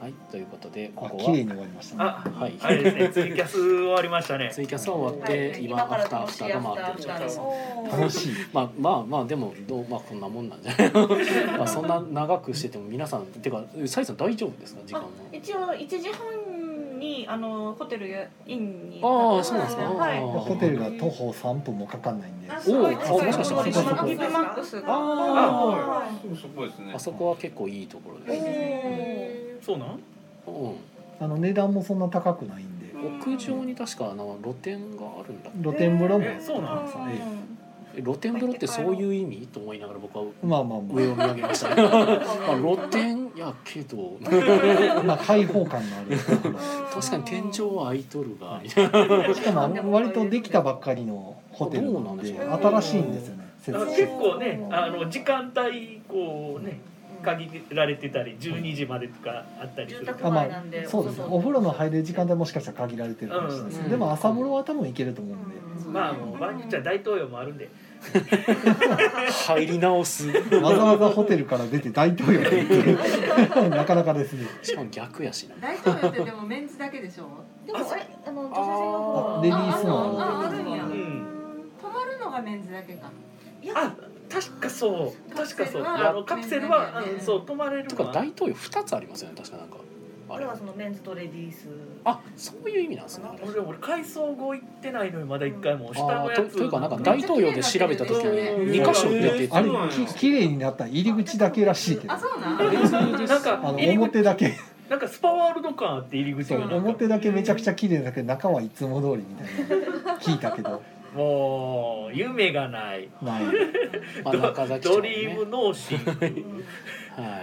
Speaker 1: はいということでこ
Speaker 2: あ
Speaker 1: こ
Speaker 2: 綺麗
Speaker 1: は
Speaker 2: に終わりましたね
Speaker 4: あ
Speaker 1: はい
Speaker 4: あれですねツイキャス終わりましたね
Speaker 1: ツイキャスは終わって、
Speaker 3: はい
Speaker 1: 今アフターアフターが回ってる状態です
Speaker 2: 楽しい
Speaker 1: まあまあまあでもどうまあこんなもんなんじゃない まあそんな長くしてても皆さんてかサイさん大丈夫ですか時間は
Speaker 3: 一応一時半にあのホテルやインに。
Speaker 1: ああそうなんですか、
Speaker 3: はい。
Speaker 1: あー
Speaker 2: ホテルが徒歩3分もかかんないんで
Speaker 1: おおあもしかしたら
Speaker 3: ビ
Speaker 1: そ
Speaker 3: ビ
Speaker 1: こそ
Speaker 3: マ
Speaker 1: こ
Speaker 3: ックスが。
Speaker 1: あ
Speaker 5: すぐそこですね
Speaker 1: あそこは結構いいところ
Speaker 3: お
Speaker 1: です、
Speaker 3: ー
Speaker 4: そうなん
Speaker 1: う
Speaker 2: あの値段もそんな高くないんで
Speaker 1: ん、屋上に確かあの露天があるんだ
Speaker 2: 露天風呂も
Speaker 4: えそうなの
Speaker 2: え
Speaker 1: え露天風呂ってそういう意味と思いながら僕 は
Speaker 2: えまあまあ
Speaker 1: 上を見上げましたねあ露天やけど確
Speaker 2: ま あ、まあ、開放感のある
Speaker 1: かに天井は空いとるが
Speaker 2: しかも割とできたばっかりのホテルなんで
Speaker 1: どう
Speaker 3: なんでしょう
Speaker 2: 新しいんですよね設
Speaker 4: だから
Speaker 2: 備
Speaker 4: 結構ねあの時間帯こうね限られてたり12時までとかあったりするか
Speaker 2: あ
Speaker 4: ら
Speaker 2: まあそうですねお風呂の入れる時間帯もしかしたら限られてるかもしれないですけど、
Speaker 1: うん
Speaker 2: でも朝風呂は多分行けると思うんで、
Speaker 4: まあもうバンクちゃん大統領もあるんで
Speaker 1: 入り直す
Speaker 2: わざわざホテルから出て大統領に行 ってなかなかですね
Speaker 1: しかも逆やしな
Speaker 7: 大統領ってでもメンズだけでしょ
Speaker 8: でもあれあの女性
Speaker 1: あ
Speaker 8: の
Speaker 2: レデ
Speaker 8: 方
Speaker 2: ィースも
Speaker 7: ああ
Speaker 2: あ
Speaker 7: る
Speaker 2: る
Speaker 7: んや
Speaker 4: うん
Speaker 7: 泊まるのがメンズだけか
Speaker 4: あ確かそう確かそう
Speaker 7: カプセルは
Speaker 4: あのカプセルはあ
Speaker 7: ね
Speaker 4: のそう泊まれる
Speaker 1: と
Speaker 4: の
Speaker 1: か
Speaker 4: は
Speaker 1: 大統領二つありますよね確かなんかあ
Speaker 8: こ
Speaker 1: れ
Speaker 8: れはそのメンズとレディース
Speaker 1: あそういう意味なんですねあれ
Speaker 4: 俺でも俺改装後行ってないのにまだ一回も下
Speaker 1: あ
Speaker 4: の
Speaker 1: ー
Speaker 4: や
Speaker 1: と
Speaker 4: つ
Speaker 1: というかなんか大統領で調べた時に二箇所出てて
Speaker 2: あれき綺麗になった入り口だけらしいけど
Speaker 7: あ
Speaker 2: あ
Speaker 7: そうなん
Speaker 4: なんか
Speaker 2: の
Speaker 4: 入り口
Speaker 2: 表だけ
Speaker 4: なんかスパワールド感あって入り口
Speaker 2: そう
Speaker 4: がなんか
Speaker 2: 表だけめちゃくちゃ綺麗だけど中はいつも通りみたいな聞いたけど
Speaker 4: もう夢がない
Speaker 2: ない
Speaker 1: まあ中崎町
Speaker 4: ド
Speaker 1: の
Speaker 4: リー
Speaker 1: ね
Speaker 4: ムノーシング
Speaker 1: はい、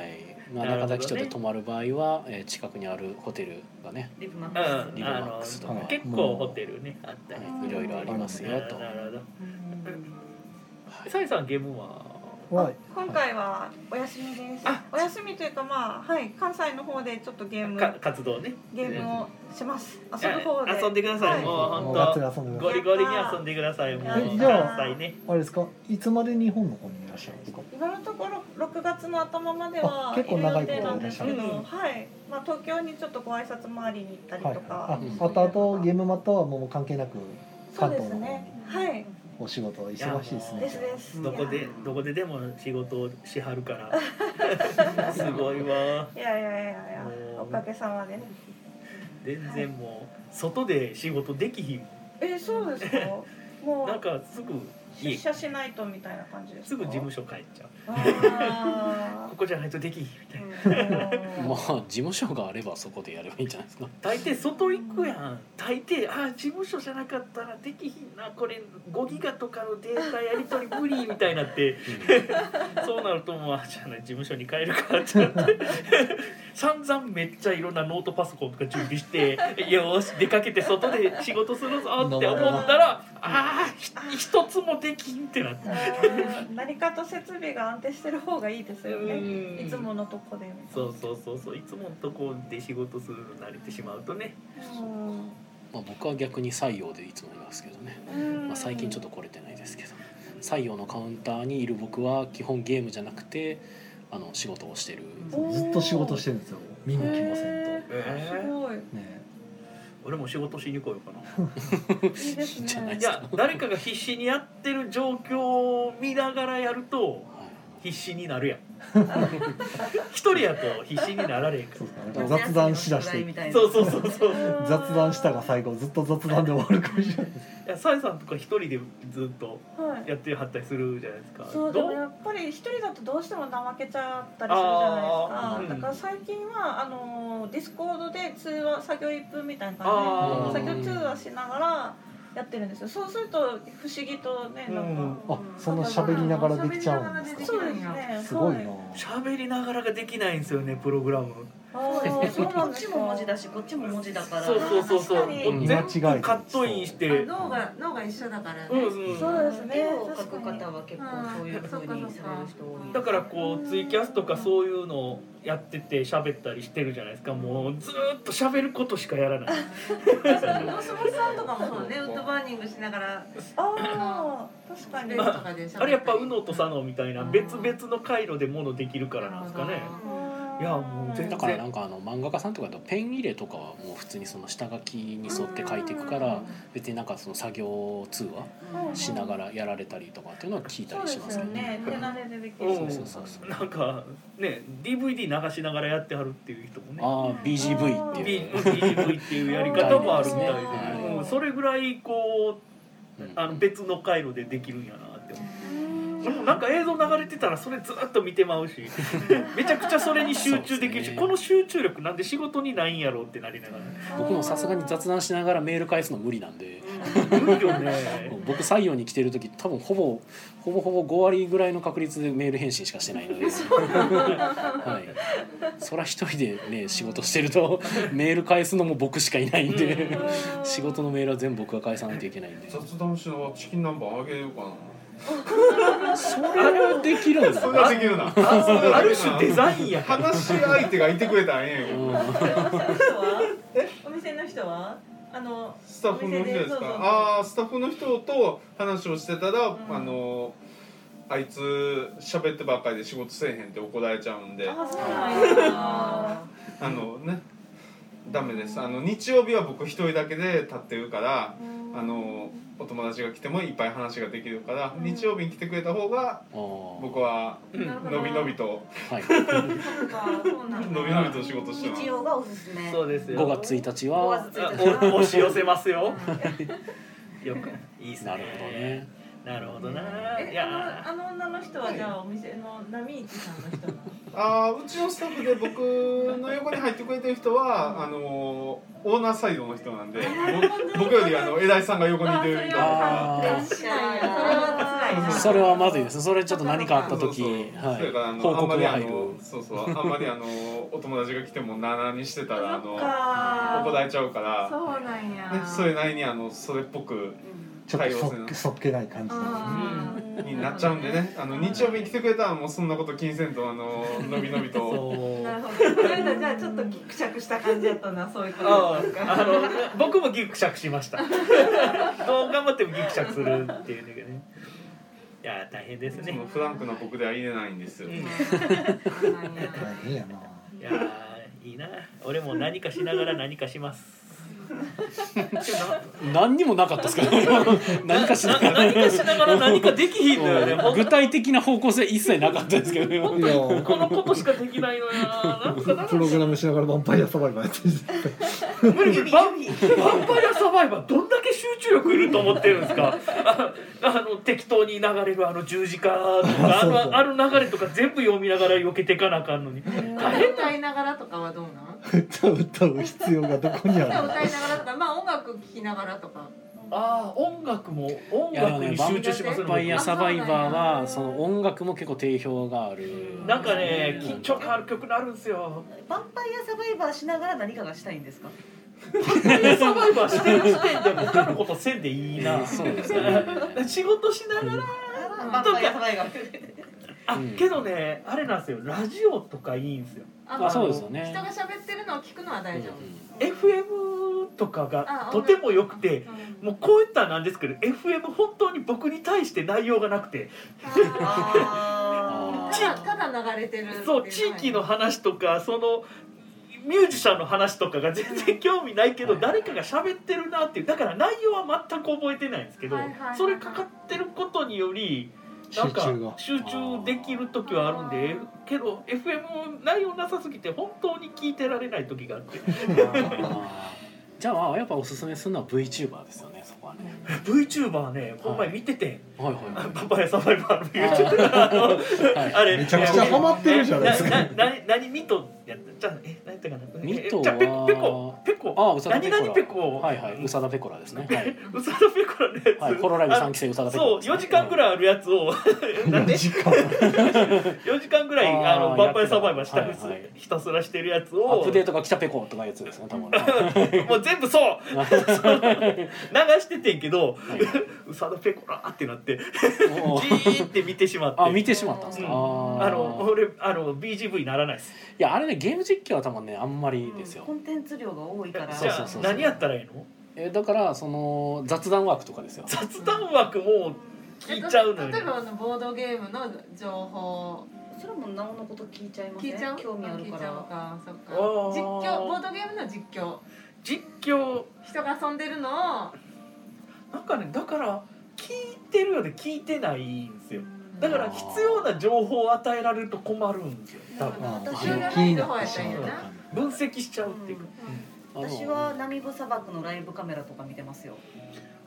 Speaker 1: まあ、
Speaker 4: なる
Speaker 1: 中
Speaker 4: ほどね
Speaker 1: 崎町で泊まる場合は、えー近くにあるホテルがね
Speaker 7: リブマ
Speaker 4: うんあ
Speaker 1: リブマックスとか
Speaker 4: の結構ホテルねあったり
Speaker 1: いろいろありますよと
Speaker 4: なるほど
Speaker 1: はい
Speaker 4: サイさんゲームは
Speaker 2: はい
Speaker 3: 今回はお休みです
Speaker 4: あ。
Speaker 3: お休みというかまあはい関西の方でちょっとゲーム
Speaker 4: か活動ね
Speaker 3: ゲームをします。遊ぶ方で。
Speaker 4: 遊んでください、
Speaker 3: はい
Speaker 4: もう
Speaker 2: もうがっつり
Speaker 4: 本
Speaker 2: 遊ん
Speaker 4: 当
Speaker 2: でま
Speaker 4: ゴ
Speaker 2: す
Speaker 4: リゴリに遊んでくださいもう
Speaker 2: えじゃあ
Speaker 4: 関西ね
Speaker 2: あれですかいつまで日本の方にいらっしゃるんですか
Speaker 3: 今のところ6月の頭まで
Speaker 2: あ
Speaker 3: は
Speaker 2: 結構長いこと
Speaker 3: なんですけ
Speaker 4: い
Speaker 3: ど、
Speaker 4: らっしゃる
Speaker 3: はい。まあ東京にちょっとご挨拶回りに行ったり
Speaker 2: はい
Speaker 3: とか、
Speaker 2: あ
Speaker 1: うん
Speaker 2: あとあとゲームマットはもう関係なく
Speaker 3: そう
Speaker 2: 関
Speaker 3: で
Speaker 2: 東
Speaker 3: す
Speaker 2: の方に
Speaker 3: ね。はい。
Speaker 2: お仕事忙しいですね
Speaker 3: ですです。
Speaker 4: どこ
Speaker 3: い
Speaker 4: でどこででも仕事をしはるから すごいわ
Speaker 3: やいやいやいやいや。
Speaker 4: もう
Speaker 3: おかげさまで。
Speaker 4: 全然もう外で仕事できひん
Speaker 3: えそうですか。も
Speaker 4: なん
Speaker 3: う
Speaker 4: かすぐい
Speaker 6: 出社しないとみたいな感じです
Speaker 4: す
Speaker 6: か
Speaker 4: ぐ事務所帰っちゃう
Speaker 6: あ
Speaker 4: ここじゃないとできひんみたいな
Speaker 6: ー
Speaker 1: まあ事務所があればそこでやればいいんじゃないですか
Speaker 4: 大抵外行くやん大抵あー事務所じゃなかったらできひんなこれ5ギガとかのデータやり取り無理みたいになって そうなるともうあじゃあね事務所に帰るかってなって散々めっちゃいろんなノートパソコンとか準備して「よーし出かけて外で仕事するぞ」って思ったら「あーひ一つもできん」ってなって
Speaker 6: あー何かと設備が安定してる方がいいですよね
Speaker 4: うん
Speaker 6: いつものとこでみたい
Speaker 4: そうそうそうそういつものとこで仕事するの慣れてしまうとね
Speaker 1: まあ僕は逆に採用でいつもいますけどね、まあ、最近ちょっと来れてないですけど採用のカウンターにいる僕は基本ゲームじゃなくてあの仕事をしてる
Speaker 6: おー
Speaker 2: ずっと仕事してるんですよ見向きもせんと
Speaker 6: なすごい
Speaker 2: ね
Speaker 4: 俺も仕事しに来ようか な。
Speaker 6: いいです
Speaker 1: じゃない
Speaker 6: ね
Speaker 1: で
Speaker 4: いや誰かが必死にやってる状況を見ながらやると必死になるや ん一人やと必死になられへんか
Speaker 2: そうですかなんか雑談しだして
Speaker 8: み た
Speaker 4: ら
Speaker 8: いな
Speaker 4: そうそうそうそうい
Speaker 2: 雑談したが最後ずっと雑談で終わるかもしれない
Speaker 4: やさえさんとか一人でずっと
Speaker 6: はい
Speaker 4: やってはったりするじゃないですか
Speaker 6: そうで
Speaker 4: ど
Speaker 6: もやっぱり一人だとどうしても怠けちゃったりするじゃな
Speaker 4: あー
Speaker 6: いですか、
Speaker 4: うん
Speaker 6: だから最近はあのディスコードで通話作業1分みたいな
Speaker 4: あ
Speaker 1: ー
Speaker 6: 感じで作業通話しながらやってるんですよそうすると不思議とねなんか、
Speaker 4: うん
Speaker 2: あそんな喋りながらできちゃうんですか
Speaker 6: そうですね
Speaker 2: すごい
Speaker 6: は
Speaker 2: な
Speaker 4: 喋りながらができないんですよねプログラム
Speaker 6: あ
Speaker 8: そう
Speaker 6: ー
Speaker 8: です
Speaker 6: そう
Speaker 8: ねこ
Speaker 6: なん
Speaker 8: っ
Speaker 6: で
Speaker 8: ち
Speaker 6: す
Speaker 8: も文字だ
Speaker 6: し
Speaker 8: しこっちも文字だから
Speaker 4: そうそうそうそう
Speaker 6: 確
Speaker 1: かに
Speaker 4: 全部カットインして
Speaker 7: 脳が脳が一緒だからね。
Speaker 4: うんうん
Speaker 6: そうですね
Speaker 8: 絵を描く方は結構そういう
Speaker 7: 確
Speaker 8: 風
Speaker 7: かに
Speaker 8: にされる人多い
Speaker 4: だからこうツイキャスとかそういうのをやってて喋ったりしてるじゃないですかもうずーっと喋ることしかやらない
Speaker 7: ノスモリさんとかもそうね、ウッドバーニングしながら、
Speaker 6: あー確か
Speaker 7: ス
Speaker 6: に
Speaker 7: ペースとかで喋ったり
Speaker 4: あれやっぱ右脳と左脳みたいな別々の回路でものできるからなんですかね。いやもう全
Speaker 1: だ
Speaker 4: 然
Speaker 1: からなんかあの漫画家さんとかだとペン入れとかはもう普通にその下書きに沿って書いていくから別になんかその作業通話しながらやられたりとかっていうのは聞いた
Speaker 6: そう
Speaker 1: り
Speaker 6: で
Speaker 1: しますす
Speaker 6: よ
Speaker 1: けどね
Speaker 6: ね。手慣れででき
Speaker 4: う
Speaker 6: る
Speaker 4: ん
Speaker 6: し
Speaker 1: そうそうそうそう
Speaker 4: なんかね DVD 流しながらやってはるっていう人もね
Speaker 1: ああ BGV ってい
Speaker 4: B-
Speaker 1: う
Speaker 4: BGV っていうやり方もあるみたいで、
Speaker 1: はい
Speaker 4: うん、それぐらいこう
Speaker 1: うん
Speaker 4: あの別の回路でできるんやなって思う。でもなんか映像流れてたらそれずっと見てまうしめちゃくちゃそれに集中できる
Speaker 1: そうです
Speaker 4: し
Speaker 1: ね
Speaker 4: この集中力なんで仕事にないんやろうってなりなが
Speaker 1: 僕もさすがに雑談しながらメール返すの無理なんで
Speaker 4: ら無理よね
Speaker 1: 僕採用に来てる時多分ほぼほぼほぼ5割ぐらいの確率でメール返信しかしてないので、はい、そら一人でね仕事してるとメール返すのも僕しかいないんで
Speaker 4: うん
Speaker 1: 仕事のメールは全部僕が返さないといけないんで
Speaker 5: 雑談しながらチキン南蛮あげようかな。
Speaker 1: それはできるんだ
Speaker 5: それ
Speaker 1: な
Speaker 5: はできるな。
Speaker 4: ある種デザインやから
Speaker 5: 話し相手がいてくれたらええんよ。
Speaker 6: お店の人はあの
Speaker 5: スタッフの人です
Speaker 6: お店でそうそうそう
Speaker 5: か。ああ、スタッフの人と話をしてたら、あの。あいつ喋ってばっかりで仕事せえへんって怒られちゃうんで、
Speaker 6: あそうなんや
Speaker 5: あのね。ダメです。あの日曜日は僕一人だけで立ってるから、あの。お友達が来てもいっぱい話ができるから、日曜日に来てくれた方が
Speaker 1: あー
Speaker 5: 僕は
Speaker 4: うん
Speaker 5: のびのびと
Speaker 1: はい、
Speaker 7: そうかそうなんだ
Speaker 5: のびのびと仕事してます
Speaker 8: 日。曜がおすすめ
Speaker 4: そうですよ
Speaker 1: 5月1日は
Speaker 4: あお 押し寄せますよ。よくいいっす
Speaker 1: な
Speaker 4: ね。
Speaker 1: るほど。ね
Speaker 4: なるほどな。い
Speaker 6: えあ
Speaker 4: や
Speaker 6: のあの女の人はじゃあお店の波市さんの人なの
Speaker 5: あーうちのスタッフで僕の横に入ってくれてる人はあのーオーナーサイドの人なんでぼ僕よりあの偉いさんが横にいてるみたいな
Speaker 1: あー
Speaker 8: しない
Speaker 7: それは辛いな。
Speaker 1: それはまずいですねそれちょっと何かあった
Speaker 5: そうそう
Speaker 1: 時
Speaker 5: そう
Speaker 1: は
Speaker 5: それからあ
Speaker 1: い、
Speaker 5: の
Speaker 1: 報
Speaker 5: あんま
Speaker 1: 告
Speaker 5: り
Speaker 1: が
Speaker 5: あ
Speaker 1: 入る
Speaker 5: のそうそうあんまりあのお友達が来ても7にしてたらあの
Speaker 7: か
Speaker 5: 怒られちゃうから
Speaker 7: そうなんや。
Speaker 5: ね、それなりにあのそれっぽく
Speaker 2: ちょっとそっけそっけない感じな
Speaker 7: あ
Speaker 5: になっちゃうんでねあの日曜日に来てくれたらもうそんなこと気にせんとあののびのび
Speaker 4: ー
Speaker 5: と
Speaker 7: ー
Speaker 4: そ
Speaker 7: な
Speaker 4: う。
Speaker 7: るほど。これがじゃあちょっとぎくしゃくした感じやったなそういうこと
Speaker 4: あ
Speaker 7: なん
Speaker 4: ー
Speaker 7: か。
Speaker 4: あの僕もギクシャクしました。ど う頑張ってもギクシャクするっていうのがね。いや大変です
Speaker 5: そ
Speaker 4: ね
Speaker 5: の。フランクな僕では入れないんですよ。
Speaker 4: うん
Speaker 7: そうなんや
Speaker 2: 大変やない
Speaker 4: やーいいな。俺も何かしながら何かします。
Speaker 1: 何にもなかったですから何かしら
Speaker 4: な何かしながら何かできひんのよね
Speaker 1: うん具体的な方向性一切なかったですけどね
Speaker 2: いや
Speaker 4: このことしかできないのよななんかなんか
Speaker 2: プログラムしながらヴァンパイアサバイバーやってる
Speaker 4: 無理無理ヴァンヴァンパイアサバイバーどんだけ集中力いると思ってるんですかあ あの適当に流れるあの十字架とかあ
Speaker 2: そうそう
Speaker 4: のあの流れとか全部読みながら避けていかなあかんのに大変
Speaker 7: 歌いながらとかはどうなん
Speaker 2: 歌を歌う必要がどこに
Speaker 7: 歌を
Speaker 2: あ
Speaker 7: 歌いながらとかまあ音楽聴きながらとか
Speaker 4: ああ音楽も音
Speaker 1: いやでも
Speaker 4: 楽
Speaker 1: ね「
Speaker 4: に
Speaker 1: バ
Speaker 4: 集
Speaker 1: ン
Speaker 4: 中しますね
Speaker 1: パイア
Speaker 4: 僕
Speaker 1: サバイバー」
Speaker 7: あそうなん
Speaker 1: は
Speaker 7: や
Speaker 1: その音楽も結構定評がある
Speaker 4: なんかね緊張感ある曲になるんですよ
Speaker 8: ヴァンパイアサバイバーしながら何かがしたいんですか
Speaker 4: サバイバーしてる時点で他のことせんでいいな
Speaker 1: そうですね
Speaker 4: 仕事しながら
Speaker 8: ヴァンパイアサバイバー
Speaker 4: あ
Speaker 1: うん
Speaker 4: けどねあれなんですよラジオとかいいんですよ
Speaker 7: あ
Speaker 1: あそうですよ
Speaker 7: 人
Speaker 1: ね
Speaker 7: が喋ってるのを聞くのは大丈夫、
Speaker 4: FM とかが
Speaker 7: あ
Speaker 4: とても良くて
Speaker 7: うん
Speaker 4: もうこういったらなんですけど FM 本当に僕に対して内容がなくて
Speaker 7: あ
Speaker 1: あ
Speaker 7: ー
Speaker 1: ー
Speaker 7: ただただ流れてるってい
Speaker 4: そう地域の話とかそのミュージシャンの話とかが全然興味ないけど
Speaker 1: はい
Speaker 4: 誰かが喋ってるなっていうだから内容は全く覚えてないんですけど
Speaker 7: はいはいはいはい
Speaker 4: それかかってることによりなんか
Speaker 2: 集中が
Speaker 4: 集中できる時はあるんでけど FM 内容なさすぎて本当に聞いてられない時があって
Speaker 1: あーじゃあまあやっぱおすすめするのは VTuber ですよねそこはね
Speaker 4: VTuber ねこの前見てて
Speaker 1: はい
Speaker 4: 「
Speaker 1: は
Speaker 4: パ
Speaker 1: い
Speaker 4: パやサバイバー」の YouTube
Speaker 1: はい
Speaker 4: あれ
Speaker 2: るめちゃくちゃハマってるじゃないですか
Speaker 4: ななな何ミトやったじゃあえ何てかな
Speaker 1: ミトは
Speaker 4: じゃあペコペコペコ
Speaker 1: ああ宇佐田ペコ
Speaker 4: 何
Speaker 1: ラ
Speaker 4: 々ペコ
Speaker 1: はいはい宇佐田ペコラですねはい
Speaker 4: 宇佐田ペコラのやつ、
Speaker 1: はいホロライブ三期生宇佐
Speaker 4: あ
Speaker 1: 田ペコ
Speaker 4: そう4時間ぐらいあるやつをなんで
Speaker 2: 時間
Speaker 4: 4時間ぐらいあ
Speaker 1: あ
Speaker 4: の
Speaker 1: ー
Speaker 4: バンパイアサバイバーした
Speaker 1: やってたはいはい
Speaker 4: ひたすらしてるやつ
Speaker 1: ア
Speaker 4: を
Speaker 1: ップデートが来たペコとかいうやつですね多 分ね
Speaker 4: もう全部そう流しててんけど
Speaker 1: はい
Speaker 4: 宇佐田ペコラってなって
Speaker 1: お
Speaker 4: じ
Speaker 1: ー
Speaker 4: ーって見てしまって
Speaker 1: あ見てしまったんですか、
Speaker 4: うん
Speaker 1: あー
Speaker 4: あの俺あの BGV ならないです
Speaker 1: いやあれねゲーム実況は多分ねあんまりですよ、
Speaker 8: コンテンツ量が多いから
Speaker 1: そう
Speaker 4: じ
Speaker 1: そう
Speaker 4: ゃ
Speaker 1: そ
Speaker 4: あ
Speaker 1: う
Speaker 4: 何やったらいいの
Speaker 1: えだからその雑談枠とかですよ
Speaker 4: 雑談枠も聞いちゃうのよ
Speaker 7: え例えばあのボードゲームの情報
Speaker 8: それもなおのこと聞いちゃいます
Speaker 7: 聞いちゃう
Speaker 8: 興味ある
Speaker 7: 聞
Speaker 8: か
Speaker 7: いちゃう
Speaker 8: ら
Speaker 7: かそっか
Speaker 4: あー
Speaker 7: 実況ボードゲームの実況
Speaker 4: 実況
Speaker 7: 人が遊んでるのを
Speaker 4: なんかねだから聞いてるようで聞いてないんですよだから必要な情報を与えられると困るんですよ多分
Speaker 2: あ
Speaker 8: 私
Speaker 2: ーあの気になってしまう
Speaker 4: 分析しちゃうっていうか、
Speaker 1: あの
Speaker 8: 私はナミブ砂漠のライブカメラとか見てますよ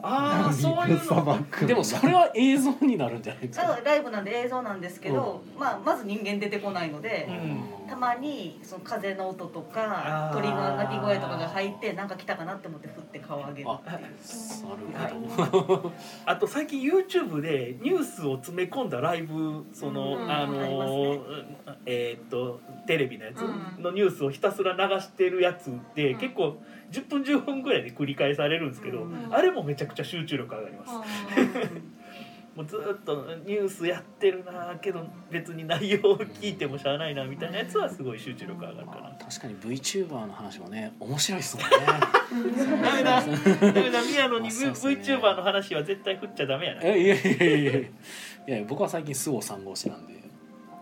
Speaker 4: ああそういう
Speaker 2: 砂
Speaker 4: の
Speaker 2: 漠
Speaker 1: でもそれは映像になるんじゃないです
Speaker 8: だか
Speaker 1: から
Speaker 8: ライブなんで映像なんですけど、まあ、まず人間出てこないので、
Speaker 4: うん
Speaker 8: たまにその風の音と
Speaker 4: あ
Speaker 8: か
Speaker 4: ー
Speaker 8: 鳥の鳴き声とかが入ってなんか来たかなって思って振って顔上げる
Speaker 1: あなるほど
Speaker 4: あと最近 YouTube でニュースを詰め込んだライブその、
Speaker 7: うん
Speaker 4: あ
Speaker 8: あります
Speaker 4: のえーっとテレビのや
Speaker 7: う
Speaker 4: つのニュースをひたすら流してるやつで、
Speaker 7: うん
Speaker 4: 結構10分15分ぐらいで繰り返されるんですけど、
Speaker 8: うん
Speaker 4: あれもめちゃくちゃ集中力上がり ます、もうずーっとニュースやってるなーけど別に内容を聞いてもしゃあないなみたいなやつはすごい集中力上がるか
Speaker 1: ま
Speaker 4: な
Speaker 1: あ確かに VTuber の話もね面白いっすもんね
Speaker 4: ダメだダメだ宮野に
Speaker 1: あそうっすね
Speaker 4: VTuber の話は絶対振っちゃダメやな
Speaker 1: えいやいやいやいやいや僕は最近スオ3号誌なんで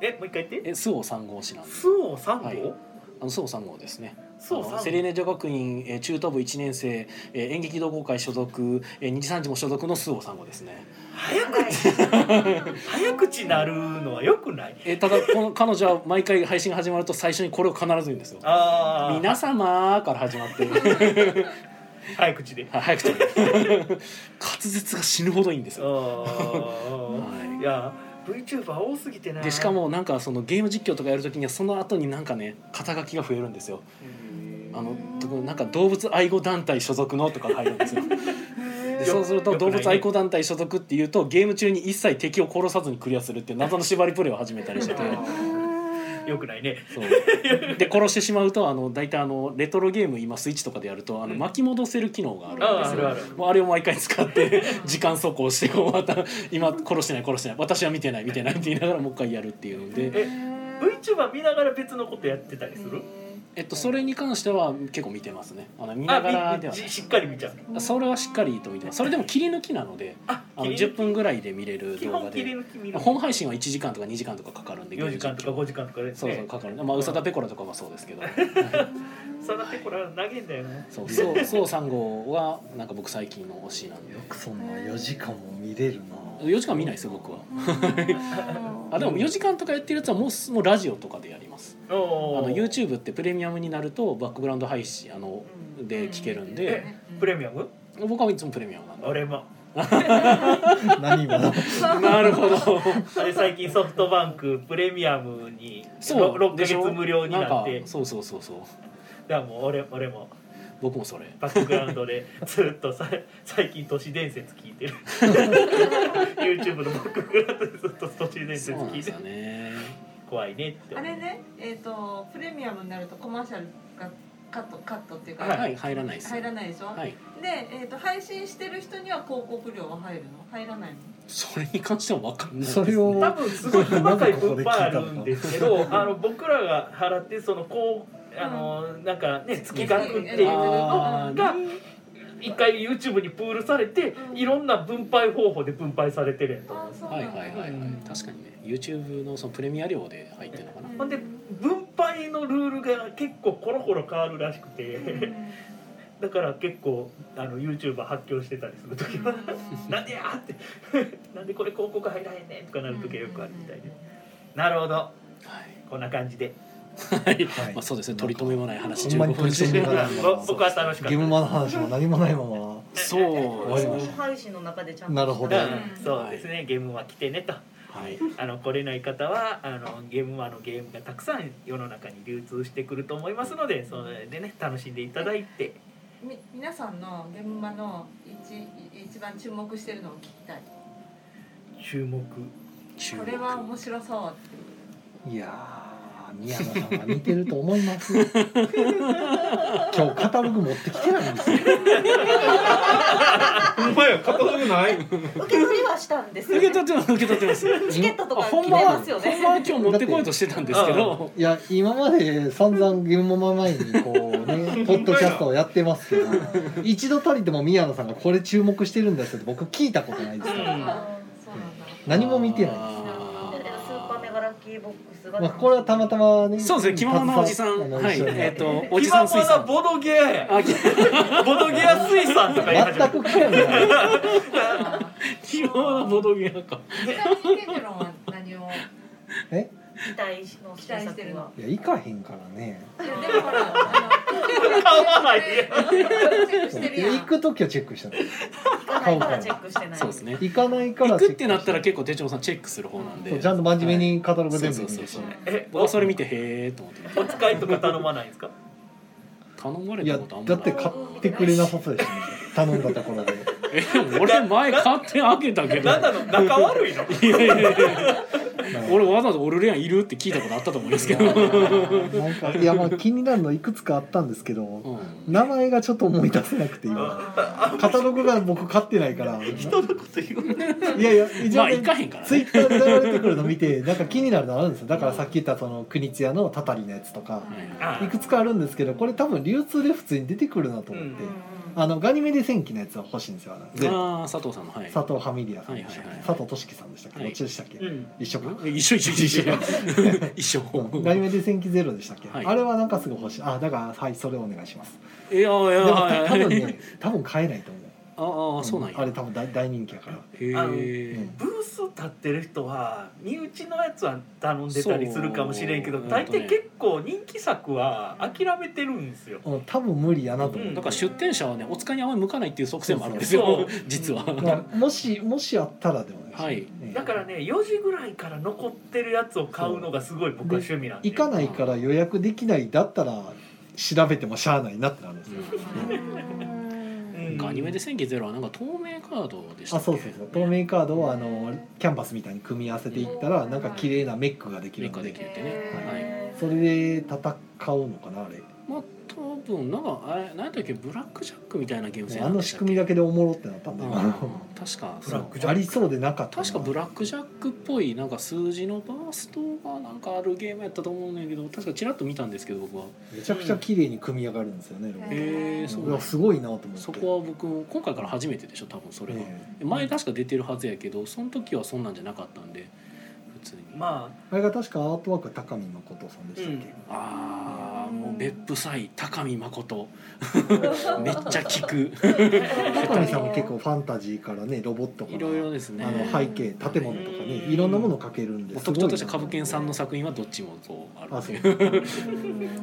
Speaker 4: えもう一回言って
Speaker 1: えスオ3号誌なんで
Speaker 4: スオ3
Speaker 1: はい
Speaker 4: 号
Speaker 1: あのスオ3号ですね
Speaker 4: スオ
Speaker 1: あのセレー
Speaker 4: 3号
Speaker 1: ネ女学院えー中等部1年生えー演劇同好会所属えー二次三次も所属のスオ3号ですね
Speaker 4: 早口早口なるのはよくない
Speaker 1: えーただこの彼女は毎回配信が始まると最初にこれを必ず言うんですよ
Speaker 4: ああ
Speaker 1: 皆様から始まって
Speaker 4: 早 口で
Speaker 1: はい早くて滑舌が死ぬほどいいんです
Speaker 4: あ
Speaker 1: よ、
Speaker 4: ーいや VTuber 多すぎてな
Speaker 1: でしかもなんかそのゲーム実況とかやるときにはその後になんかね肩書きが増えるんですよあの特になんか動物愛護団体所属のとか入るんですよでそうすると
Speaker 4: よくな
Speaker 1: 動
Speaker 4: いね
Speaker 1: 物愛護団体所属っていうとゲーム中に一切敵を殺さずにクリアするっていう謎の縛りプレイを始めたりしてて
Speaker 4: よくないね
Speaker 1: そうで殺してしまうとあの大体あのレトロゲーム今スイッチとかでやるとあの
Speaker 4: うん
Speaker 1: 巻き戻せる機能があるん
Speaker 4: ああ
Speaker 1: です
Speaker 4: あ
Speaker 1: よ
Speaker 4: るある
Speaker 1: もうあれを毎回使って時間走行してこうまた今殺してない殺してない私は見てない見てないって言いながらもう一回やるっていうので、
Speaker 4: え VTuber 見ながら別のことやってたりする
Speaker 1: えっと、それに関しては結構見てますねあの見ながらではな
Speaker 4: あみ
Speaker 1: い
Speaker 4: ししっかり見ちゃう
Speaker 1: それはしっかりと見てますそれでも切り抜きなので
Speaker 4: あ
Speaker 1: あの
Speaker 4: 切り抜
Speaker 1: 10分ぐらいで見れる
Speaker 4: き基
Speaker 1: 動画
Speaker 4: 本切り
Speaker 1: で
Speaker 4: 抜き見る
Speaker 1: 本配信は1時間とか2時間とかかかるんで
Speaker 4: 4時間とか
Speaker 1: 5
Speaker 4: 5時間とかです
Speaker 1: そうそう
Speaker 4: ね
Speaker 1: かかるまあ宇佐田ペコラとかはそうですけど
Speaker 4: 下がってこら投げんだよね
Speaker 1: そうそうそう三号はなんか僕最近の推しなんで
Speaker 2: よくそんな4時間も見れるな
Speaker 1: 4時間見ないですよ僕は あでも4時間とかやってるやつはもうすもうラジオとかでやります
Speaker 4: あ
Speaker 1: あ
Speaker 4: の
Speaker 1: の YouTube ってプレミアムになるとバックグラウンド配信あので聞けるんで
Speaker 4: えプレミアム
Speaker 1: 僕はいつもプレミアムなん で
Speaker 4: 俺も
Speaker 2: 何今の
Speaker 1: なるほど
Speaker 4: あれ最近ソフトバンクプレミアムに
Speaker 1: そう
Speaker 4: 6ヶ
Speaker 1: で
Speaker 4: 月
Speaker 1: しょ
Speaker 4: 無料になって
Speaker 1: んかそうそうそうそう
Speaker 4: だからもう俺俺も
Speaker 1: 僕もそれ
Speaker 4: バックグラウンドでずっとさ最近都市伝説聞いてる YouTube のバックグラウンドでずっと都市伝説
Speaker 1: そうなん
Speaker 4: 聞
Speaker 1: で
Speaker 4: い
Speaker 1: す
Speaker 4: て
Speaker 1: よ
Speaker 4: る
Speaker 1: ね
Speaker 4: 怖いねって
Speaker 7: あ
Speaker 4: 思う
Speaker 7: れね、えっ、とプレミアムになるとコマーシャルがカットカットっていうか、
Speaker 1: はい入らないです
Speaker 7: 入らないでしょ。
Speaker 1: はい
Speaker 7: で、えっ、と配信してる人には広告料は入るの？入らないの？
Speaker 1: それに関しては分かんないです
Speaker 2: それを
Speaker 4: 多分すごい細かい分配あるんですけどあの僕らが払ってそのこうあのなんかね月額っていう
Speaker 1: あ
Speaker 4: の
Speaker 1: ー
Speaker 4: が一回 YouTube にプールされて
Speaker 7: うん
Speaker 4: いろんな分配方法で分配されてるやんと思う
Speaker 7: あ、そう
Speaker 1: は
Speaker 7: ないん
Speaker 1: はい
Speaker 7: だ。
Speaker 1: はいはい、確かにね YouTube のそのプレミア料で入ってるのかな、
Speaker 4: ほんで分配のルールが結構コロコロ変わるらしく
Speaker 7: う
Speaker 4: て
Speaker 7: ん
Speaker 4: だから結構あの YouTuber 発狂してたりする時は「 なんでや!」って 「なんでこれ広告入らへんねん」とかなる時はよくあるみたいでなるほどこんな感じで
Speaker 1: はい、
Speaker 2: はい
Speaker 1: まあそうですね取り留めもない話
Speaker 2: ほんまに取り留めもない
Speaker 4: ぼ僕は楽しかった
Speaker 2: ゲームマの話も何もないまま
Speaker 1: そう
Speaker 2: わ
Speaker 1: で
Speaker 2: り
Speaker 1: す
Speaker 2: ま
Speaker 1: ね
Speaker 2: した
Speaker 8: 配信の中でちゃんと
Speaker 2: なるほど
Speaker 4: うんそうですね、ゲームは来てねと
Speaker 1: はい
Speaker 4: あの来れない方はあのゲームはのゲームがたくさん世の中に流通してくると思いますのでそれでね楽しんでいただいて
Speaker 7: み皆さんの現場の一一番注目してるのを聞きたい。
Speaker 4: 注目
Speaker 1: 注
Speaker 7: こ
Speaker 1: 目
Speaker 7: れは面白そうっていう。
Speaker 2: いやー宮野さんは似てると思います今日カタログ持ってきてないんですよ
Speaker 5: ほんまや片付けない
Speaker 8: 受け取りはしたんです
Speaker 1: 受
Speaker 8: よ、
Speaker 1: け取
Speaker 8: ね、
Speaker 1: ってます受け取ってます
Speaker 8: チケットとか
Speaker 1: あ
Speaker 8: 決め
Speaker 1: は
Speaker 8: ますよ
Speaker 1: ほん
Speaker 8: ね
Speaker 1: まは今日持ってこようとしてたんですけど
Speaker 2: いや今まで散々ゲームマ前にこうねポッドキャストをやってますけど一度たりとも宮野さんがこれ注目してるんですって僕聞いたことないですから
Speaker 4: うん
Speaker 7: あそうなんだ。
Speaker 2: 何も見てないです
Speaker 1: あ
Speaker 8: スーパーメガラッキーボックスが、
Speaker 2: まあ、これはたまたまね
Speaker 1: ーそうですね着物のおじさ
Speaker 2: あ
Speaker 1: ん
Speaker 2: の
Speaker 1: はい
Speaker 2: 一緒に
Speaker 1: えっ、とおじさん水
Speaker 4: 今まだ
Speaker 1: 産
Speaker 4: ボドゲー
Speaker 1: あき
Speaker 4: ボドゲー水産とか言い始
Speaker 2: 全
Speaker 4: めた
Speaker 2: く興味ない
Speaker 1: 着物のボドゲーか
Speaker 7: ちなみにケンジロンは何を？
Speaker 2: え
Speaker 8: 期待の
Speaker 7: 期待してるの
Speaker 2: いや行かへんからね
Speaker 7: いやでもほら、
Speaker 4: 買わないで
Speaker 7: あのチェックしてるやん。
Speaker 2: 行く時はチェックしたの
Speaker 8: 行かないからチェックしてな い
Speaker 1: そうですね
Speaker 2: 行かないから
Speaker 1: 行
Speaker 2: チ
Speaker 1: く
Speaker 2: ェッ
Speaker 1: っ
Speaker 2: ク
Speaker 1: てなったら結構手帳さんチェックする方なんで
Speaker 2: そうちゃんと真面目
Speaker 1: はい
Speaker 2: にカタログ全部
Speaker 1: そう
Speaker 2: 見
Speaker 1: そう
Speaker 2: るし
Speaker 1: そう
Speaker 4: え
Speaker 1: 僕はそれ見てへえと思って
Speaker 4: お使いとか頼まないんですか
Speaker 1: 頼まれ
Speaker 2: いや
Speaker 1: たことあんま
Speaker 2: だ
Speaker 1: な
Speaker 2: っ
Speaker 1: い
Speaker 2: て買ってくれなさそうでしね頼んだところで
Speaker 1: え俺前買ってあげたけど
Speaker 4: 何なの仲悪いの
Speaker 1: いやいやいや
Speaker 2: 俺
Speaker 1: 俺わざわざオルレアンいるって聞いたことあったと思うんですけど、
Speaker 2: なんかいやまあ気になるのいくつかあったんですけど
Speaker 1: うん
Speaker 2: 名前がちょっと思い出せなくて今カタログが僕買ってないから
Speaker 4: 人のこと言うね
Speaker 2: いやいや一
Speaker 1: ま
Speaker 2: 応
Speaker 1: あ
Speaker 2: ね
Speaker 1: 行かへんから
Speaker 2: ツイ
Speaker 1: ね
Speaker 2: ッターで流れてくるの見てなんか気になるのあるんですよだからさっき言ったその国津屋のたたりのやつとか
Speaker 4: あ
Speaker 2: いくつかあるんですけどこれ多分流通で普通に出てくるなと思って、あのガニメデ戦記のやつは欲しいんですよあのゼロ
Speaker 1: ああ佐藤さんのはい
Speaker 2: 佐藤ファミリアさんでし
Speaker 1: は
Speaker 2: たっ
Speaker 1: い
Speaker 2: け
Speaker 1: はいはい
Speaker 2: 佐藤俊樹さんでしたっけ
Speaker 1: は
Speaker 2: ど
Speaker 1: い
Speaker 2: っちでしたっけ、
Speaker 4: うん
Speaker 2: 一緒か
Speaker 1: 一緒一緒一緒一緒
Speaker 2: うん
Speaker 1: 一
Speaker 2: ガ
Speaker 1: 緒
Speaker 2: ニメデ戦記ゼロでしたっけ、
Speaker 1: はい
Speaker 2: あれはなんかすぐ欲しいあだからはいそれお願いします
Speaker 1: いやい
Speaker 2: で
Speaker 1: や
Speaker 2: もた多分
Speaker 1: いや
Speaker 2: ね多分買えないと思う
Speaker 1: ああそうなんや
Speaker 2: あれ多分大大人気やから
Speaker 1: へえ
Speaker 2: ん
Speaker 4: ブース立ってる人は身内のやつは頼んでたりするかもしれんけど
Speaker 1: そう
Speaker 4: 大体結構人気作は諦めてるんですよ。
Speaker 2: うん多分無理やなと思う、
Speaker 4: うん
Speaker 1: だから出店者はねお使いにあまり向かないっていう側面もあるんです
Speaker 4: そ
Speaker 1: よ
Speaker 4: う
Speaker 1: 実は
Speaker 2: だからもしもしあったらでもですね
Speaker 1: はい
Speaker 2: ええ
Speaker 4: だからね4時ぐらいから残ってるやつを買うのがすごい僕は趣味なんで
Speaker 2: 行かないから予約できないだったら調べてもしゃあないなってなるんですよ、
Speaker 4: うん
Speaker 1: ガニメデ戦記ゼロはなんか透明カードでした
Speaker 2: あ
Speaker 1: っけ
Speaker 2: そうそうそう透明カードをあのキャンバスみたいに組み合わせていったらなんか綺麗なメックができ
Speaker 1: メ
Speaker 2: る
Speaker 1: ッカ
Speaker 2: の
Speaker 1: で
Speaker 2: で
Speaker 1: きるってねはい
Speaker 2: それで戦うのかなあれ
Speaker 1: まあ多分なんかあれ何やったっけブラックジャックみたいなゲーム性
Speaker 2: あの仕組みだけでおもろってなったんだよ
Speaker 1: あ
Speaker 2: な
Speaker 1: 確か
Speaker 4: ブラックジャック
Speaker 2: ありそうでなかったな
Speaker 1: 確かブラックジャックっぽいなんか数字のバーストがなんかあるゲームやったと思うんだけど確かちらっと見たんですけど僕は
Speaker 2: めちゃくちゃ綺麗に組み上がるんですよね、
Speaker 7: へ
Speaker 1: へえ
Speaker 2: そ
Speaker 1: そうう
Speaker 2: わすごいなと思って
Speaker 1: そこは僕も今回から初めてでしょ多分それが、
Speaker 2: ええ
Speaker 1: 前確か出てるはずやけどその時はそんなんじゃなかったんで常に
Speaker 4: ま
Speaker 2: あれが確かアートワークは高見誠さんでしたっけ、
Speaker 4: うん
Speaker 1: ああもう別府祭高見 誠めっちゃ聞く
Speaker 2: 高見さんも結構ファンタジーからねロボットから
Speaker 1: いろいろですね
Speaker 2: あの背景建物とかねいろんなものを描けるんです
Speaker 1: 特
Speaker 2: ご
Speaker 1: 徴
Speaker 2: い
Speaker 1: として歌舞伎さんの作品はどっちもこうある
Speaker 2: あ
Speaker 1: って
Speaker 2: そ
Speaker 1: いうう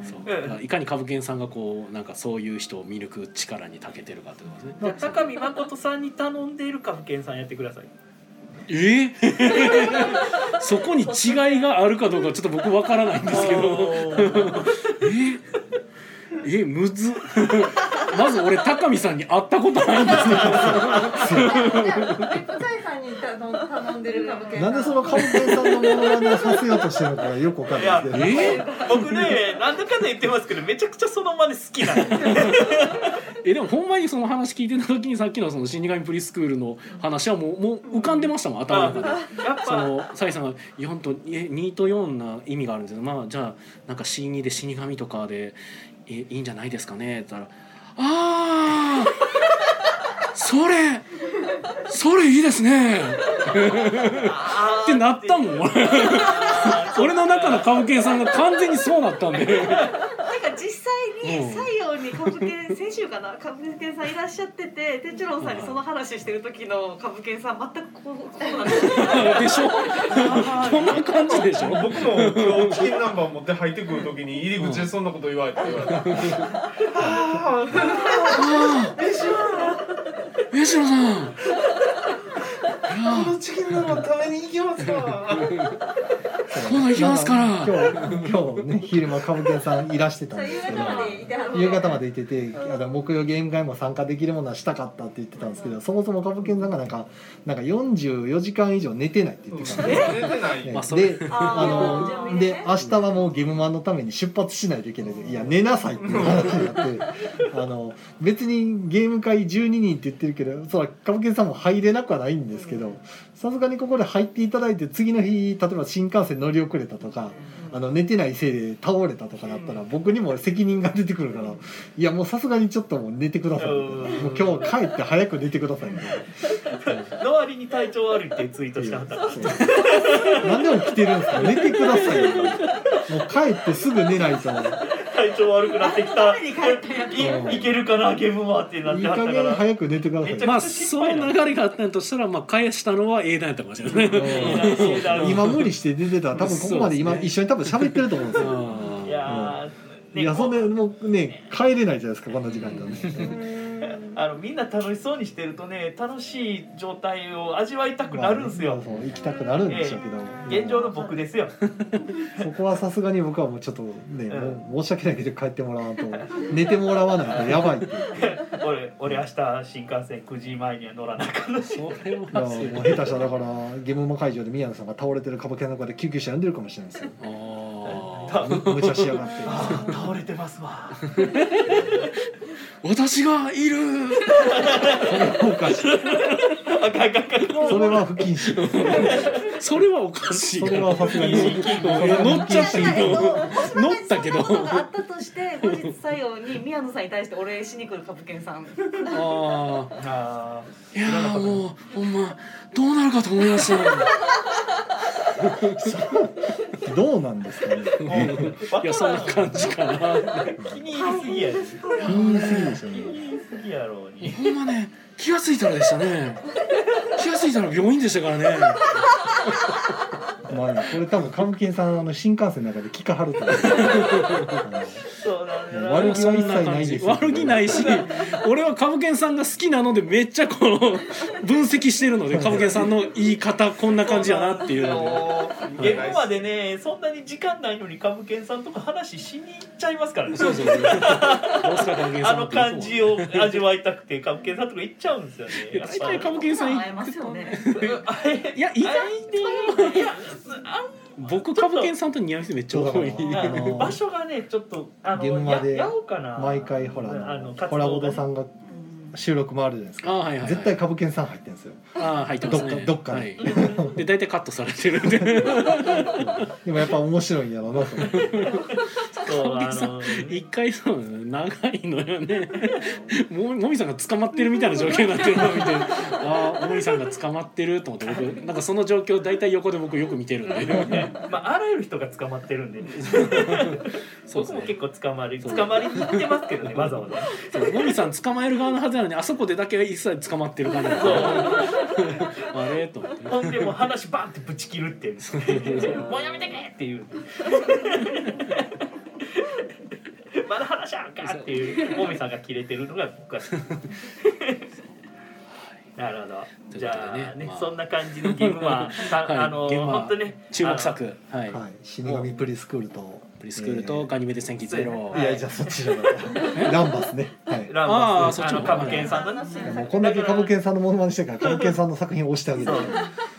Speaker 1: そうだからいかに歌舞伎さんがこうなんかそういう人を見抜く力に長けてるかってことですね
Speaker 4: あ、じゃあ高見誠さんに頼んでいる歌舞伎さんやってください。
Speaker 1: えー そこに違いがあるかどうかちょっと僕わからないんですけどえーえーむずっ まず俺高見さんに会ったことないんですけど
Speaker 7: 別財産に頼んでる歌舞伎
Speaker 2: なんでその歌舞伎さんのモノマネをさせようとしてるのかがよくわかんないですけど
Speaker 1: えー
Speaker 4: 僕ね、なんだかんだ言ってますけど、めちゃくちゃその真似好きなの。
Speaker 1: えでもほんまにその話聞いてた時にさっきのその死神プリスクールの話はもうもう浮かんでましたもん頭の中で。
Speaker 4: やっ
Speaker 1: そ
Speaker 4: ぱ。
Speaker 1: のサイさんが4とえ2と4な意味があるんですけど、まあ、じゃあなんか C2 で死神とかでえいいんじゃないですかねって言ったら「ああ それそれいいですね」ってなったもん 俺俺の中の歌舞伎さんが完全にそうなったんで
Speaker 6: なんか実際
Speaker 1: うん
Speaker 6: に西洋に歌舞伎先週かな歌舞伎さんいらっしゃってて哲郎さんにその話してる時の歌舞伎さん全くこうこうなんですよ
Speaker 1: でしょ こんな感じでしょ
Speaker 5: 僕も今日チキンナンバー持って入ってくる時に入り口でそんなこと言われて言われて
Speaker 1: 吉野さん
Speaker 5: このチキンナンバー食べに行きますか
Speaker 1: 今 度行きますから
Speaker 2: 今日今日ね昼間歌舞伎さんいらしてたんですけど夕方までいててあの木曜ゲーム会も参加できるものはしたかったって言ってたんですけどそもそも歌舞伎さんがなんかなんか44時間以上寝てないって言ってたんですよ
Speaker 5: 寝てない
Speaker 2: ね
Speaker 1: まあそれ
Speaker 2: であので明日はもうゲームマンのために出発しないといけないでいや寝なさいっていう話になってあの別にゲーム会12人って言ってるけどそら歌舞伎さんも入れなくはないんですけどさすがにここで入っていただいて次の日例えば新幹線乗り遅れたとかあの寝てないせいで倒れたとかだったら僕にも責任が出てくるからいやもうさすがにちょっともう寝てくださいみたいなもう今日帰って早く寝てくださいみたいな。
Speaker 4: の割に体調悪いってツイートしてはったから。
Speaker 2: なんで起きてるんですか寝てくださいよもう帰ってすぐ寝ないと
Speaker 4: 体調悪くなってきた。
Speaker 2: ん
Speaker 4: いいけるかな、ゲームはってなっ
Speaker 2: いい
Speaker 4: てはっ
Speaker 2: 加
Speaker 4: たか
Speaker 2: 減
Speaker 4: ら。
Speaker 2: 早く寝てください
Speaker 4: めち ゃ
Speaker 1: まあその流れがあったんとしたら、まあ、返したのは英断やったかもしれないですね。
Speaker 4: いいだろう
Speaker 2: 今無理して出てたら多分ここまで今
Speaker 1: そうで
Speaker 2: 一
Speaker 1: す
Speaker 2: 緒に多分喋ってると思うんですよ
Speaker 1: あ
Speaker 4: いやー、
Speaker 2: いやそんでもうね帰れないじゃないですかこんな時間だね
Speaker 4: あのみんな楽しそうにしてるとね楽しい状態を味わいたくなるんすよ、
Speaker 2: そう行きたくなるんでしょうけど、
Speaker 4: 現状の僕ですよ
Speaker 2: そこはさすがに僕はもうちょっとね、もう申し訳ないけど帰ってもらわんと寝てもらわないとやばいっていう
Speaker 4: 俺俺明日新幹線9時前には乗らなあかん し
Speaker 1: それはい
Speaker 2: やもう下手したらだからゲームマ会場で宮野さんが倒れてる歌舞伎の中で救急車呼んでるかもしれないですよ
Speaker 1: あー
Speaker 2: む無茶しやがって
Speaker 4: あー倒れてますわ
Speaker 1: 私がいる
Speaker 2: おかしい
Speaker 4: あかんあかんあかん
Speaker 2: それは不謹慎
Speaker 1: それはおかしい
Speaker 2: それはさすがに
Speaker 1: 乗っちゃっていい
Speaker 6: えっと
Speaker 1: の乗
Speaker 6: も
Speaker 1: っ
Speaker 6: し
Speaker 1: たけど
Speaker 6: そんなことがあったとして後日採用に宮野さんに対してお礼しに来る歌舞伎さん
Speaker 1: あ
Speaker 4: あ
Speaker 1: ーいやーもうほんまどうなるかと思いました
Speaker 2: どうなんですかね
Speaker 4: ー
Speaker 1: いやそんな感じかな
Speaker 4: 気に入りすぎやで
Speaker 2: 貧民すぎですよ
Speaker 4: 気
Speaker 2: ね
Speaker 4: に入りすぎやろうに
Speaker 1: ほんまね気がついたらでしたね気がついたら病院でしたからね
Speaker 2: まあねこれ多分カムキンさんあの新幹線の中で聞かはると思う
Speaker 4: そうだね
Speaker 2: 悪気
Speaker 1: そ
Speaker 2: は
Speaker 1: ん
Speaker 2: 一切
Speaker 1: な
Speaker 2: な
Speaker 1: 感
Speaker 2: いん
Speaker 1: じ
Speaker 2: ですよ
Speaker 1: 悪気ないし俺はカブケンさんが好きなのでめっちゃこう分析してるのでカブケンさんの言い方こんな感じやなっていうので。
Speaker 4: ゲームまでねそんなに時間ないのにカブケンさんとか話しに行っちゃいますからね
Speaker 1: そうそうそう。大塚歌舞伎さ
Speaker 4: あ
Speaker 1: ん
Speaker 4: の感じを味わいたくて歌舞伎さんとか行っちゃうんですよね
Speaker 1: いや大体歌舞伎さん
Speaker 6: 会えますよね
Speaker 4: あれ
Speaker 1: いや意外
Speaker 4: いや
Speaker 1: 僕歌舞伎さんと似合う人めっちゃ多い
Speaker 2: そう
Speaker 4: あ
Speaker 2: だな
Speaker 4: の場所がねちょっとあの
Speaker 2: 現場で
Speaker 4: ややおうかな
Speaker 2: 毎回ほら
Speaker 4: あ
Speaker 2: あ
Speaker 4: の
Speaker 2: の
Speaker 4: 活動がね
Speaker 2: ホラボドさんが収録もあるじゃないですか
Speaker 1: あーはいはい、はい、
Speaker 2: 絶対株券さん入ってるんですよ
Speaker 1: あー入ってますね
Speaker 2: どっかどっか
Speaker 1: はい
Speaker 2: で、
Speaker 1: で大体カットされてるんで
Speaker 2: でもやっぱ面白いんやろうなと思って
Speaker 4: そうあの
Speaker 1: 一回そうなんですよ長いのよね ももみさんが捕まってるみたいな状況になってるのを見てああもみさんが捕まってると思って僕なんかその状況大体横で僕よく見てるん で
Speaker 4: まああらゆる人が捕まってるんで、
Speaker 1: そうで
Speaker 4: 僕
Speaker 1: す
Speaker 4: も
Speaker 1: ね
Speaker 4: 結構捕まり捕まりに行ってますけどねわざわざ。
Speaker 1: そうもみさん捕まえる側のはずなのにあそこでだけ一切捕まってる感じだから あれと思って
Speaker 4: ほんでもう話バンってぶち切るって いうもうやめてくれっていうまだ話あんかっていうもみさんが切れてるのが僕は なるほどじゃあ
Speaker 1: という
Speaker 4: ね
Speaker 1: ことでねまあ
Speaker 4: そんな感じのゲーム は、た
Speaker 1: はい
Speaker 4: あの
Speaker 1: ゲームは
Speaker 4: 本当ね
Speaker 1: 注目
Speaker 4: あ
Speaker 1: 作はい、
Speaker 2: はい死神プリスクールと
Speaker 1: プリスクールとガニメデス戦記ゼロ
Speaker 2: えーいやじゃあそっちじゃなくてランバスねはい
Speaker 4: のランバス
Speaker 1: あー
Speaker 4: あ
Speaker 1: そっ
Speaker 4: の
Speaker 1: ち
Speaker 4: カブケンさんのね
Speaker 2: もうこんだけ株券さんのモノマネしてるから株券さんの作品を押してあげて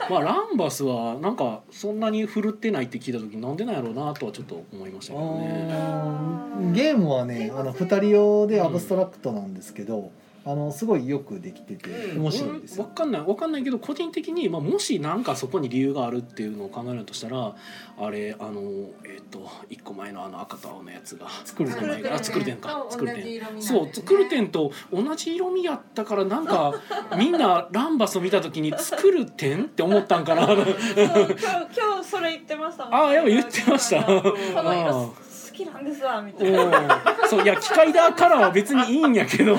Speaker 1: まあランバスはなんかそんなに振るってないって聞いた時なんでなんやろうなとはちょっと思いましたけどね。
Speaker 2: ゲームはねあの2人用でアブストラクトなんですけど、あのすごいよくできてて
Speaker 4: うん
Speaker 2: 面白いです
Speaker 1: わ
Speaker 2: よ、
Speaker 1: かんないわかんないけど個人的に、まあ、もし何かそこに理由があるっていうのを考えるとしたらあれあのえっ、と一個前のあの赤と青のやつが
Speaker 2: 作る
Speaker 1: 名前があ作る点か作る点
Speaker 7: 点
Speaker 1: そう作る点と同じ色味やったからなんかみんなランバスを見た時に作る点って思ったんかな
Speaker 6: 今日今日それ言ってましたもん、
Speaker 1: ああやっぱ言ってました
Speaker 6: こ
Speaker 1: あ
Speaker 6: の色好
Speaker 1: ー
Speaker 6: きなんですわみたいな。
Speaker 1: うんそういや機械だからは別にいいんやけどあ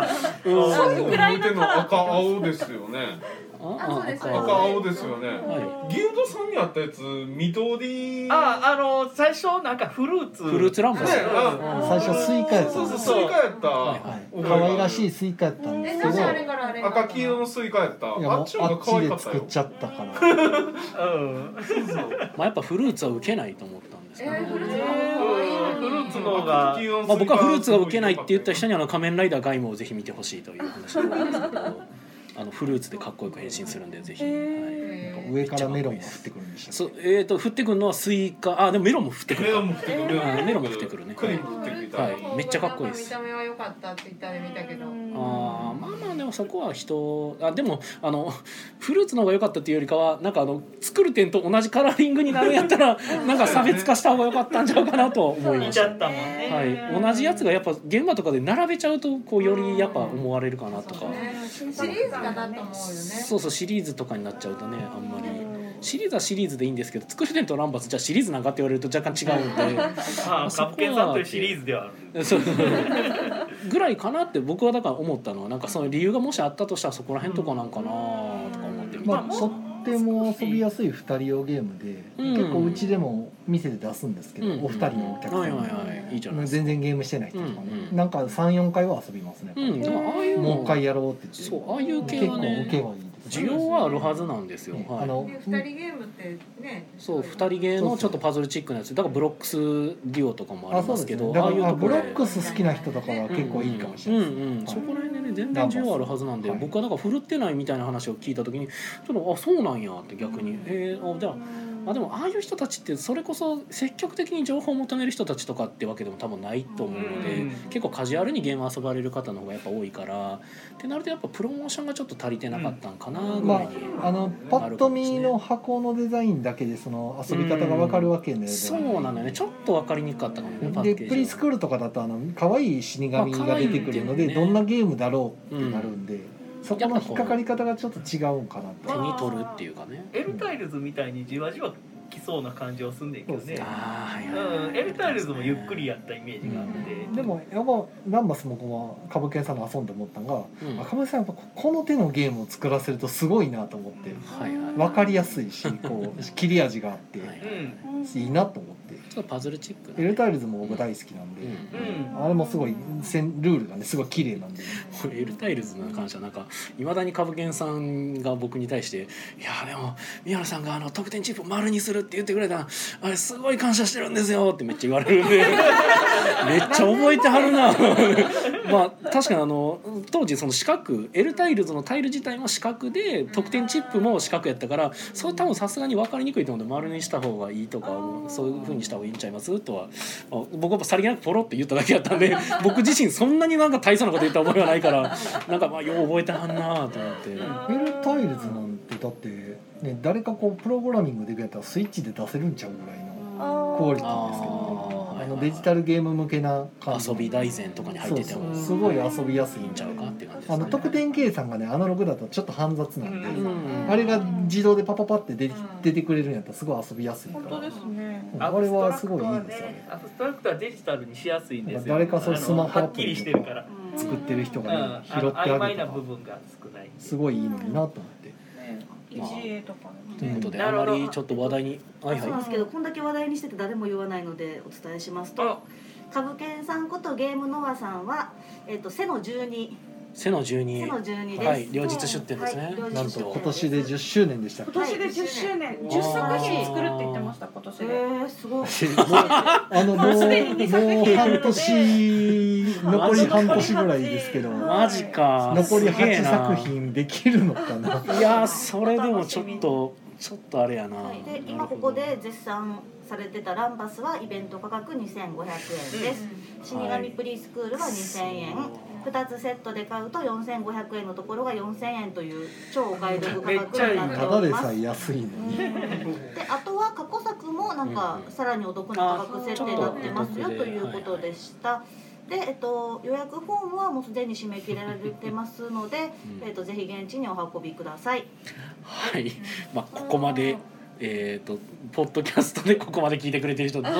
Speaker 4: あ
Speaker 5: そう
Speaker 6: いうくらいのカラー
Speaker 5: 赤青ですよね
Speaker 7: あそうです
Speaker 1: あ
Speaker 7: そう
Speaker 5: 赤青ですよね
Speaker 1: は
Speaker 5: ギルドさんにあったやつ緑
Speaker 4: ああの最初なんかフルーツ
Speaker 1: フルーツラン
Speaker 5: ね
Speaker 1: バス、
Speaker 5: あ
Speaker 2: 最初スイカやった
Speaker 5: そうそうス
Speaker 4: そう
Speaker 5: イカやった、
Speaker 2: はい、可愛らしいスイカやったんで
Speaker 7: え
Speaker 2: すけ
Speaker 7: な
Speaker 2: どい
Speaker 7: ぜあ
Speaker 2: や
Speaker 7: れからあれになった
Speaker 5: 赤黄色のスイカやった
Speaker 2: もうあ
Speaker 5: あ
Speaker 2: っ
Speaker 5: っ
Speaker 2: ち
Speaker 5: ちの方が可
Speaker 2: で
Speaker 5: 愛かった
Speaker 2: 作っ
Speaker 5: よ
Speaker 2: ちゃったから
Speaker 4: うん
Speaker 1: まあ、やっぱフルーツは受けないと思ったんです
Speaker 7: え
Speaker 1: けど、
Speaker 7: ーフルーツ
Speaker 1: ね
Speaker 7: の方がいいの
Speaker 5: 赤黄色のスイ
Speaker 4: フルーツの方が
Speaker 7: に
Speaker 5: カ
Speaker 1: まあ、僕はフルーツが受けないって言った人にあの仮面ライダーガイモをぜひ見てほしいという話をしたんですけどあのフルーツでかっこよく変身するんでぜひ、はい、
Speaker 7: え
Speaker 2: 上からメロンが降ってくるんでした
Speaker 1: そ
Speaker 2: っ
Speaker 1: うえー、と降ってくるのはスイカあでもメロンも降ってく
Speaker 5: メ
Speaker 1: る
Speaker 5: ロンも降ってくる
Speaker 1: あメロンも降ってくるね
Speaker 5: クリーム降ってくる
Speaker 1: はいめっちゃかっこいいです
Speaker 7: なん見た目は良かったって言ったで見たけど
Speaker 1: あーまあまあでもそこは人あでもあのフルーツの方が良かったっていうよりかはなんかあの作る点と同じカラーリングになるんやったらなんか差別化した方が良かったんちゃうかなと思いま
Speaker 4: 見
Speaker 1: し
Speaker 4: ち
Speaker 1: た
Speaker 4: ゃ。ったもんね
Speaker 1: はい、同じやつがやっぱ現場とかで並べちゃうとこうよりやっぱ思われるかなとか
Speaker 7: そうねシリーズかなと思うよね
Speaker 1: そうそうシリーズとかになっちゃうとねあんまりシリーズはシリーズでいいんですけど「つくし伝とランバス」じゃあシリーズなんかって言われると若干違うん
Speaker 4: ああカブケンさんというシリーズではある
Speaker 1: で そうぐらいかなって僕はだから思ったのはなんかその理由がもしあったとしたらそこら辺とかなんかなとか思って
Speaker 2: け
Speaker 1: み
Speaker 2: ま
Speaker 1: た
Speaker 2: あとっても遊びやすい2人用ゲームで、
Speaker 1: うん
Speaker 2: 結構うちでも店で出すんですけど、
Speaker 1: うん
Speaker 2: お二人のお客さ
Speaker 1: はい
Speaker 2: ん
Speaker 1: はい
Speaker 2: に、
Speaker 1: はいいいじゃないですか
Speaker 2: 全然ゲームしてない人とかね、
Speaker 1: うんうん
Speaker 2: なんか34回は遊びますね、
Speaker 1: うんだからああいうの
Speaker 2: もう一回やろうって言って
Speaker 1: そうああいう系
Speaker 2: 結
Speaker 1: は
Speaker 2: 構受
Speaker 1: ね
Speaker 2: けはいいです
Speaker 1: 需要はあるはずなんですよ、
Speaker 2: ね
Speaker 1: はい、
Speaker 2: あの
Speaker 7: で二人ゲームってね
Speaker 1: そう二人芸のちょっとパズルチックなやつだからブロックスデュオとかもありますけど
Speaker 2: あ
Speaker 1: あ
Speaker 2: そう
Speaker 1: あ
Speaker 2: で
Speaker 1: い
Speaker 2: すね
Speaker 1: う
Speaker 2: だか
Speaker 1: と
Speaker 2: ら
Speaker 1: こ
Speaker 2: ブ
Speaker 1: ろ
Speaker 2: ロ
Speaker 1: で
Speaker 2: ックス好きな人とかは結構いいかもしれないです
Speaker 1: うんうんうん
Speaker 2: はい
Speaker 1: そこら辺でね全然需要あるはずなんで
Speaker 2: はい
Speaker 1: 僕はだから振るってないみたいな話を聞いた時にちょっとあそうなんやって逆にえー、あじゃああでもああいう人たちってそれこそ積極的に情報を求める人たちとかってわけでも多分ないと思うので、
Speaker 4: うん
Speaker 1: 結構カジュアルにゲーム遊ばれる方の方がやっぱ多いからってなるとやっぱプロモーションがちょっと足りてなかったんかなぐらいに、
Speaker 2: あのパッと見の箱のデザインだけでその遊び方がわかるわけね、
Speaker 1: そうなのよねちょっと分かりにくかったかもねパッケ
Speaker 2: で
Speaker 1: ージは
Speaker 2: プリスクールとかだとあの可愛い死神が出てくるので、
Speaker 1: まあ可愛いっていうね
Speaker 2: どんなゲームだろうってなるんで、そこの引っかかり方がちょっと違うんかな
Speaker 1: 手
Speaker 2: と
Speaker 1: に取るっていうかね
Speaker 4: エルタイルズみたいにじわじわ来そうな感じはすんねんけどね
Speaker 1: ああはいはいはい、
Speaker 4: うん、エルタイルズもゆっくりやったイメージがあって、
Speaker 2: でもやっぱランバスもこう株券さんの遊んで思ったのが、
Speaker 1: うん、
Speaker 2: あ
Speaker 1: は
Speaker 2: 株券さんやっぱここの手のゲームを作らせるとすごいなと思って
Speaker 1: いはい
Speaker 2: 分かりやすいしこ う切り味があって
Speaker 1: はい
Speaker 4: うん
Speaker 2: いいなと思って
Speaker 1: ちょっとパズルチックな
Speaker 2: エルタイルズも僕大好きなんで、
Speaker 1: うん
Speaker 4: うん
Speaker 2: あれもすごいせんルールがねすごい綺麗なんで
Speaker 1: これエルタイルズに関してはなんかいまだに株券さんが僕に対して「いやでも宮野さんがあの得点チップを丸にするって言ってくれたあれすごい感謝してるんですよ」ってめっちゃ言われるんでめっちゃ覚えてはるな まあ確かにあの当時その四角エルタイルズのタイル自体も四角で得点チップも四角やったからそれ多分さすがに分かりにくいと思うんで丸にした方がいいとかそういうふうにした方がいいいいんちゃいますとはあ僕はさりげなくポロって言っただけやった んで僕自身そんなになんか大層なこと言った覚えはないからなんかまあよう覚えてはんなと思って。
Speaker 2: フェルタイルズなんてだって、ね、誰かこうプログラミングできるやったらスイッチで出せるんちゃうぐらいのクオリティですけど
Speaker 1: あー
Speaker 2: ねあのデジタルゲーム向けな感じ
Speaker 1: 遊び大全とかに入ってても
Speaker 2: そうそうすごい遊びやすい
Speaker 1: いいんちゃうかっていう感じで
Speaker 2: あ
Speaker 1: す
Speaker 2: の
Speaker 1: ね。
Speaker 2: 得点計算がねアナログだとちょっと煩雑なんで、
Speaker 1: うん
Speaker 2: あれが自動でパパパって出て出てくれるんやったらすごい遊びやすいから
Speaker 3: 本当ですね。
Speaker 2: うんあれはすごいいいですよね
Speaker 4: アブストラクトはデジタルにしやすいんですよ
Speaker 2: 誰かそうスマホ
Speaker 4: あの
Speaker 2: ア
Speaker 4: はっ
Speaker 2: プ
Speaker 4: きり
Speaker 2: リと
Speaker 4: して
Speaker 2: か
Speaker 4: るから、
Speaker 2: 作ってる人
Speaker 4: うん、
Speaker 2: が
Speaker 4: あ
Speaker 2: ね拾
Speaker 4: の
Speaker 2: ってあ
Speaker 4: 曖
Speaker 2: げ
Speaker 4: 昧
Speaker 2: た
Speaker 4: な
Speaker 2: ら
Speaker 4: 部分が少ないんです
Speaker 2: ごいいいのになと思って。
Speaker 1: まあ
Speaker 3: EGA とかね
Speaker 1: ということで
Speaker 4: な
Speaker 1: あ
Speaker 4: る
Speaker 1: ま
Speaker 4: ほど
Speaker 1: りちょっと話題にはい
Speaker 8: そうな
Speaker 1: は
Speaker 8: んですけどこんだけ話題にしてて誰も言わないのでお伝えしますと
Speaker 4: あ
Speaker 8: 株券さんことゲームノアさんは、えっと背の12
Speaker 1: い背の十
Speaker 8: 背
Speaker 1: 二
Speaker 8: の12です、
Speaker 1: はい両日出店ですね
Speaker 8: はい両日
Speaker 1: なん
Speaker 8: 出
Speaker 1: と
Speaker 8: 店
Speaker 2: 今年で10周年でしたっ
Speaker 3: 今年
Speaker 2: け
Speaker 3: で10周年、
Speaker 1: はい
Speaker 3: 10作品作るって言ってました今年
Speaker 8: え
Speaker 3: で。
Speaker 8: ー、す ごい
Speaker 2: あのもう
Speaker 3: もう
Speaker 2: も
Speaker 3: すでに二作品
Speaker 2: う半年 残り半年ぐらいですけど
Speaker 1: マジか
Speaker 2: 残り
Speaker 1: すげえ
Speaker 2: 8
Speaker 1: な
Speaker 2: 作品できるのかない
Speaker 1: やーそれでもちょっとちょっとあれやな、
Speaker 8: はい、で今ここで絶賛されてたランバスはイベント価格2500円です、死神プリスクールは2000円、2つセットで買うと4500円のところが4000円という超お買い得価格になって
Speaker 2: た
Speaker 8: お
Speaker 2: だ
Speaker 8: り
Speaker 2: で
Speaker 8: ま
Speaker 2: さ
Speaker 8: す
Speaker 2: え安いのに
Speaker 8: であとは過去作もなんかさらにお得な価格設定になってますよということでした。でえっと、予約フォームはもうすでに締め切られてますので、えっと、ぜひ現地にお運びください。
Speaker 1: はい、まあ、ここまで、えっ、と、ポッドキャストでここまで聞いてくれてる人に向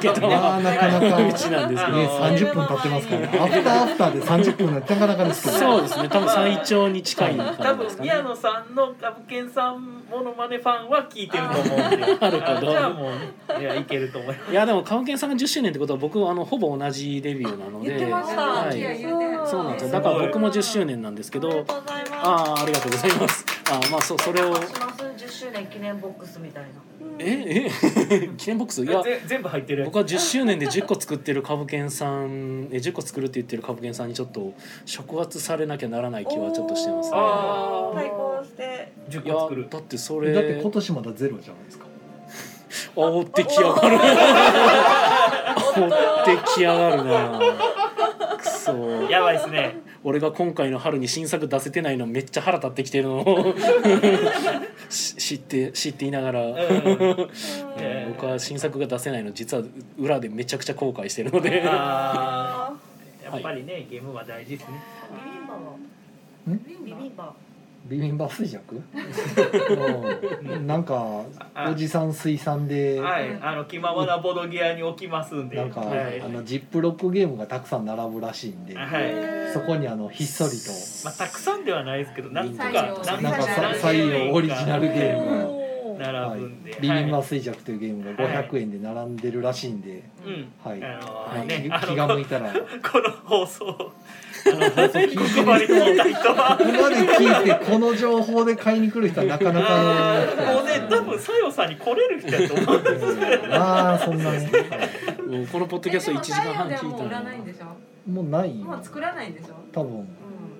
Speaker 1: けた
Speaker 2: いやー
Speaker 1: は。
Speaker 2: なかなか
Speaker 1: うちなんですけど
Speaker 2: ね、30分経ってますから、アフターアフターで30分なんてなかなかですけど
Speaker 1: そうですね、多分最長に近い感じ
Speaker 4: 多
Speaker 1: です
Speaker 4: 分
Speaker 1: かね
Speaker 4: 宮。野さんの株券さんモノマネファンは聞いてると 思うんで
Speaker 1: なるほど
Speaker 4: あじゃあもういやいけると思います
Speaker 1: いや、でも、カウケンさんが10周年ってことは、僕、あの、ほぼ同じデビューなので。
Speaker 3: 言ってました。
Speaker 1: は
Speaker 3: 言っ
Speaker 1: い。
Speaker 3: てました
Speaker 1: そうなんですよ。だから、僕も10周年なんですけ
Speaker 3: おめで
Speaker 1: ど。
Speaker 3: とうございます。
Speaker 1: ああ、ありがとうございます。あー、まあ、そう、それを。
Speaker 8: ます10周年記念ボックスみたい
Speaker 1: え、え、 記念ボックス、いや。
Speaker 4: ぜ全部入ってるやつ
Speaker 1: 僕は10周年で10個作ってる株券さんえ10個作るって言ってる株券さんにちょっと触発されなきゃならない気はちょっとしてますね。
Speaker 4: あ
Speaker 3: 対抗して。
Speaker 1: い
Speaker 4: 10
Speaker 1: や
Speaker 4: 個作る
Speaker 1: だってそれ
Speaker 2: だって今年まだゼロじゃないですか
Speaker 1: 煽ってきやがる煽ってきやがるなくそ
Speaker 4: やばいですね
Speaker 1: 俺が今回の春に新作出せてないのめっちゃ腹立ってきてるの をし知って知っていながら、
Speaker 4: うん
Speaker 1: えー僕は新作が出せないの実は裏でめちゃくちゃ後悔してるので
Speaker 4: あ
Speaker 3: あ
Speaker 4: ーやっぱりねゲームは大事ですね
Speaker 8: な。ビビンバは。ビビンバ。
Speaker 2: ビビンバ衰弱うんなんかおじさん水産で
Speaker 4: はいあの気ままなボドギアに置きますんで
Speaker 2: なんか、
Speaker 4: はい
Speaker 2: あのジップロックゲームがたくさん並ぶらしいんで、
Speaker 4: はい
Speaker 2: そこにあのひっそりと
Speaker 4: まあたくさんではないですけど何個か
Speaker 7: 採用
Speaker 4: 何個
Speaker 2: なんかさ
Speaker 4: 何種類
Speaker 2: 採用オリジナルゲームが。は
Speaker 4: 並
Speaker 2: い
Speaker 4: ぶんで、
Speaker 2: ビビンバ
Speaker 4: はい
Speaker 2: 衰弱というゲームが500円で並んでるらしいんで、
Speaker 4: うん
Speaker 2: はい
Speaker 4: あの
Speaker 1: はい
Speaker 4: ねあ
Speaker 2: 気気
Speaker 4: の
Speaker 2: が向いたらこ
Speaker 4: この放送をあのここまで聞いた人は
Speaker 2: こまで聞いてこの情報で買いに来る人は なかな
Speaker 4: あ
Speaker 2: か
Speaker 4: ーもうね多分さよさんに来れる人やと思う ん ですよ
Speaker 2: うんまあそんなね、
Speaker 1: もうこのポッドキャスト1時間半
Speaker 7: でも
Speaker 1: 聞
Speaker 7: 太陽で
Speaker 1: いた
Speaker 7: はもう売ら
Speaker 1: の
Speaker 7: ないんでしょ。
Speaker 2: もうない
Speaker 7: もう作らないんでしょ。
Speaker 2: 多分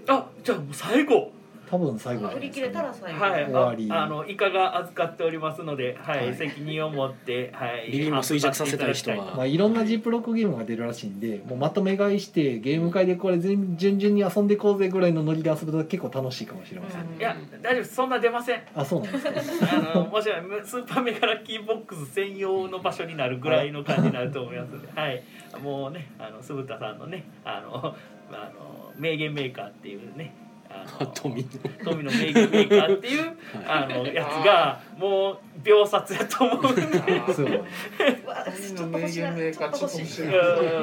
Speaker 4: あじゃあもう最後
Speaker 2: 多分最後じゃな
Speaker 8: 売
Speaker 2: いで
Speaker 8: り
Speaker 2: す
Speaker 8: 切
Speaker 2: か
Speaker 8: れたら最後。
Speaker 4: はい
Speaker 2: 終わり
Speaker 4: ああのイカが預かっておりますのではい、
Speaker 1: はい
Speaker 4: 責任を持ってはい
Speaker 1: ビビンバ衰弱させたい人は
Speaker 2: まあ、いろんなジップロックゲームが出るらしいんでもうまとめ買いしてゲーム会でこれ全順々に遊んでいこうぜぐらいのノリで遊ぶと結構楽しいかもしれません、
Speaker 4: いや大丈夫ですそんな出ません
Speaker 2: あそうなん ですか
Speaker 4: あのもしろんスーパーメガラッキーボックス専用の場所になるぐらいの感じになると思いますので、はい、もうねあの鈴田さんのねあのあの名言メーカーっていうねあの
Speaker 1: 富野
Speaker 4: 富の名言メーカーっていうあのやつがもう秒殺やと思うんで
Speaker 2: すごい
Speaker 5: ちょっと欲しいなちょっと欲しいな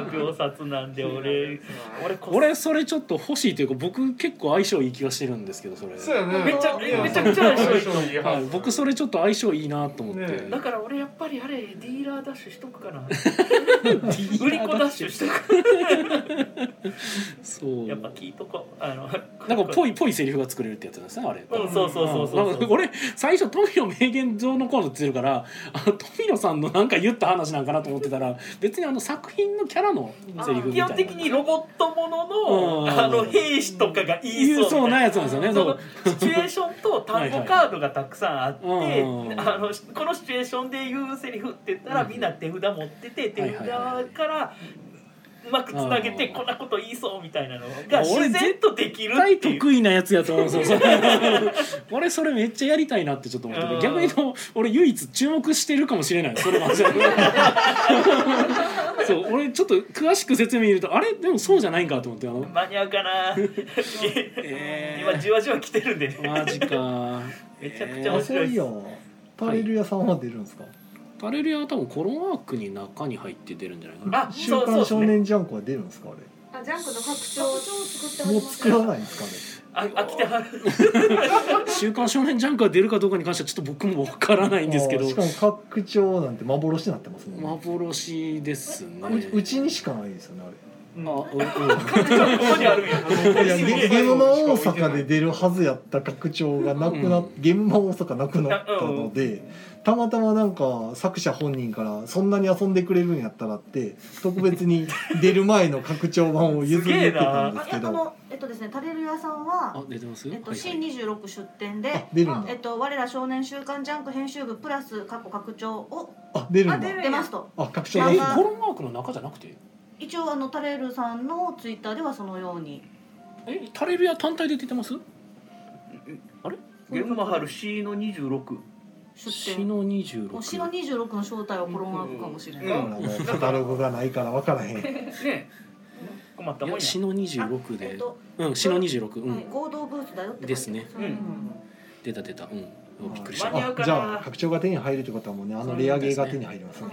Speaker 4: うん秒殺なんで俺俺こ
Speaker 1: 俺それちょっと欲しいというか僕結構相性いい気がしてるんですけどそれ
Speaker 5: そうやね
Speaker 4: めちゃめちゃくちゃ相性いい
Speaker 1: はい、僕それちょっと相性いいなと思って、
Speaker 5: ね
Speaker 4: だから俺やっぱりあれディーラーダッシュしとくか な売り子ダッシュしとく
Speaker 1: そう
Speaker 4: やっぱ聞いとこうあの
Speaker 1: なんかぽいぽいセリフが作れるってやつなんですねあれ、
Speaker 4: うんそうそうそうそう
Speaker 1: なんか俺最初富野名言上のコーナーって言ってるからあの富野さんのなんか言った話話なんかなと思ってたら別にあの作品のキャラのセリフみ
Speaker 4: 基
Speaker 1: たい
Speaker 4: 本
Speaker 1: な
Speaker 4: 的にロボットもの
Speaker 1: うん
Speaker 4: のあの兵士とかが言い
Speaker 1: 言い
Speaker 4: そ
Speaker 1: そうう
Speaker 4: な
Speaker 1: なやつなんですよねそ
Speaker 4: その
Speaker 1: う
Speaker 4: シチュエーションと単語カードがたくさんあって
Speaker 1: はいはいうん
Speaker 4: あのこのシチュエーションで言うセリフって言ったら
Speaker 1: うん
Speaker 4: みんな手札持ってて手札
Speaker 1: はいはいはい
Speaker 4: からうまくつなげて
Speaker 1: うん
Speaker 4: こんなこと言いそうみたいなのが
Speaker 1: 俺
Speaker 4: 自然とできる
Speaker 1: 絶
Speaker 4: っ
Speaker 1: 対
Speaker 4: ていう。
Speaker 1: 得意なやつやと 思うん ですよそれ俺それめっちゃやりたいなってちょっと思って
Speaker 4: うん
Speaker 1: て逆に言うと俺唯一注目してるかもしれない それ はそう俺ちょっと詳しく説明言うとあれでもそうじゃないんかと思ってあの
Speaker 4: 間に合うかな
Speaker 1: え
Speaker 4: 今じわじわ来てるんでね
Speaker 1: ー、マジか
Speaker 4: めちゃくち
Speaker 1: え
Speaker 4: ゃ面
Speaker 1: ー
Speaker 2: 遅
Speaker 4: 白い
Speaker 2: い
Speaker 4: です
Speaker 2: よパレル屋さんは出るんですか、
Speaker 1: パレルヤは多分コロンワークに中に入って出るんじゃないかな
Speaker 4: あ
Speaker 2: 週
Speaker 4: そうそう
Speaker 2: 刊
Speaker 4: です
Speaker 2: 少
Speaker 4: ね
Speaker 2: 年ジャンクは出るんですかあ
Speaker 7: あジャンクの拡張を作って
Speaker 2: れもう作らないんですかね
Speaker 4: あ飽きてはる
Speaker 1: 「週刊少年ジャンク」が出るかどうかに関してはちょっと僕もわからないんですけ
Speaker 2: あ
Speaker 1: ど
Speaker 2: ーしかも拡張なんて幻になってますもんね
Speaker 1: 幻ですね
Speaker 2: ううちにしかないですよねあれ
Speaker 1: あうんうん
Speaker 4: ここにあるんや
Speaker 2: いやゲゲムマ大阪で出るはずやった拡張がなくなっ、
Speaker 1: うん
Speaker 2: ゲムマ大阪なくなったので、たまたまなんか作者本人からそんなに遊んでくれるんやったらって特別に出る前の拡張版を譲り受けたんで
Speaker 8: あ
Speaker 2: す
Speaker 8: い
Speaker 2: け
Speaker 8: や
Speaker 2: ど
Speaker 8: あのえっとですねタレルヤさん
Speaker 1: あ
Speaker 8: は
Speaker 1: 出てます、
Speaker 8: えっと
Speaker 1: はいはい
Speaker 8: C26 出店で
Speaker 2: 出るんだ
Speaker 8: えっと我ら少年週刊ジャンク編集部プラス過去拡張を
Speaker 2: あ出る
Speaker 3: あ
Speaker 2: んだ
Speaker 3: 出る
Speaker 8: 出ますと
Speaker 2: あ拡張
Speaker 1: え
Speaker 2: 版
Speaker 1: コロンワークの中じゃなくて
Speaker 8: 一応あのタレルさんのツイッターではそのように
Speaker 1: えタレルヤ単体で出てます
Speaker 4: ゲムマハル C の26
Speaker 8: 出
Speaker 1: シ
Speaker 8: 店
Speaker 1: ノ26
Speaker 8: 星の26の正体はコロンワークかもしれない、
Speaker 4: うん
Speaker 2: あのカタログがないから分からへん
Speaker 4: ね困った
Speaker 1: い
Speaker 4: もん
Speaker 1: や
Speaker 4: や
Speaker 1: シノ26
Speaker 8: えっ
Speaker 1: で
Speaker 8: と、
Speaker 1: うんシノ26う
Speaker 8: はい
Speaker 1: ん
Speaker 8: 合同ブースだよって
Speaker 1: ですね
Speaker 8: うん
Speaker 1: 出た出たうんおびっくりし
Speaker 4: 間に
Speaker 1: た
Speaker 4: 合うか
Speaker 2: あ
Speaker 4: な
Speaker 2: じゃあ拡張が手に入るってことはもうねあのレアゲーが手に入りますね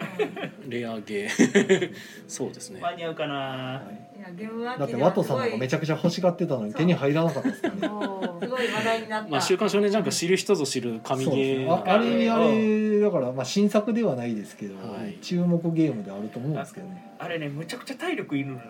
Speaker 1: レアゲー そうですね
Speaker 4: 間に合うかな
Speaker 7: やゲームは
Speaker 2: だってワトさんなんかめ
Speaker 7: す
Speaker 2: ちゃくちゃ欲しがってたのに手に入らなかったですからね
Speaker 7: ごい話題になった、
Speaker 1: まあ週刊少年ジャンクは知る人ぞ知る神ゲ
Speaker 2: そうです
Speaker 1: ー
Speaker 2: ね
Speaker 1: なん
Speaker 2: あ
Speaker 1: か
Speaker 2: あれにあれだから、まあ、新作ではないですけど、
Speaker 1: はい
Speaker 2: 注目ゲームであると思うんですけどね
Speaker 4: あれねむちゃくちゃ体力いるのよ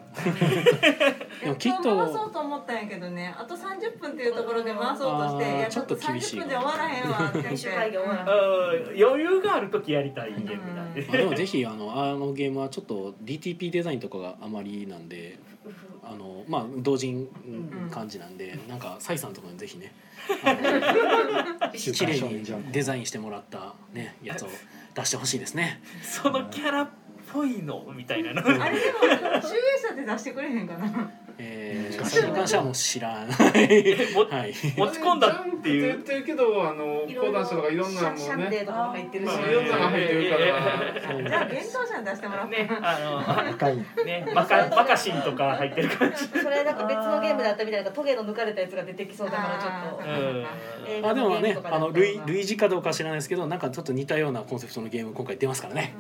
Speaker 1: でもきっと
Speaker 7: いや今日回そうと思ったんやけどねあと30分っていうところで回そうとして
Speaker 1: あー
Speaker 7: いや
Speaker 1: ちょっと厳しい
Speaker 7: 30分じゃ終わらへんわっ て言って
Speaker 3: 編集会議終わらん
Speaker 4: うん余裕がある時やりたいゲームなんで
Speaker 1: まあでもぜひあのあのゲームはちょっと DTP デザインとかがあまりなんであのまあ同人感じなんで、なんかサイさんとかにぜひねあの綺麗にデザインしてもらったねやつを出してほしいですね。
Speaker 4: そのキャラっぽいのみたいなの
Speaker 7: あれでも集英社で出してくれへんかな
Speaker 1: えー、
Speaker 2: 難しい
Speaker 1: その関してはもう知らない。
Speaker 4: も
Speaker 1: はい。
Speaker 4: 持ち込んだって
Speaker 5: ジャン
Speaker 4: い
Speaker 5: プって言
Speaker 4: う
Speaker 5: ってるけどあの
Speaker 8: い
Speaker 5: 講談社とかいろんなもん
Speaker 8: シャンシャン
Speaker 5: ね
Speaker 8: デーとかも入ってるし、
Speaker 4: シャンシャン
Speaker 5: いろんなのが入ってるから
Speaker 1: そう
Speaker 7: じゃあ幻冬社に出してもらおう
Speaker 4: ねあ
Speaker 2: 赤い
Speaker 4: のねバカバカシンとか入ってる感じ
Speaker 8: それなんか別のゲームだったみたいなトゲの抜かれたやつが出てきそうだからちょっ
Speaker 4: う
Speaker 8: と
Speaker 4: ん
Speaker 8: え
Speaker 1: あでもねあの類類似かどうかは知らないですけどなんかちょっと似たようなコンセプトのゲーム今回出ますからね。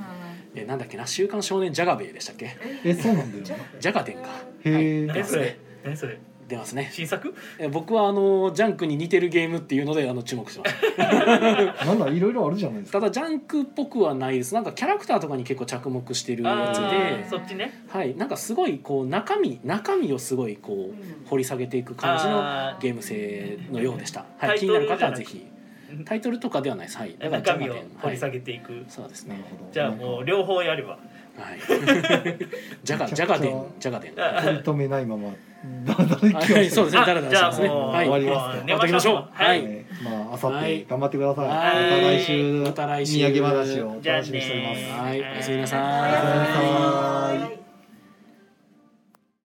Speaker 1: えーなんだっけな週刊少年ジャガベイでしたっけ？
Speaker 2: えそうなんだよね
Speaker 1: ジャガテンか。
Speaker 2: へえ、
Speaker 1: は
Speaker 4: 何
Speaker 1: い
Speaker 4: それ何それ
Speaker 1: 出ますね。
Speaker 4: 新作
Speaker 1: えー僕はあのジャンクに似てるゲームっていうのであの注目してます。
Speaker 2: なんだいろいろあるじゃないです
Speaker 1: た
Speaker 2: か
Speaker 1: だジャンクっぽくはないですなんかキャラクターとかに結構着目してるやつ
Speaker 4: あー
Speaker 1: で
Speaker 4: そっちね
Speaker 1: はいなんかすごいこう中身中身をすごいこう掘り下げていく感じの
Speaker 4: あー
Speaker 1: ゲーム性のようでした、は
Speaker 4: タ
Speaker 1: い、
Speaker 4: イ
Speaker 1: 気
Speaker 4: ト
Speaker 1: にな
Speaker 4: ル
Speaker 1: る
Speaker 4: じ
Speaker 1: 方
Speaker 4: ゃなく
Speaker 1: はぜひタイトルとかではないですはいだからジ
Speaker 4: 中
Speaker 1: ャ
Speaker 4: 身
Speaker 1: ガ
Speaker 4: を
Speaker 1: テン
Speaker 4: 掘
Speaker 1: は
Speaker 4: り
Speaker 1: い
Speaker 4: 下げていく
Speaker 1: そうです
Speaker 2: なる
Speaker 1: ね
Speaker 2: ほど
Speaker 4: じゃあもう
Speaker 2: なんか
Speaker 4: 両方やれば
Speaker 1: はい ジャガジャガデンジャガデン
Speaker 4: あ
Speaker 2: 取り留めないまま誰々来ました
Speaker 1: はいそうですねダラダラ
Speaker 4: じ
Speaker 1: して
Speaker 4: ゃ
Speaker 1: ま
Speaker 4: あ
Speaker 1: すね
Speaker 4: もう
Speaker 1: はい
Speaker 2: 終わり
Speaker 4: もう
Speaker 1: また行きましょう
Speaker 4: は
Speaker 1: はい
Speaker 2: ねまああさっ
Speaker 1: はい
Speaker 2: て頑張ってください、
Speaker 1: はい
Speaker 2: また来週
Speaker 1: また来週
Speaker 2: 土産話をお
Speaker 4: じゃあ
Speaker 2: 楽しみにしております
Speaker 4: ね
Speaker 1: はいおやすみなさ
Speaker 2: おやすみなさい
Speaker 1: ーい
Speaker 8: はい